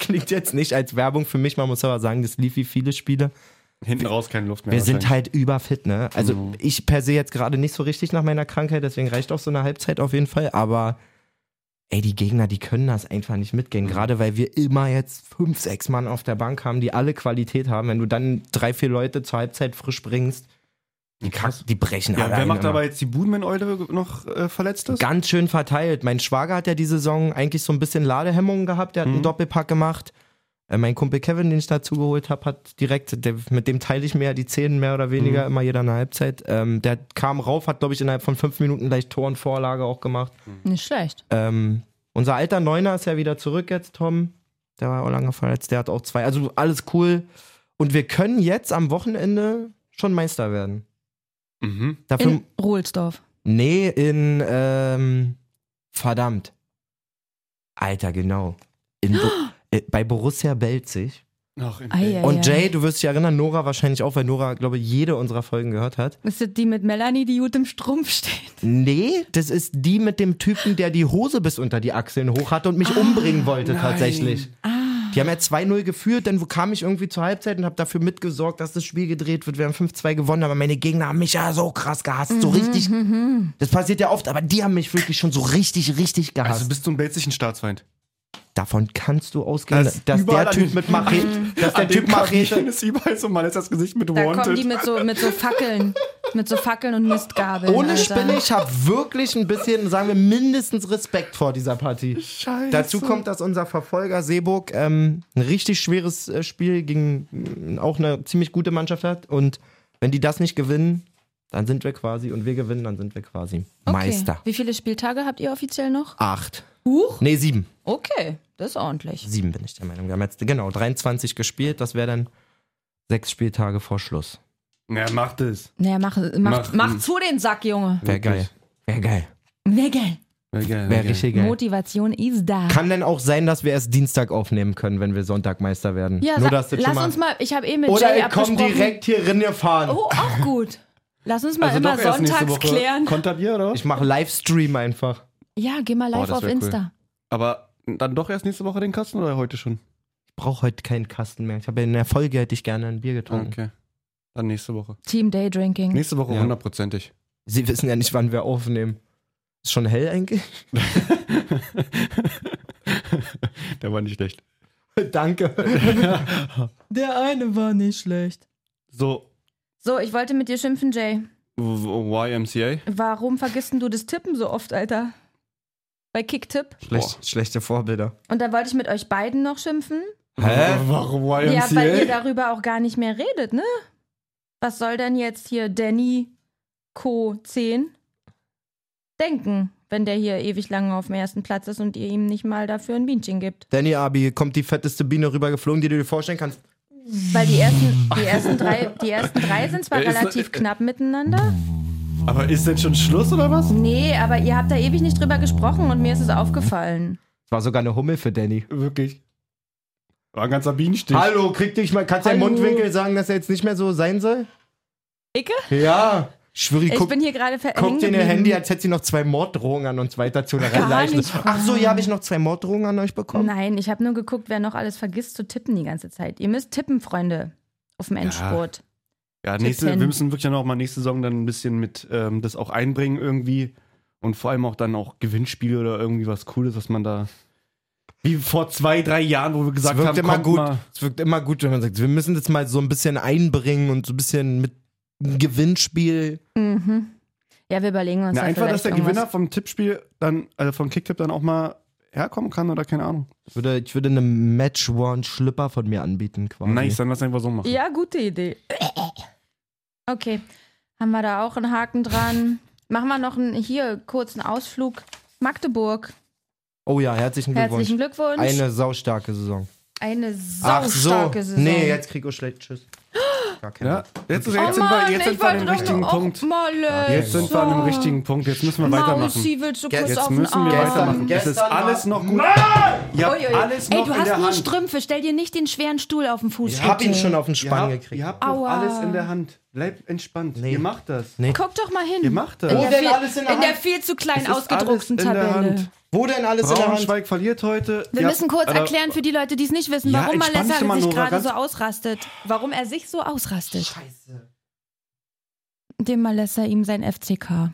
Speaker 2: Klingt jetzt nicht als Werbung für mich, man muss aber sagen, das lief wie viele Spiele.
Speaker 1: Hinten raus keine Luft mehr. Mhm.
Speaker 2: Wir sind halt überfit, ne? Also ich per se jetzt gerade nicht so richtig nach meiner Krankheit, deswegen reicht auch so eine Halbzeit auf jeden Fall, aber ey, die Gegner, die können das einfach nicht
Speaker 1: Mhm.
Speaker 2: mitgehen, gerade weil wir immer jetzt fünf, sechs Mann auf der Bank haben, die alle Qualität haben. Wenn du dann drei, vier Leute zur Halbzeit frisch bringst, die, kack, die brechen
Speaker 1: ja,
Speaker 2: alle
Speaker 1: wer
Speaker 2: ein ne?
Speaker 1: macht
Speaker 2: immer.
Speaker 1: aber jetzt die Budenmann-Eule noch äh, verletzt ist?
Speaker 2: Ganz schön verteilt. Mein Schwager hat ja die Saison eigentlich so ein bisschen Ladehemmungen gehabt. Der hat einen Doppelpack gemacht. Äh, Äh, mein Kumpel Kevin, den ich dazu geholt habe, hat direkt, der, mit dem teile ich mir ja die Zehen mehr oder weniger immer jeder eine Halbzeit. Ähm, der kam rauf, hat glaube ich innerhalb von fünf Minuten gleich Tor und Vorlage auch gemacht.
Speaker 3: ne? Nicht schlecht.
Speaker 2: Ähm, unser alter Neuner ist ja wieder zurück jetzt, Tom. Der war ja auch lange verletzt. Der hat auch zwei. Also alles cool. Und wir können jetzt am Wochenende schon Meister werden.
Speaker 1: Mhm.
Speaker 2: Dafür,
Speaker 3: In Rohlsdorf.
Speaker 2: Nee, in ähm, verdammt. Alter, genau. In Bo äh, bei Borussia Belzig.
Speaker 1: Ach, in
Speaker 3: Ei, ei,
Speaker 2: Und
Speaker 3: ei.
Speaker 2: Jay, du wirst dich erinnern, Nora wahrscheinlich auch, weil Nora, glaube ich, jede unserer Folgen gehört hat.
Speaker 3: Ist das die mit Melanie, die gut im Strumpf steht?
Speaker 2: Nee, das ist die mit dem Typen, der die Hose bis unter die Achseln hoch hatte und mich
Speaker 1: Ah,
Speaker 2: umbringen wollte tatsächlich. Die haben ja 2-0 geführt, dann kam ich irgendwie zur Halbzeit und habe dafür mitgesorgt, dass das Spiel gedreht wird. Wir haben 5-2 gewonnen, aber meine Gegner haben mich ja so krass gehasst,
Speaker 1: Mhm,
Speaker 2: so richtig. Das passiert ja oft, aber die haben mich wirklich schon so richtig, richtig gehasst.
Speaker 1: Also bist du ein belzischen Staatsfeind.
Speaker 2: Davon kannst du ausgehen,
Speaker 1: Das
Speaker 2: dass
Speaker 1: überall
Speaker 2: der
Speaker 1: an
Speaker 2: Typ
Speaker 1: den-
Speaker 2: mit Machete, dass der
Speaker 1: An dem
Speaker 2: Typ Machete,
Speaker 1: Kabinen ist überall so mal ist das Gesicht mit
Speaker 3: Da kommen die
Speaker 1: Wanted.
Speaker 3: mit so, mit so Fackeln. Mit so Fackeln und Mistgabeln. Also,
Speaker 2: ohne
Speaker 3: Alter.
Speaker 2: Spinne, ich habe wirklich ein bisschen, sagen wir, mindestens Respekt vor dieser Partie.
Speaker 1: Scheiße.
Speaker 2: Dazu kommt, dass unser Verfolger Seeburg ähm, ein richtig schweres äh, Spiel gegen mh, auch eine ziemlich gute Mannschaft hat und wenn die das nicht gewinnen, dann sind wir quasi und wir gewinnen, dann sind wir quasi
Speaker 3: Okay.
Speaker 2: Meister.
Speaker 3: Wie viele Spieltage habt ihr offiziell noch?
Speaker 2: Acht.
Speaker 3: Huch.
Speaker 2: Nee, sieben.
Speaker 3: Okay, das ist ordentlich.
Speaker 2: Sieben bin ich der Meinung. Wir haben jetzt genau 23 gespielt, das wäre dann sechs Spieltage vor Schluss.
Speaker 1: Ja, mach das.
Speaker 3: Naja, mach, mach,
Speaker 1: Mach-
Speaker 3: mach zu den Sack, Junge.
Speaker 2: Wäre geil. Wäre geil.
Speaker 3: Wäre geil.
Speaker 1: Wäre geil.
Speaker 2: Wäre richtig geil.
Speaker 3: Motivation ist da.
Speaker 2: Kann denn auch sein, dass wir erst Dienstag aufnehmen können, wenn wir Sonntag Meister werden?
Speaker 3: ja,
Speaker 2: Nur,
Speaker 3: sa-
Speaker 2: dass das schon
Speaker 3: lass
Speaker 2: mal
Speaker 3: uns mal, ich habe eh mit
Speaker 2: Oder
Speaker 3: Jay
Speaker 2: ihr kommt
Speaker 3: abgesprochen.
Speaker 2: direkt hier reingefahren.
Speaker 3: Oh, auch gut. Lass uns mal
Speaker 1: Also
Speaker 3: immer
Speaker 1: doch erst nächste
Speaker 3: sonntags
Speaker 1: Woche.
Speaker 3: klären.
Speaker 1: Kontert ihr, oder?
Speaker 2: Ich mache Livestream einfach.
Speaker 3: Ja, geh mal live
Speaker 1: das
Speaker 3: auf
Speaker 1: wär cool.
Speaker 3: Insta.
Speaker 1: Aber dann doch erst nächste Woche den Kasten oder heute schon?
Speaker 2: Ich brauche heute keinen Kasten mehr. Ich habe in der Folge hätte ich gerne ein Bier getrunken.
Speaker 1: Ah, Okay. Dann nächste Woche.
Speaker 3: Team Day Drinking.
Speaker 1: Nächste Woche
Speaker 2: Ja.
Speaker 1: hundertprozentig.
Speaker 2: Sie wissen ja nicht, wann wir aufnehmen. Ist schon hell eigentlich?
Speaker 1: (laughs)
Speaker 2: (laughs)
Speaker 1: Der war nicht schlecht.
Speaker 2: Danke.
Speaker 3: Der eine war nicht schlecht.
Speaker 1: So,
Speaker 3: So, ich wollte mit dir schimpfen, Jay.
Speaker 1: w- w- YMCA.
Speaker 3: Warum vergisst denn du das Tippen so oft, Alter? Bei Kicktipp.
Speaker 2: Schlecht, schlechte Vorbilder.
Speaker 3: Und da wollte ich mit euch beiden noch schimpfen.
Speaker 2: Hä?
Speaker 1: Warum
Speaker 3: Ja, weil ihr
Speaker 1: YMCA?
Speaker 3: darüber auch gar nicht mehr redet, ne? Was soll denn jetzt hier Danny Co. 10 denken, wenn der hier ewig lange auf dem ersten Platz ist und ihr ihm nicht mal dafür ein Bienchen gibt?
Speaker 2: Danny Abi, kommt die fetteste Biene rübergeflogen, die du dir vorstellen kannst.
Speaker 3: Weil die ersten, die ersten drei, die ersten drei
Speaker 2: (laughs)
Speaker 3: sind zwar
Speaker 1: Wer ist-
Speaker 3: relativ knapp miteinander.
Speaker 1: Aber ist denn schon Schluss oder was?
Speaker 3: Nee, aber ihr habt da ewig nicht drüber gesprochen und mir ist es aufgefallen.
Speaker 2: Es war sogar eine Hummel für Danny.
Speaker 1: Wirklich. War ein ganzer Bienenstich.
Speaker 2: Hallo, krieg dich mal. Kannst du im
Speaker 3: Hallo.
Speaker 2: Mundwinkel sagen, dass er jetzt nicht mehr so sein soll?
Speaker 3: Icke?
Speaker 2: Ja. Schwierig,
Speaker 3: Ich
Speaker 2: guck,
Speaker 3: bin hier gerade ver- hängen
Speaker 2: Guckt in ihr
Speaker 3: geblieben.
Speaker 2: Handy, als hätte sie noch zwei Morddrohungen an uns weiter zu
Speaker 3: Gar
Speaker 2: erleichtern.
Speaker 3: nicht wahr.
Speaker 2: Ach so, ja, habe ich noch zwei Morddrohungen an euch bekommen?
Speaker 3: Nein, ich habe nur geguckt, wer noch alles vergisst zu tippen die ganze Zeit. Ihr müsst tippen, Freunde, auf dem Endspurt.
Speaker 1: Ja, nächste, wir
Speaker 3: Tippen.
Speaker 1: müssen wirklich dann auch mal nächste Saison dann ein bisschen mit ähm, das auch einbringen irgendwie. Und vor allem auch dann auch Gewinnspiele oder irgendwie was Cooles, was man da. Wie vor zwei, drei Jahren, wo wir
Speaker 2: Es
Speaker 1: gesagt
Speaker 2: wirkt,
Speaker 1: haben,
Speaker 2: immer
Speaker 1: kommt
Speaker 2: gut,
Speaker 1: mal.
Speaker 2: es wirkt immer gut, wenn man sagt, wir müssen das mal so ein bisschen einbringen und so ein bisschen mit einem Gewinnspiel.
Speaker 3: Mhm. Ja, wir überlegen uns
Speaker 1: Na,
Speaker 3: da
Speaker 1: einfach, dass
Speaker 3: vielleicht
Speaker 1: der
Speaker 3: irgendwas.
Speaker 1: Gewinner vom Tippspiel dann, also vom Kicktipp dann auch mal herkommen kann oder keine Ahnung.
Speaker 2: Ich würde, ich würde eine Match-Worn-Schlipper von mir anbieten quasi.
Speaker 1: Nice, dann lass einfach so machen.
Speaker 3: Ja,
Speaker 1: (laughs)
Speaker 3: gute Idee. Okay, haben wir da auch einen Haken dran. Machen wir noch einen hier kurzen Ausflug. Magdeburg,
Speaker 2: Oh ja, herzlichen Glückwunsch.
Speaker 3: herzlichen Glückwunsch.
Speaker 2: Eine saustarke Saison.
Speaker 3: Eine saustarke Saison.
Speaker 2: Nee, jetzt krieg ich schlecht. Tschüss. Gar keine
Speaker 1: Ja, jetzt, ist,
Speaker 3: oh
Speaker 1: jetzt sind wir,
Speaker 3: Mann,
Speaker 1: jetzt
Speaker 3: ich
Speaker 1: sind wir an
Speaker 3: wollte
Speaker 1: dem
Speaker 3: doch
Speaker 1: richtigen
Speaker 3: noch,
Speaker 1: Punkt.
Speaker 3: Oh, Molle,
Speaker 1: Jetzt sind wir an dem
Speaker 3: so.
Speaker 1: richtigen Punkt. Jetzt müssen wir weitermachen.
Speaker 3: Oh. Mausi, willst du
Speaker 2: Jetzt
Speaker 3: kurz auf
Speaker 1: Jetzt
Speaker 3: den
Speaker 1: müssen wir
Speaker 3: Arm?
Speaker 1: weitermachen. Es ist
Speaker 2: Gestern
Speaker 1: alles noch gut. Ihr habt
Speaker 3: Uiuiui.
Speaker 1: alles noch
Speaker 3: Ey, du
Speaker 1: in
Speaker 3: hast
Speaker 1: der
Speaker 3: nur
Speaker 1: Hand.
Speaker 3: Strümpfe. Stell dir nicht den schweren Stuhl auf den Fuß.
Speaker 2: Ich hab ihn
Speaker 3: bitte.
Speaker 2: schon auf den
Speaker 1: Ihr
Speaker 2: Spann
Speaker 1: habt,
Speaker 2: gekriegt.
Speaker 1: ihr habt doch
Speaker 3: Aua.
Speaker 1: alles in der Hand. Bleibt entspannt.
Speaker 2: Nee.
Speaker 1: Ihr macht das.
Speaker 2: Nee.
Speaker 3: Guck doch mal hin.
Speaker 1: Ihr macht das.
Speaker 3: In
Speaker 1: Wo
Speaker 3: der,
Speaker 2: denn
Speaker 3: viel,
Speaker 2: alles in der
Speaker 3: in der
Speaker 2: Hand?
Speaker 3: viel zu klein
Speaker 1: Es ist
Speaker 3: ausgedruckten
Speaker 1: alles in der
Speaker 3: Tabelle.
Speaker 1: Hand.
Speaker 2: Wo denn alles in der Hand?
Speaker 1: Braunschweig verliert heute.
Speaker 3: Wir
Speaker 1: Ihr
Speaker 3: müssen
Speaker 1: habt-
Speaker 3: kurz
Speaker 1: Alter,
Speaker 3: erklären für die Leute, die es nicht wissen,
Speaker 1: Ja,
Speaker 3: warum
Speaker 1: entspann dich
Speaker 3: Malessa
Speaker 1: doch mal,
Speaker 3: sich
Speaker 1: Nora,
Speaker 3: gerade
Speaker 1: ganz-
Speaker 3: so ausrastet. Warum er sich so ausrastet. Scheiße. Dem Malessa ihm sein FCK.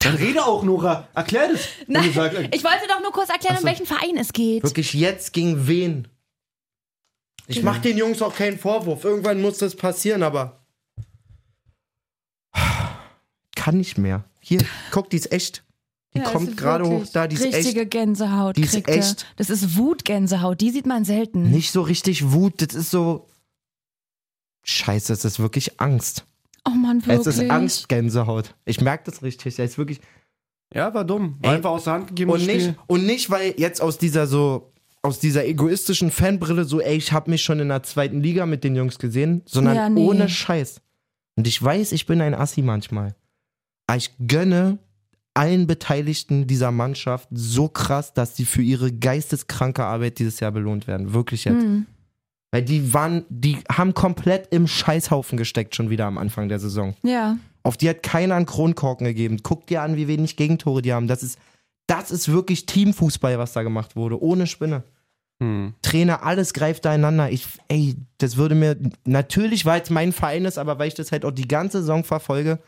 Speaker 1: Dann rede auch, Nora. Erklär das. wenn
Speaker 3: Nein,
Speaker 1: du sagst, äh,
Speaker 3: ich wollte doch nur kurz erklären, um welchen Verein es geht.
Speaker 2: Wirklich jetzt gegen wen? Ich mach den Jungs auch keinen Vorwurf. Irgendwann muss das passieren, aber. Kann nicht mehr. Hier, guck, die ist echt. Die kommt gerade hoch da, die ist
Speaker 3: Richtige
Speaker 2: echt
Speaker 3: Gänsehaut
Speaker 2: die ist
Speaker 3: kriegt er.
Speaker 2: echt-
Speaker 3: Das ist Wutgänsehaut, die sieht man selten.
Speaker 2: nicht so richtig Wut, das ist so. Scheiße, es ist wirklich Angst.
Speaker 3: Oh Mann, wirklich.
Speaker 2: Es ist Angstgänsehaut. Ich merke das richtig. Es ist wirklich.
Speaker 1: Ja, war dumm. War
Speaker 2: Ey,
Speaker 1: einfach aus der Hand gegeben.
Speaker 2: Und
Speaker 1: das
Speaker 2: nicht,
Speaker 1: Spiel.
Speaker 2: und nicht, weil jetzt aus dieser so, aus dieser egoistischen Fanbrille so, ey, ich habe mich schon in der zweiten Liga mit den Jungs gesehen, sondern
Speaker 3: Ja, nee.
Speaker 2: ohne Scheiß. Und ich weiß, ich bin ein Assi manchmal. Aber ich gönne allen Beteiligten dieser Mannschaft so krass, dass sie für ihre geisteskranke Arbeit dieses Jahr belohnt werden. Wirklich jetzt.
Speaker 3: Hm.
Speaker 2: Weil die waren, die haben komplett im Scheißhaufen gesteckt schon wieder am Anfang der Saison.
Speaker 3: Ja.
Speaker 2: Auf die hat keiner einen Kronkorken gegeben. Guck dir an, wie wenig Gegentore die haben. Das ist, das ist wirklich Teamfußball, was da gemacht wurde. Ohne Spinne.
Speaker 1: Hm.
Speaker 2: Trainer, alles greift da einander. Ich, ey, das würde mir, natürlich, weil es mein Verein ist, aber weil ich das halt auch die ganze Saison verfolge,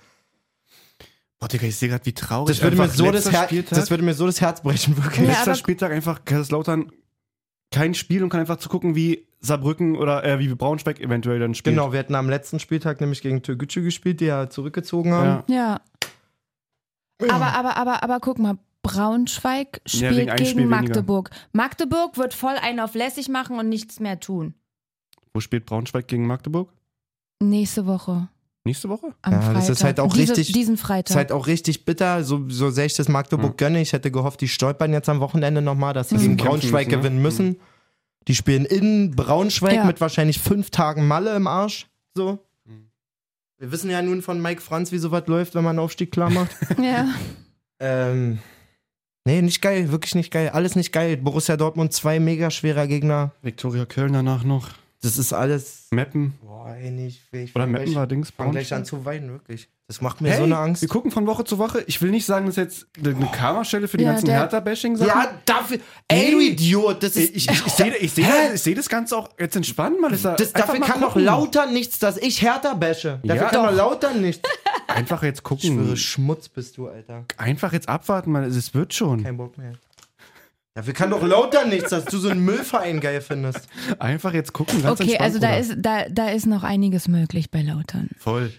Speaker 1: Boah, Digga, ich sehe gerade, wie traurig
Speaker 2: das würde, mir
Speaker 1: einfach
Speaker 2: so das,
Speaker 1: letzter
Speaker 2: Her
Speaker 1: Spieltag-
Speaker 2: das würde mir so das Herz brechen, wirklich.
Speaker 3: Ja,
Speaker 1: letzter
Speaker 3: aber-
Speaker 1: Spieltag einfach Kaiserslautern kein Spiel und kann einfach zu gucken, wie Saarbrücken oder äh, wie Braunschweig eventuell dann spielt.
Speaker 2: Genau, wir hatten am letzten Spieltag nämlich gegen Türgücü gespielt, die ja zurückgezogen haben.
Speaker 1: Ja.
Speaker 3: Ja. Aber, aber, aber, aber guck mal, Braunschweig
Speaker 1: Ja,
Speaker 3: spielt
Speaker 1: wegen einem
Speaker 3: gegen
Speaker 1: Spiel weniger.
Speaker 3: Magdeburg. Magdeburg wird voll einen auf lässig machen und nichts mehr tun.
Speaker 1: Wo spielt Braunschweig gegen Magdeburg?
Speaker 3: Nächste Woche.
Speaker 1: Nächste Woche?
Speaker 3: Am
Speaker 2: Ja,
Speaker 3: Freitag.
Speaker 2: das ist halt auch
Speaker 3: Diese,
Speaker 2: richtig-
Speaker 3: Diesen
Speaker 2: Ist
Speaker 3: Freitag.
Speaker 2: halt auch richtig bitter, so, so sehr ich das Magdeburg gönne. Ich hätte gehofft, die stolpern jetzt am Wochenende nochmal, dass sie
Speaker 1: Mhm.
Speaker 2: gegen
Speaker 1: Kämpfen
Speaker 2: Braunschweig
Speaker 1: müssen, ne?
Speaker 2: gewinnen müssen. Die spielen in Braunschweig
Speaker 3: Ja.
Speaker 2: mit wahrscheinlich fünf Tagen Malle im Arsch. So.
Speaker 1: Mhm.
Speaker 2: Wir wissen ja nun von Mike Franz, wie sowas läuft, wenn man einen Aufstieg klar
Speaker 1: (laughs)
Speaker 2: macht.
Speaker 3: (laughs) ja.
Speaker 2: ähm, nee, nicht geil, wirklich nicht geil. Alles nicht geil. Borussia Dortmund, zwei mega schwerer Gegner.
Speaker 1: Viktoria Köln danach noch.
Speaker 2: Das ist alles.
Speaker 1: Meppen.
Speaker 2: Boah, ey, nicht. Ich
Speaker 1: Oder
Speaker 2: fang
Speaker 1: Meppen
Speaker 2: gleich-
Speaker 1: war Dings.
Speaker 2: fang gleich an
Speaker 1: Braunschweig.
Speaker 2: zu weinen, wirklich. Das macht mir
Speaker 1: Hey,
Speaker 2: so eine Angst.
Speaker 1: Wir gucken von Woche zu Woche. Ich will nicht sagen, dass jetzt eine Karma-Stelle für die
Speaker 3: Ja,
Speaker 1: ganzen
Speaker 3: der-
Speaker 1: Hertha-Bashing-Sachen.
Speaker 2: Ja, dafür. Ey, du
Speaker 1: Nee.
Speaker 2: Idiot, das ist.
Speaker 1: Ich, ich, ich
Speaker 2: (laughs)
Speaker 1: sehe ich seh,
Speaker 2: Hä?
Speaker 1: ich seh das Ganze auch jetzt entspannen, mal. Ist da
Speaker 2: das,
Speaker 1: einfach
Speaker 2: dafür
Speaker 1: mal
Speaker 2: kann doch
Speaker 1: gucken.
Speaker 2: lauter nichts, dass ich härter bashe. Dafür
Speaker 1: Ja,
Speaker 2: kann doch
Speaker 1: doch.
Speaker 2: lauter
Speaker 1: (laughs)
Speaker 2: nichts.
Speaker 1: Einfach jetzt
Speaker 2: Ich schwöre,
Speaker 1: gucken.
Speaker 2: Schmutz bist du, Alter.
Speaker 1: Einfach jetzt abwarten, mal. Es wird schon.
Speaker 2: Kein Bock mehr. Dafür kann doch lauter nichts, dass du so einen Müllverein geil findest.
Speaker 1: Einfach jetzt gucken. Ganz
Speaker 3: Okay,
Speaker 1: entspannt,
Speaker 3: also da
Speaker 1: Bruder.
Speaker 3: ist, da, da ist noch einiges möglich bei Lautern.
Speaker 1: Voll.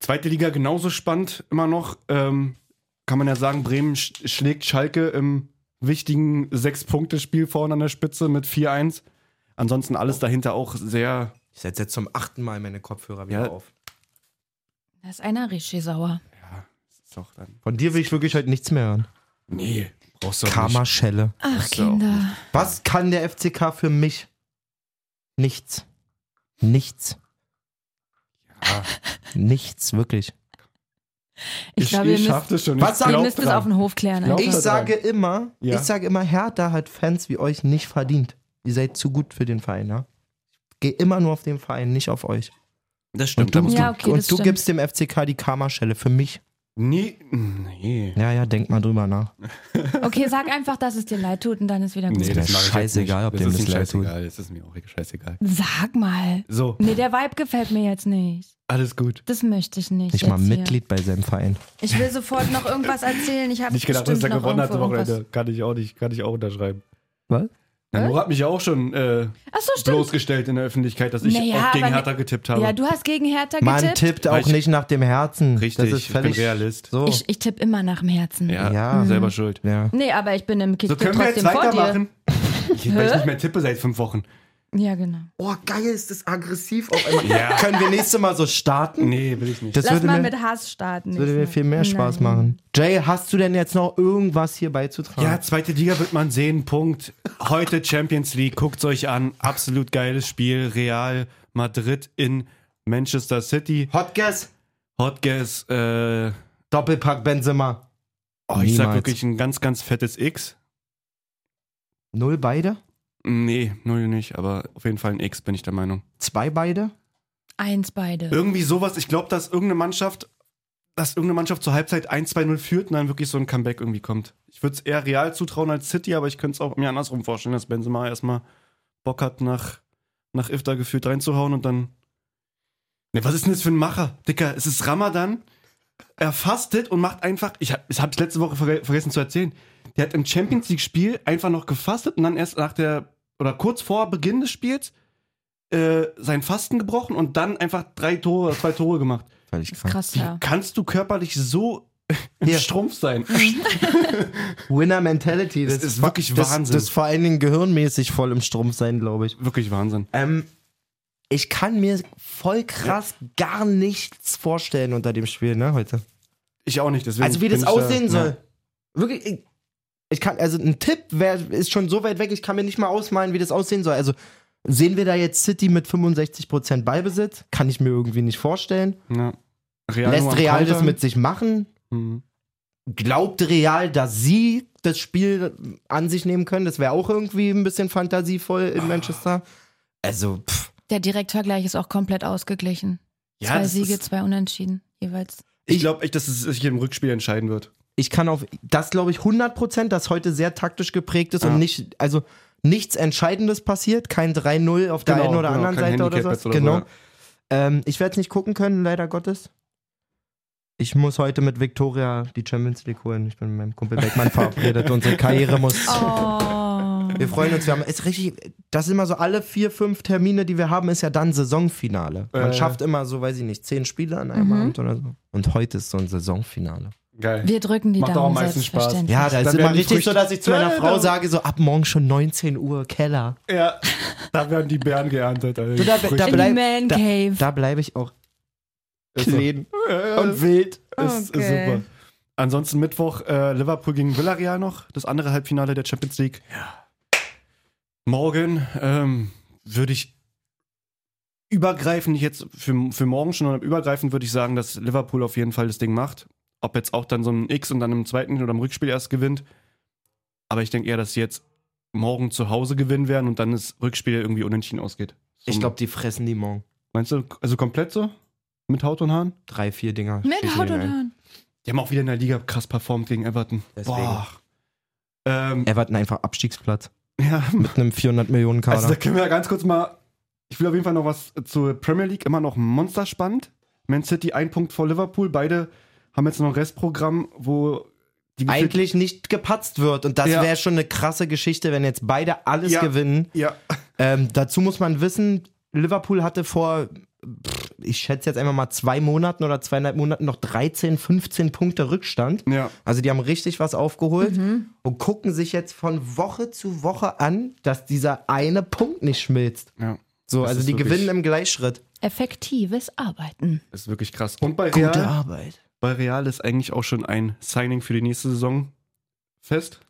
Speaker 1: Zweite Liga genauso spannend, immer noch. Ähm, kann man ja sagen, Bremen sch schlägt Schalke im wichtigen Sechs-Punkte-Spiel vorne an der Spitze mit 4-1. Ansonsten alles dahinter auch sehr.
Speaker 2: Ich setze jetzt zum achten Mal meine Kopfhörer wieder
Speaker 1: Ja.
Speaker 2: auf.
Speaker 3: Da ist einer richtig sauer.
Speaker 1: Ja, ist doch dann.
Speaker 2: Von dir will ich wirklich heute nichts mehr hören.
Speaker 1: Nee, brauchst du doch nicht.
Speaker 2: Karma-Schelle.
Speaker 3: Ach,
Speaker 1: Ist ja auch
Speaker 3: Kinder.
Speaker 2: Was kann der FCK für mich? Nichts. Nichts.
Speaker 1: Ja.
Speaker 2: Nichts, wirklich.
Speaker 3: Ich, glaube, ihr
Speaker 1: schaff
Speaker 3: müsst,
Speaker 1: das schon.
Speaker 2: Was
Speaker 1: Ich
Speaker 2: sagen-
Speaker 3: ihr
Speaker 1: glaub
Speaker 3: müsst es
Speaker 1: dran.
Speaker 3: auf den Hof klären.
Speaker 1: Glaub-
Speaker 3: Alter.
Speaker 2: Ich
Speaker 1: da
Speaker 2: sage immer,
Speaker 1: Ja.
Speaker 2: ich sage immer, Hertha hat Fans wie euch nicht verdient. Ihr seid zu gut für den Verein, ja? Ich gehe immer nur auf den Verein, nicht auf euch.
Speaker 1: Das
Speaker 2: Und du,
Speaker 3: musst Ja, okay, das
Speaker 2: und du
Speaker 3: stimmt.
Speaker 2: gibst dem FCK die Karma-Schelle für mich.
Speaker 1: Nee, nee.
Speaker 2: Ja, ja, denk mal drüber nach.
Speaker 3: Okay, sag einfach, dass es dir leid tut und dann ist wieder gut.
Speaker 2: das ist scheißegal, ob
Speaker 1: das
Speaker 2: dem
Speaker 1: ist
Speaker 2: das
Speaker 1: ihm
Speaker 2: leid tut.
Speaker 1: scheißegal. Das ist mir auch scheißegal.
Speaker 3: Sag mal.
Speaker 1: So,
Speaker 3: Nee, der Vibe gefällt mir jetzt nicht.
Speaker 1: alles gut.
Speaker 3: Das möchte ich nicht.
Speaker 2: Nicht mal
Speaker 3: jetzt hier.
Speaker 2: Mitglied bei seinem Verein.
Speaker 7: Ich will sofort noch irgendwas erzählen. Ich habe
Speaker 1: Nicht gedacht, dass er
Speaker 7: noch
Speaker 1: gewonnen hat am
Speaker 7: irgendwo
Speaker 1: Wochenende.
Speaker 7: irgendwas.
Speaker 1: Kann ich auch nicht, kann ich auch unterschreiben.
Speaker 2: Was?
Speaker 1: Na, Nora hat mich ja auch schon äh,
Speaker 3: Ach so, stimmt.
Speaker 1: bloßgestellt in der Öffentlichkeit, dass ich
Speaker 3: Naja,
Speaker 1: auch gegen
Speaker 3: aber- ne-
Speaker 1: Hertha getippt habe.
Speaker 3: Ja, du hast gegen Hertha
Speaker 2: Man
Speaker 3: getippt.
Speaker 2: tippt
Speaker 1: Weil
Speaker 2: auch
Speaker 1: ich-
Speaker 2: nicht nach dem Herzen.
Speaker 1: Richtig,
Speaker 2: das ist
Speaker 1: ich bin
Speaker 2: völlig
Speaker 1: Realist.
Speaker 2: So.
Speaker 3: Ich, ich tippe immer nach dem Herzen.
Speaker 2: Ja.
Speaker 1: selber schuld.
Speaker 2: ja.
Speaker 3: Nee, aber ich bin im Kick
Speaker 1: So können wir jetzt
Speaker 3: Mhm. trotzdem vor dir.
Speaker 1: weitermachen. Ich, weil ich nicht mehr tippe seit fünf Wochen.
Speaker 3: Ja, genau.
Speaker 2: Oh, geil, ist das aggressiv auf (laughs) einmal.
Speaker 1: Ja.
Speaker 2: Können wir nächstes Mal so starten?
Speaker 1: Nee, will ich nicht.
Speaker 2: Das
Speaker 7: Lass
Speaker 2: würde
Speaker 7: mal
Speaker 2: mir,
Speaker 7: mit Hass starten.
Speaker 2: das würde mir
Speaker 7: nächstes
Speaker 2: viel mehr Spaß
Speaker 3: Nein.
Speaker 2: machen. Jay, hast du denn jetzt noch irgendwas hier beizutragen?
Speaker 1: ja, zweite Liga wird man sehen, Punkt. Heute Champions League, guckt's euch an. Absolut geiles Spiel. Real Madrid in Manchester City.
Speaker 2: Hotgas,
Speaker 1: Hotgas, äh,
Speaker 2: Doppelpack Benzema.
Speaker 1: oh, ich sag
Speaker 2: Niemals.
Speaker 1: wirklich ein ganz, ganz fettes X.
Speaker 2: Null beide?
Speaker 1: Nee, null nicht, aber auf jeden Fall ein X, bin ich der Meinung.
Speaker 2: Zwei beide?
Speaker 3: Eins beide.
Speaker 1: Irgendwie sowas, ich glaube, dass irgendeine Mannschaft, dass irgendeine Mannschaft zur Halbzeit 1-2-0 führt und dann wirklich so ein Comeback irgendwie kommt. Ich würde es eher Real zutrauen als City, aber ich könnte es auch mir andersrum vorstellen, dass Benzema erstmal Bock hat, nach, nach Ifta gefühlt reinzuhauen und dann. Ne, was ist denn das für ein Macher? Dicker, es ist Ramadan. Er fastet und macht einfach. Ich habe es letzte Woche verge vergessen zu erzählen. Der hat im Champions League-Spiel einfach noch gefastet und dann erst nach der. Oder kurz vor Beginn des Spiels äh, sein Fasten gebrochen und dann einfach drei Tore, zwei Tore gemacht.
Speaker 2: Völlig
Speaker 3: Das ist krass,
Speaker 1: Wie
Speaker 3: ja.
Speaker 1: kannst du körperlich so (laughs)
Speaker 2: Ja.
Speaker 1: Strumpf sein.
Speaker 2: Winner Mentality.
Speaker 1: Das ist wirklich
Speaker 2: das,
Speaker 1: Wahnsinn.
Speaker 2: Das ist vor allen Dingen gehirnmäßig voll im Strumpf sein, glaube ich.
Speaker 1: Wirklich Wahnsinn.
Speaker 2: Ähm, ich kann mir voll krass gar nichts vorstellen unter dem Spiel, ne, heute.
Speaker 1: Ich auch nicht, deswegen.
Speaker 2: Also wie das
Speaker 1: bin ich
Speaker 2: aussehen
Speaker 1: da,
Speaker 2: soll. Wirklich, ich, ich kann, also ein Tipp wär, ist schon so weit weg, ich kann mir nicht mal ausmalen, wie das aussehen soll. Also sehen wir da jetzt City mit 65% Ballbesitz? Kann ich mir irgendwie nicht vorstellen.
Speaker 1: Ja. Ja. Real nur
Speaker 2: Lässt
Speaker 1: am
Speaker 2: Real das
Speaker 1: Countern.
Speaker 2: mit sich machen?
Speaker 1: Mhm.
Speaker 2: Glaubt Real, dass sie das Spiel an sich nehmen können? Das wäre auch irgendwie ein bisschen fantasievoll
Speaker 1: Ah.
Speaker 2: in Manchester. Also, pff,
Speaker 3: Der Direktvergleich ist auch komplett ausgeglichen.
Speaker 1: Ja,
Speaker 3: zwei
Speaker 1: das
Speaker 3: Siege,
Speaker 1: Ist,
Speaker 3: zwei Unentschieden jeweils.
Speaker 1: ich glaube echt, dass es sich im Rückspiel entscheiden wird.
Speaker 2: ich kann auf das glaube ich 100%, dass heute sehr taktisch geprägt ist
Speaker 1: Ja.
Speaker 2: und nicht, also nichts Entscheidendes passiert, kein 3-0 auf der
Speaker 1: Genau,
Speaker 2: einen oder
Speaker 1: genau,
Speaker 2: anderen
Speaker 1: kein
Speaker 2: Seite oder
Speaker 1: Handicap
Speaker 2: so.
Speaker 1: jetzt oder so,
Speaker 2: genau.
Speaker 1: ja.
Speaker 2: ähm, ich werde es nicht gucken können, leider Gottes. Ich muss heute mit Victoria die Champions League holen. Ich bin mit meinem Kumpel Beckmann (laughs) verabredet. Unsere Karriere muss
Speaker 3: Oh.
Speaker 2: Wir freuen uns, wir haben, ist richtig, das sind immer so alle vier, fünf Termine, die wir haben, ist ja dann Saisonfinale. Man
Speaker 1: Äh.
Speaker 2: schafft immer so, weiß ich nicht, zehn Spiele an einem Abend oder so. Und heute ist so ein Saisonfinale.
Speaker 1: Geil.
Speaker 3: Wir drücken die
Speaker 1: Macht auch am
Speaker 3: Daumen
Speaker 1: meisten Spaß.
Speaker 3: selbstverständlich.
Speaker 2: Ja, da ist
Speaker 1: Dann
Speaker 2: immer
Speaker 1: werden die
Speaker 2: richtig
Speaker 1: Früchte-
Speaker 2: so, dass ich zu meiner
Speaker 1: Ja,
Speaker 2: Frau
Speaker 1: da-
Speaker 2: sage, so ab morgen schon 19 Uhr Keller.
Speaker 1: ja, da werden die Bären geerntet. Alter.
Speaker 2: So, da, da
Speaker 3: In
Speaker 2: bleib-
Speaker 3: die Man
Speaker 2: da,
Speaker 3: Cave.
Speaker 2: Da bleibe ich auch
Speaker 1: Ist so.
Speaker 2: clean
Speaker 1: Ja,
Speaker 2: und wild.
Speaker 1: Ist,
Speaker 7: Okay.
Speaker 1: ist super. Ansonsten Mittwoch äh, Liverpool gegen Villarreal noch, das andere Halbfinale der Champions League. Morgen ähm, würde ich übergreifend jetzt für, für morgen schon und übergreifend würde ich sagen, dass Liverpool auf jeden Fall das Ding macht. Ob jetzt auch dann so ein X und dann im zweiten oder im Rückspiel erst gewinnt. Aber ich denke eher, dass sie jetzt morgen zu Hause gewinnen werden und dann das Rückspiel irgendwie unentschieden ausgeht. So,
Speaker 2: Ich glaube, die fressen die morgen.
Speaker 1: Meinst du, also komplett so? Mit Haut und Haaren?
Speaker 2: Drei, vier Dinger.
Speaker 3: Mit
Speaker 2: schießen
Speaker 3: Haut
Speaker 2: die
Speaker 3: und
Speaker 2: rein.
Speaker 3: Haaren.
Speaker 1: Die haben auch wieder in der Liga krass performt gegen Everton.
Speaker 2: Deswegen.
Speaker 1: Boah. Ähm,
Speaker 2: Everton einfach Abstiegsplatz.
Speaker 1: ja, (laughs)
Speaker 2: Mit einem 400 Millionen Kader.
Speaker 1: also da können wir ganz kurz mal. Ich will auf jeden Fall noch was zur Premier League. Immer noch monsterspannend. Man City ein Punkt vor Liverpool. Beide haben jetzt noch ein Restprogramm, wo die gefühlt-
Speaker 2: eigentlich nicht gepatzt wird. Und das
Speaker 1: Ja.
Speaker 2: wäre schon eine krasse Geschichte, wenn jetzt beide alles
Speaker 1: Ja.
Speaker 2: gewinnen.
Speaker 1: Ja,
Speaker 2: Ähm, dazu muss man wissen, Liverpool hatte vor, pff, ich schätze jetzt einfach mal zwei Monaten oder zweieinhalb Monaten noch 13, 15 Punkte Rückstand.
Speaker 1: ja.
Speaker 2: Also die haben richtig was aufgeholt
Speaker 3: Mhm. Hm?
Speaker 2: und gucken sich jetzt von Woche zu Woche an, dass dieser eine Punkt nicht schmilzt.
Speaker 1: ja.
Speaker 2: So,
Speaker 1: Das
Speaker 2: also
Speaker 1: ist
Speaker 2: die
Speaker 1: wirklich-
Speaker 2: gewinnen im Gleichschritt.
Speaker 3: Effektives Arbeiten.
Speaker 1: Das ist wirklich krass. Und bei
Speaker 2: Gute
Speaker 1: Real,
Speaker 2: Arbeit.
Speaker 1: bei Real ist eigentlich auch schon ein Signing für die nächste Saison fest.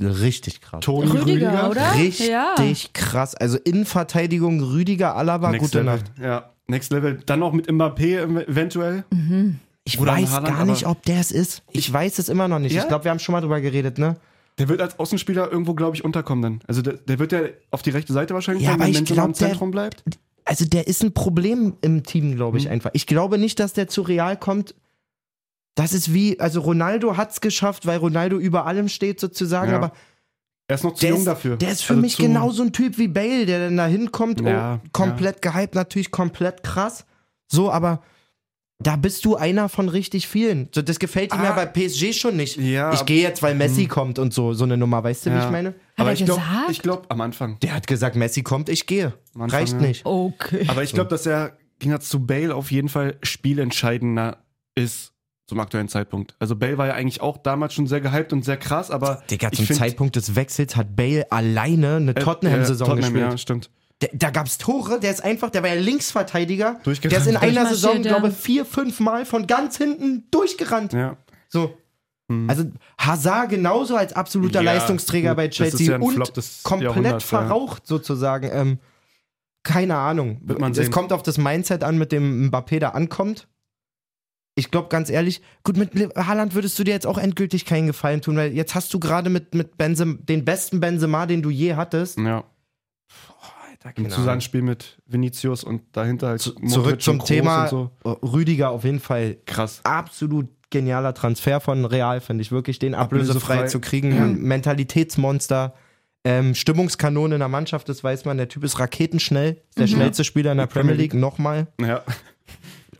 Speaker 2: Richtig krass.
Speaker 1: Toni
Speaker 3: Rüdiger,
Speaker 1: Rüdiger.
Speaker 3: oder?
Speaker 2: Richtig
Speaker 3: Ja.
Speaker 2: krass. Also Innenverteidigung Rüdiger Alaba,
Speaker 1: Next
Speaker 2: gute
Speaker 1: Level.
Speaker 2: Nacht.
Speaker 1: Ja, Next Level. Dann auch mit Mbappé ev- eventuell.
Speaker 3: Mhm.
Speaker 2: Ich
Speaker 1: Oder
Speaker 2: weiß
Speaker 1: Haaland,
Speaker 2: gar nicht,
Speaker 1: aber-
Speaker 2: ob der es ist. Ich weiß es immer noch nicht.
Speaker 1: Ja?
Speaker 2: Ich glaube, wir haben schon mal drüber geredet, ne?
Speaker 1: Der wird als Außenspieler irgendwo, glaube ich, unterkommen dann. Also der, der wird ja auf die rechte Seite wahrscheinlich
Speaker 2: Ja,
Speaker 1: sein,
Speaker 2: aber
Speaker 1: wenn
Speaker 2: ich
Speaker 1: Benzema im
Speaker 2: glaub, der-
Speaker 1: Zentrum bleibt.
Speaker 2: Also der ist ein Problem im Team, glaube ich
Speaker 1: Mhm.
Speaker 2: einfach. Ich glaube nicht, dass der zu Real kommt. Das ist wie, also Ronaldo hat es geschafft, weil Ronaldo über allem steht sozusagen,
Speaker 1: Ja.
Speaker 2: aber
Speaker 1: Er ist noch zu
Speaker 2: der
Speaker 1: jung
Speaker 2: ist,
Speaker 1: dafür.
Speaker 2: der ist für
Speaker 1: Also
Speaker 2: mich
Speaker 1: zu-
Speaker 2: genauso ein Typ wie Bale, der dann da hinkommt,
Speaker 1: Ja,
Speaker 2: oh, komplett gehypt, natürlich komplett krass, so, aber da bist du einer von richtig vielen. So, das gefällt ihm ja bei PSG schon nicht.
Speaker 1: Ah. Ja,
Speaker 2: ich
Speaker 1: ab-
Speaker 2: gehe jetzt, weil Messi kommt und so, so eine Nummer, weißt du, wie
Speaker 1: Ja.
Speaker 2: ich meine?
Speaker 1: Aber
Speaker 3: er
Speaker 1: ich glaube,
Speaker 3: gesagt?
Speaker 1: ich glaube am Anfang.
Speaker 2: Der hat gesagt, Messi kommt, ich gehe.
Speaker 1: Am Anfang,
Speaker 2: Reicht
Speaker 1: ja.
Speaker 2: nicht.
Speaker 3: Okay.
Speaker 1: Aber ich glaube, dass er im Gegensatz zu Bale auf jeden Fall spielentscheidender ist zum aktuellen Zeitpunkt. Also Bale war ja eigentlich auch damals schon sehr gehypt und sehr krass, aber
Speaker 2: Digga,
Speaker 1: ich
Speaker 2: zum
Speaker 1: find-
Speaker 2: Zeitpunkt des Wechsels hat Bale alleine eine
Speaker 1: äh,
Speaker 2: Tottenham-Saison
Speaker 1: äh, Tottenham,
Speaker 2: gespielt.
Speaker 1: Ja, stimmt.
Speaker 2: Da, da gab es Tore, der ist einfach, der war ja Linksverteidiger.
Speaker 1: Durchgerannt.
Speaker 2: Der ist in einer
Speaker 3: Durchmarschiert,
Speaker 2: Saison,
Speaker 3: ja.
Speaker 2: glaube vier, fünf Mal von ganz hinten durchgerannt.
Speaker 1: Ja.
Speaker 2: So. Also Hazard genauso als absoluter
Speaker 1: Hm. Ja,
Speaker 2: Leistungsträger
Speaker 1: gut,
Speaker 2: bei
Speaker 1: das ist
Speaker 2: Chelsea
Speaker 1: ja ein
Speaker 2: und
Speaker 1: Flop des
Speaker 2: komplett
Speaker 1: Jahrhunderts, ja.
Speaker 2: verraucht sozusagen. Ähm, keine Ahnung.
Speaker 1: Wird man
Speaker 2: es
Speaker 1: sehen.
Speaker 2: kommt auf das Mindset an, mit dem Mbappé da ankommt. Ich glaube ganz ehrlich, gut, mit Le- Haaland würdest du dir jetzt auch endgültig keinen Gefallen tun, weil jetzt hast du gerade mit, mit Benzema, den besten Benzema, den du je hattest.
Speaker 1: Ja.
Speaker 2: Alter,
Speaker 1: Im
Speaker 2: keine Ahnung.
Speaker 1: Zusammenspiel mit Vinicius und dahinter halt Modric
Speaker 2: Genau. Zurück
Speaker 1: und
Speaker 2: zum
Speaker 1: Kroos
Speaker 2: Thema äh,
Speaker 1: und so.
Speaker 2: Rüdiger auf jeden Fall
Speaker 1: Krass.
Speaker 2: absolut genialer Transfer von Real, finde ich wirklich, den ablösefrei,
Speaker 1: Ablösefrei.
Speaker 2: zu kriegen. Mentalitätsmonster, ähm, Stimmungskanone in der Mannschaft, das weiß man. Der Typ ist raketenschnell, ist
Speaker 1: Mhm.
Speaker 2: der schnellste Spieler in der Premier League, nochmal.
Speaker 1: Ja.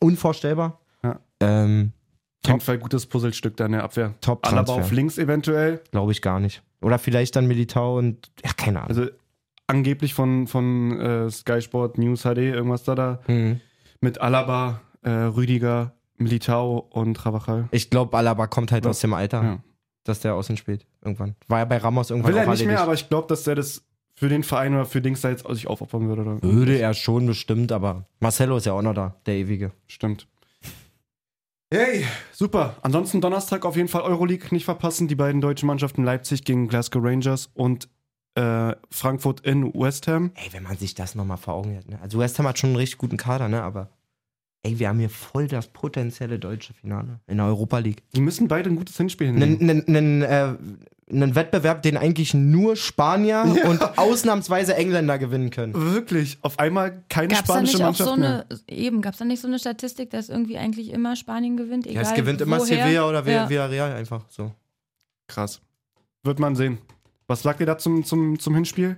Speaker 2: Unvorstellbar.
Speaker 1: Ja.
Speaker 2: Ähm,
Speaker 1: Auf jeden Fall gutes Puzzlestück da in der Abwehr.
Speaker 2: Top
Speaker 1: Alaba
Speaker 2: Transfer.
Speaker 1: auf links eventuell.
Speaker 2: Glaube ich gar nicht. Oder vielleicht dann Militao und, ja, keine Ahnung.
Speaker 1: Also angeblich von, von äh, Sky Sport News HD, irgendwas da da.
Speaker 2: Mhm.
Speaker 1: Mit Alaba, äh, Rüdiger, Militao und Ravachal.
Speaker 2: Ich glaube, Alaba kommt halt
Speaker 1: Ja.
Speaker 2: aus dem Alter,
Speaker 1: Ja.
Speaker 2: dass der außen spielt. Irgendwann. War ja bei Ramos irgendwann
Speaker 1: Will er
Speaker 2: auch
Speaker 1: nicht mehr,
Speaker 2: erledigt.
Speaker 1: aber ich glaube, dass der das für den Verein oder für Dings da jetzt sich aufopfern würde.
Speaker 3: Hm.
Speaker 1: Oder?
Speaker 2: Würde er schon bestimmt, aber Marcelo ist ja auch noch da, der ewige.
Speaker 1: Stimmt. Hey, super. Ansonsten Donnerstag auf jeden Fall Euroleague nicht verpassen. Die beiden deutschen Mannschaften Leipzig gegen Glasgow Rangers und äh, Frankfurt in West Ham.
Speaker 2: Ey, wenn man sich das nochmal vor Augen hält. Ne? Also West Ham hat schon einen richtig guten Kader, ne? Aber ey, wir haben hier voll das potenzielle deutsche Finale in der Europa League.
Speaker 1: Die müssen beide ein gutes Hinspiel hinlegen.
Speaker 2: Einen, einen, einen, äh, einen Wettbewerb, den eigentlich nur Spanier und ausnahmsweise Engländer gewinnen können.
Speaker 1: Wirklich. Auf einmal keine
Speaker 3: Gab es da
Speaker 1: spanische
Speaker 3: nicht auch
Speaker 1: Mannschaft
Speaker 3: so
Speaker 1: mehr.
Speaker 3: eine, eben, gab es da nicht so eine Statistik, dass irgendwie eigentlich immer Spanien gewinnt, egal
Speaker 2: Ja, es gewinnt immer
Speaker 3: woher?
Speaker 2: Sevilla oder
Speaker 3: Ja.
Speaker 2: Vill- Villarreal einfach so.
Speaker 1: Krass. Wird man sehen. Was sagt ihr da zum, zum, zum Hinspiel?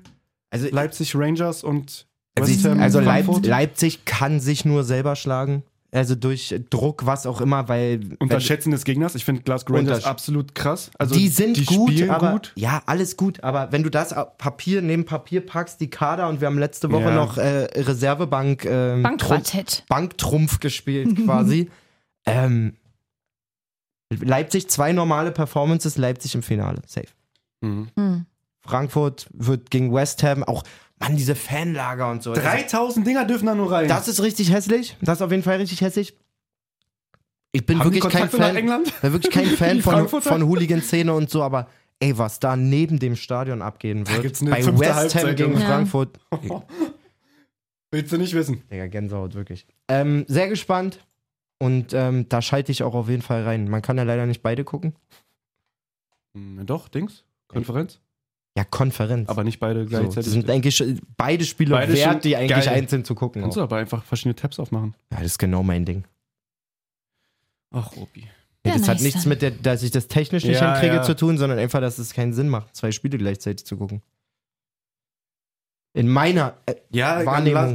Speaker 2: Also,
Speaker 1: Leipzig Rangers und
Speaker 2: Also,
Speaker 1: West
Speaker 2: ich,
Speaker 1: Ham
Speaker 2: also Leip,
Speaker 1: Frankfurt?
Speaker 2: Leipzig kann sich nur selber schlagen. Also durch Druck, was auch immer, weil.
Speaker 1: Unterschätzen des Gegners. Ich finde Glasgow Rangers
Speaker 2: Untersch-
Speaker 1: absolut krass.
Speaker 2: wenn,
Speaker 1: Also
Speaker 2: die sind gut,
Speaker 1: spielen
Speaker 2: aber.
Speaker 1: gut.
Speaker 2: Ja, alles gut. Aber wenn du das auf Papier neben Papier packst, die Kader und wir haben letzte Woche
Speaker 1: Ja.
Speaker 2: noch äh, Reservebank. ähm, Trumpf-
Speaker 3: Bankquartett.
Speaker 2: Banktrumpf gespielt quasi. ähm, Leipzig, zwei normale Performances, Leipzig im Finale. Safe.
Speaker 1: Mhm.
Speaker 3: Hm.
Speaker 2: Frankfurt wird gegen West Ham auch. Mann, diese Fanlager und so. Also,
Speaker 1: 3000 Dinger dürfen da nur rein.
Speaker 2: Das ist richtig hässlich. Das ist auf jeden Fall richtig hässlich. Ich bin
Speaker 1: Haben die
Speaker 2: wirklich kein
Speaker 1: Kontakte nach
Speaker 2: Fan.
Speaker 1: England? (laughs)
Speaker 2: Bin wirklich kein Fan
Speaker 1: Die
Speaker 2: von,
Speaker 1: Frankfurter?
Speaker 2: von Hooligan-Szene und so, aber ey, was da neben dem Stadion abgehen wird.
Speaker 1: gibt's eine
Speaker 2: bei
Speaker 1: fünfte
Speaker 2: West Ham
Speaker 1: Halbzeit,
Speaker 2: gegen
Speaker 1: Junge.
Speaker 3: Ja.
Speaker 2: Frankfurt.
Speaker 1: Willst du nicht wissen.
Speaker 2: Digga, Gänsehaut, wirklich. Ähm, sehr gespannt. Und ähm, da schalte ich auch auf jeden Fall rein. Man kann ja leider nicht beide gucken.
Speaker 1: Hm, Doch, Dings. Konferenz.
Speaker 2: Ja, Konferenz.
Speaker 1: Aber nicht beide
Speaker 2: so, das
Speaker 1: gleichzeitig.
Speaker 2: sind eigentlich schon- beide Spiele
Speaker 1: Beide schon
Speaker 2: wert, die eigentlich
Speaker 1: geil.
Speaker 2: einzeln zu gucken. Auch.
Speaker 1: Kannst du
Speaker 2: Ja,
Speaker 1: aber einfach verschiedene Tabs aufmachen.
Speaker 2: das ist genau mein Ding.
Speaker 1: Ach, Opi.
Speaker 2: Nee,
Speaker 3: Ja,
Speaker 2: das hat
Speaker 3: nice
Speaker 2: nichts
Speaker 3: dann.
Speaker 2: mit der, dass ich das technisch nicht
Speaker 1: Ja,
Speaker 2: hinkriege
Speaker 1: ja.
Speaker 2: zu tun, sondern einfach, dass es keinen Sinn macht, zwei Spiele gleichzeitig zu gucken. In meiner. Äh,
Speaker 1: Ja,
Speaker 2: Wahrnehmung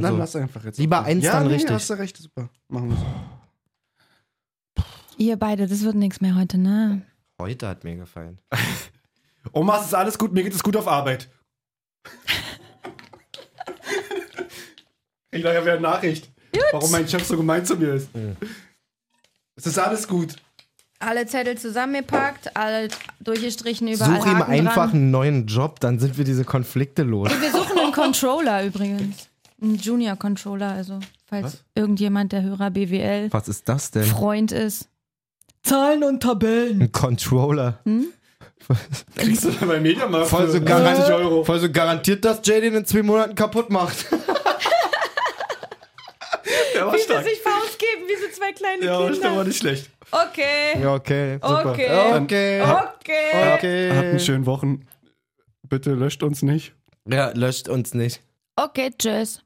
Speaker 1: Dann, lass-
Speaker 2: so.
Speaker 1: dann lass einfach jetzt.
Speaker 2: Lieber eins
Speaker 1: ja,
Speaker 2: dann
Speaker 1: nee,
Speaker 2: richtig.
Speaker 1: hast du recht, super. Machen wir so.
Speaker 3: Ihr beide, das wird nichts mehr heute, ne?
Speaker 2: heute hat mir gefallen.
Speaker 1: Oma, es ist alles gut, mir geht es gut auf Arbeit. ich glaube, ich habe eine Nachricht. Warum mein Chef so gemein zu mir ist. Es ist alles gut.
Speaker 7: Alle Zettel zusammengepackt, alle durchgestrichen, überall
Speaker 2: Such ihm
Speaker 7: Haken
Speaker 2: einfach
Speaker 7: dran.
Speaker 2: einen neuen Job, dann sind wir diese Konflikte los.
Speaker 3: Wir suchen einen Controller übrigens. Einen Junior-Controller, also falls irgendjemand der Hörer BWL
Speaker 2: Was ist das denn?
Speaker 3: Freund ist. Zahlen und Tabellen.
Speaker 2: Ein Controller.
Speaker 1: Kriegst du da bei Mediamarkt
Speaker 2: Voll
Speaker 1: für
Speaker 2: so, garan-
Speaker 1: 20 Euro.
Speaker 2: voll so garantiert, dass Jay den in zwei Monaten kaputt macht.
Speaker 1: Der war stark.
Speaker 7: Sich Faust geben, wie so zwei kleine
Speaker 1: Ja, der war
Speaker 7: Kinder.
Speaker 1: nicht schlecht.
Speaker 7: Okay,
Speaker 2: (laughs) Ja, okay. Super.
Speaker 7: Okay.
Speaker 2: Okay.
Speaker 7: okay.
Speaker 2: Okay.
Speaker 1: Habt einen schönen Wochen. Bitte löscht uns nicht.
Speaker 2: Ja, löscht uns nicht.
Speaker 3: Okay, tschüss.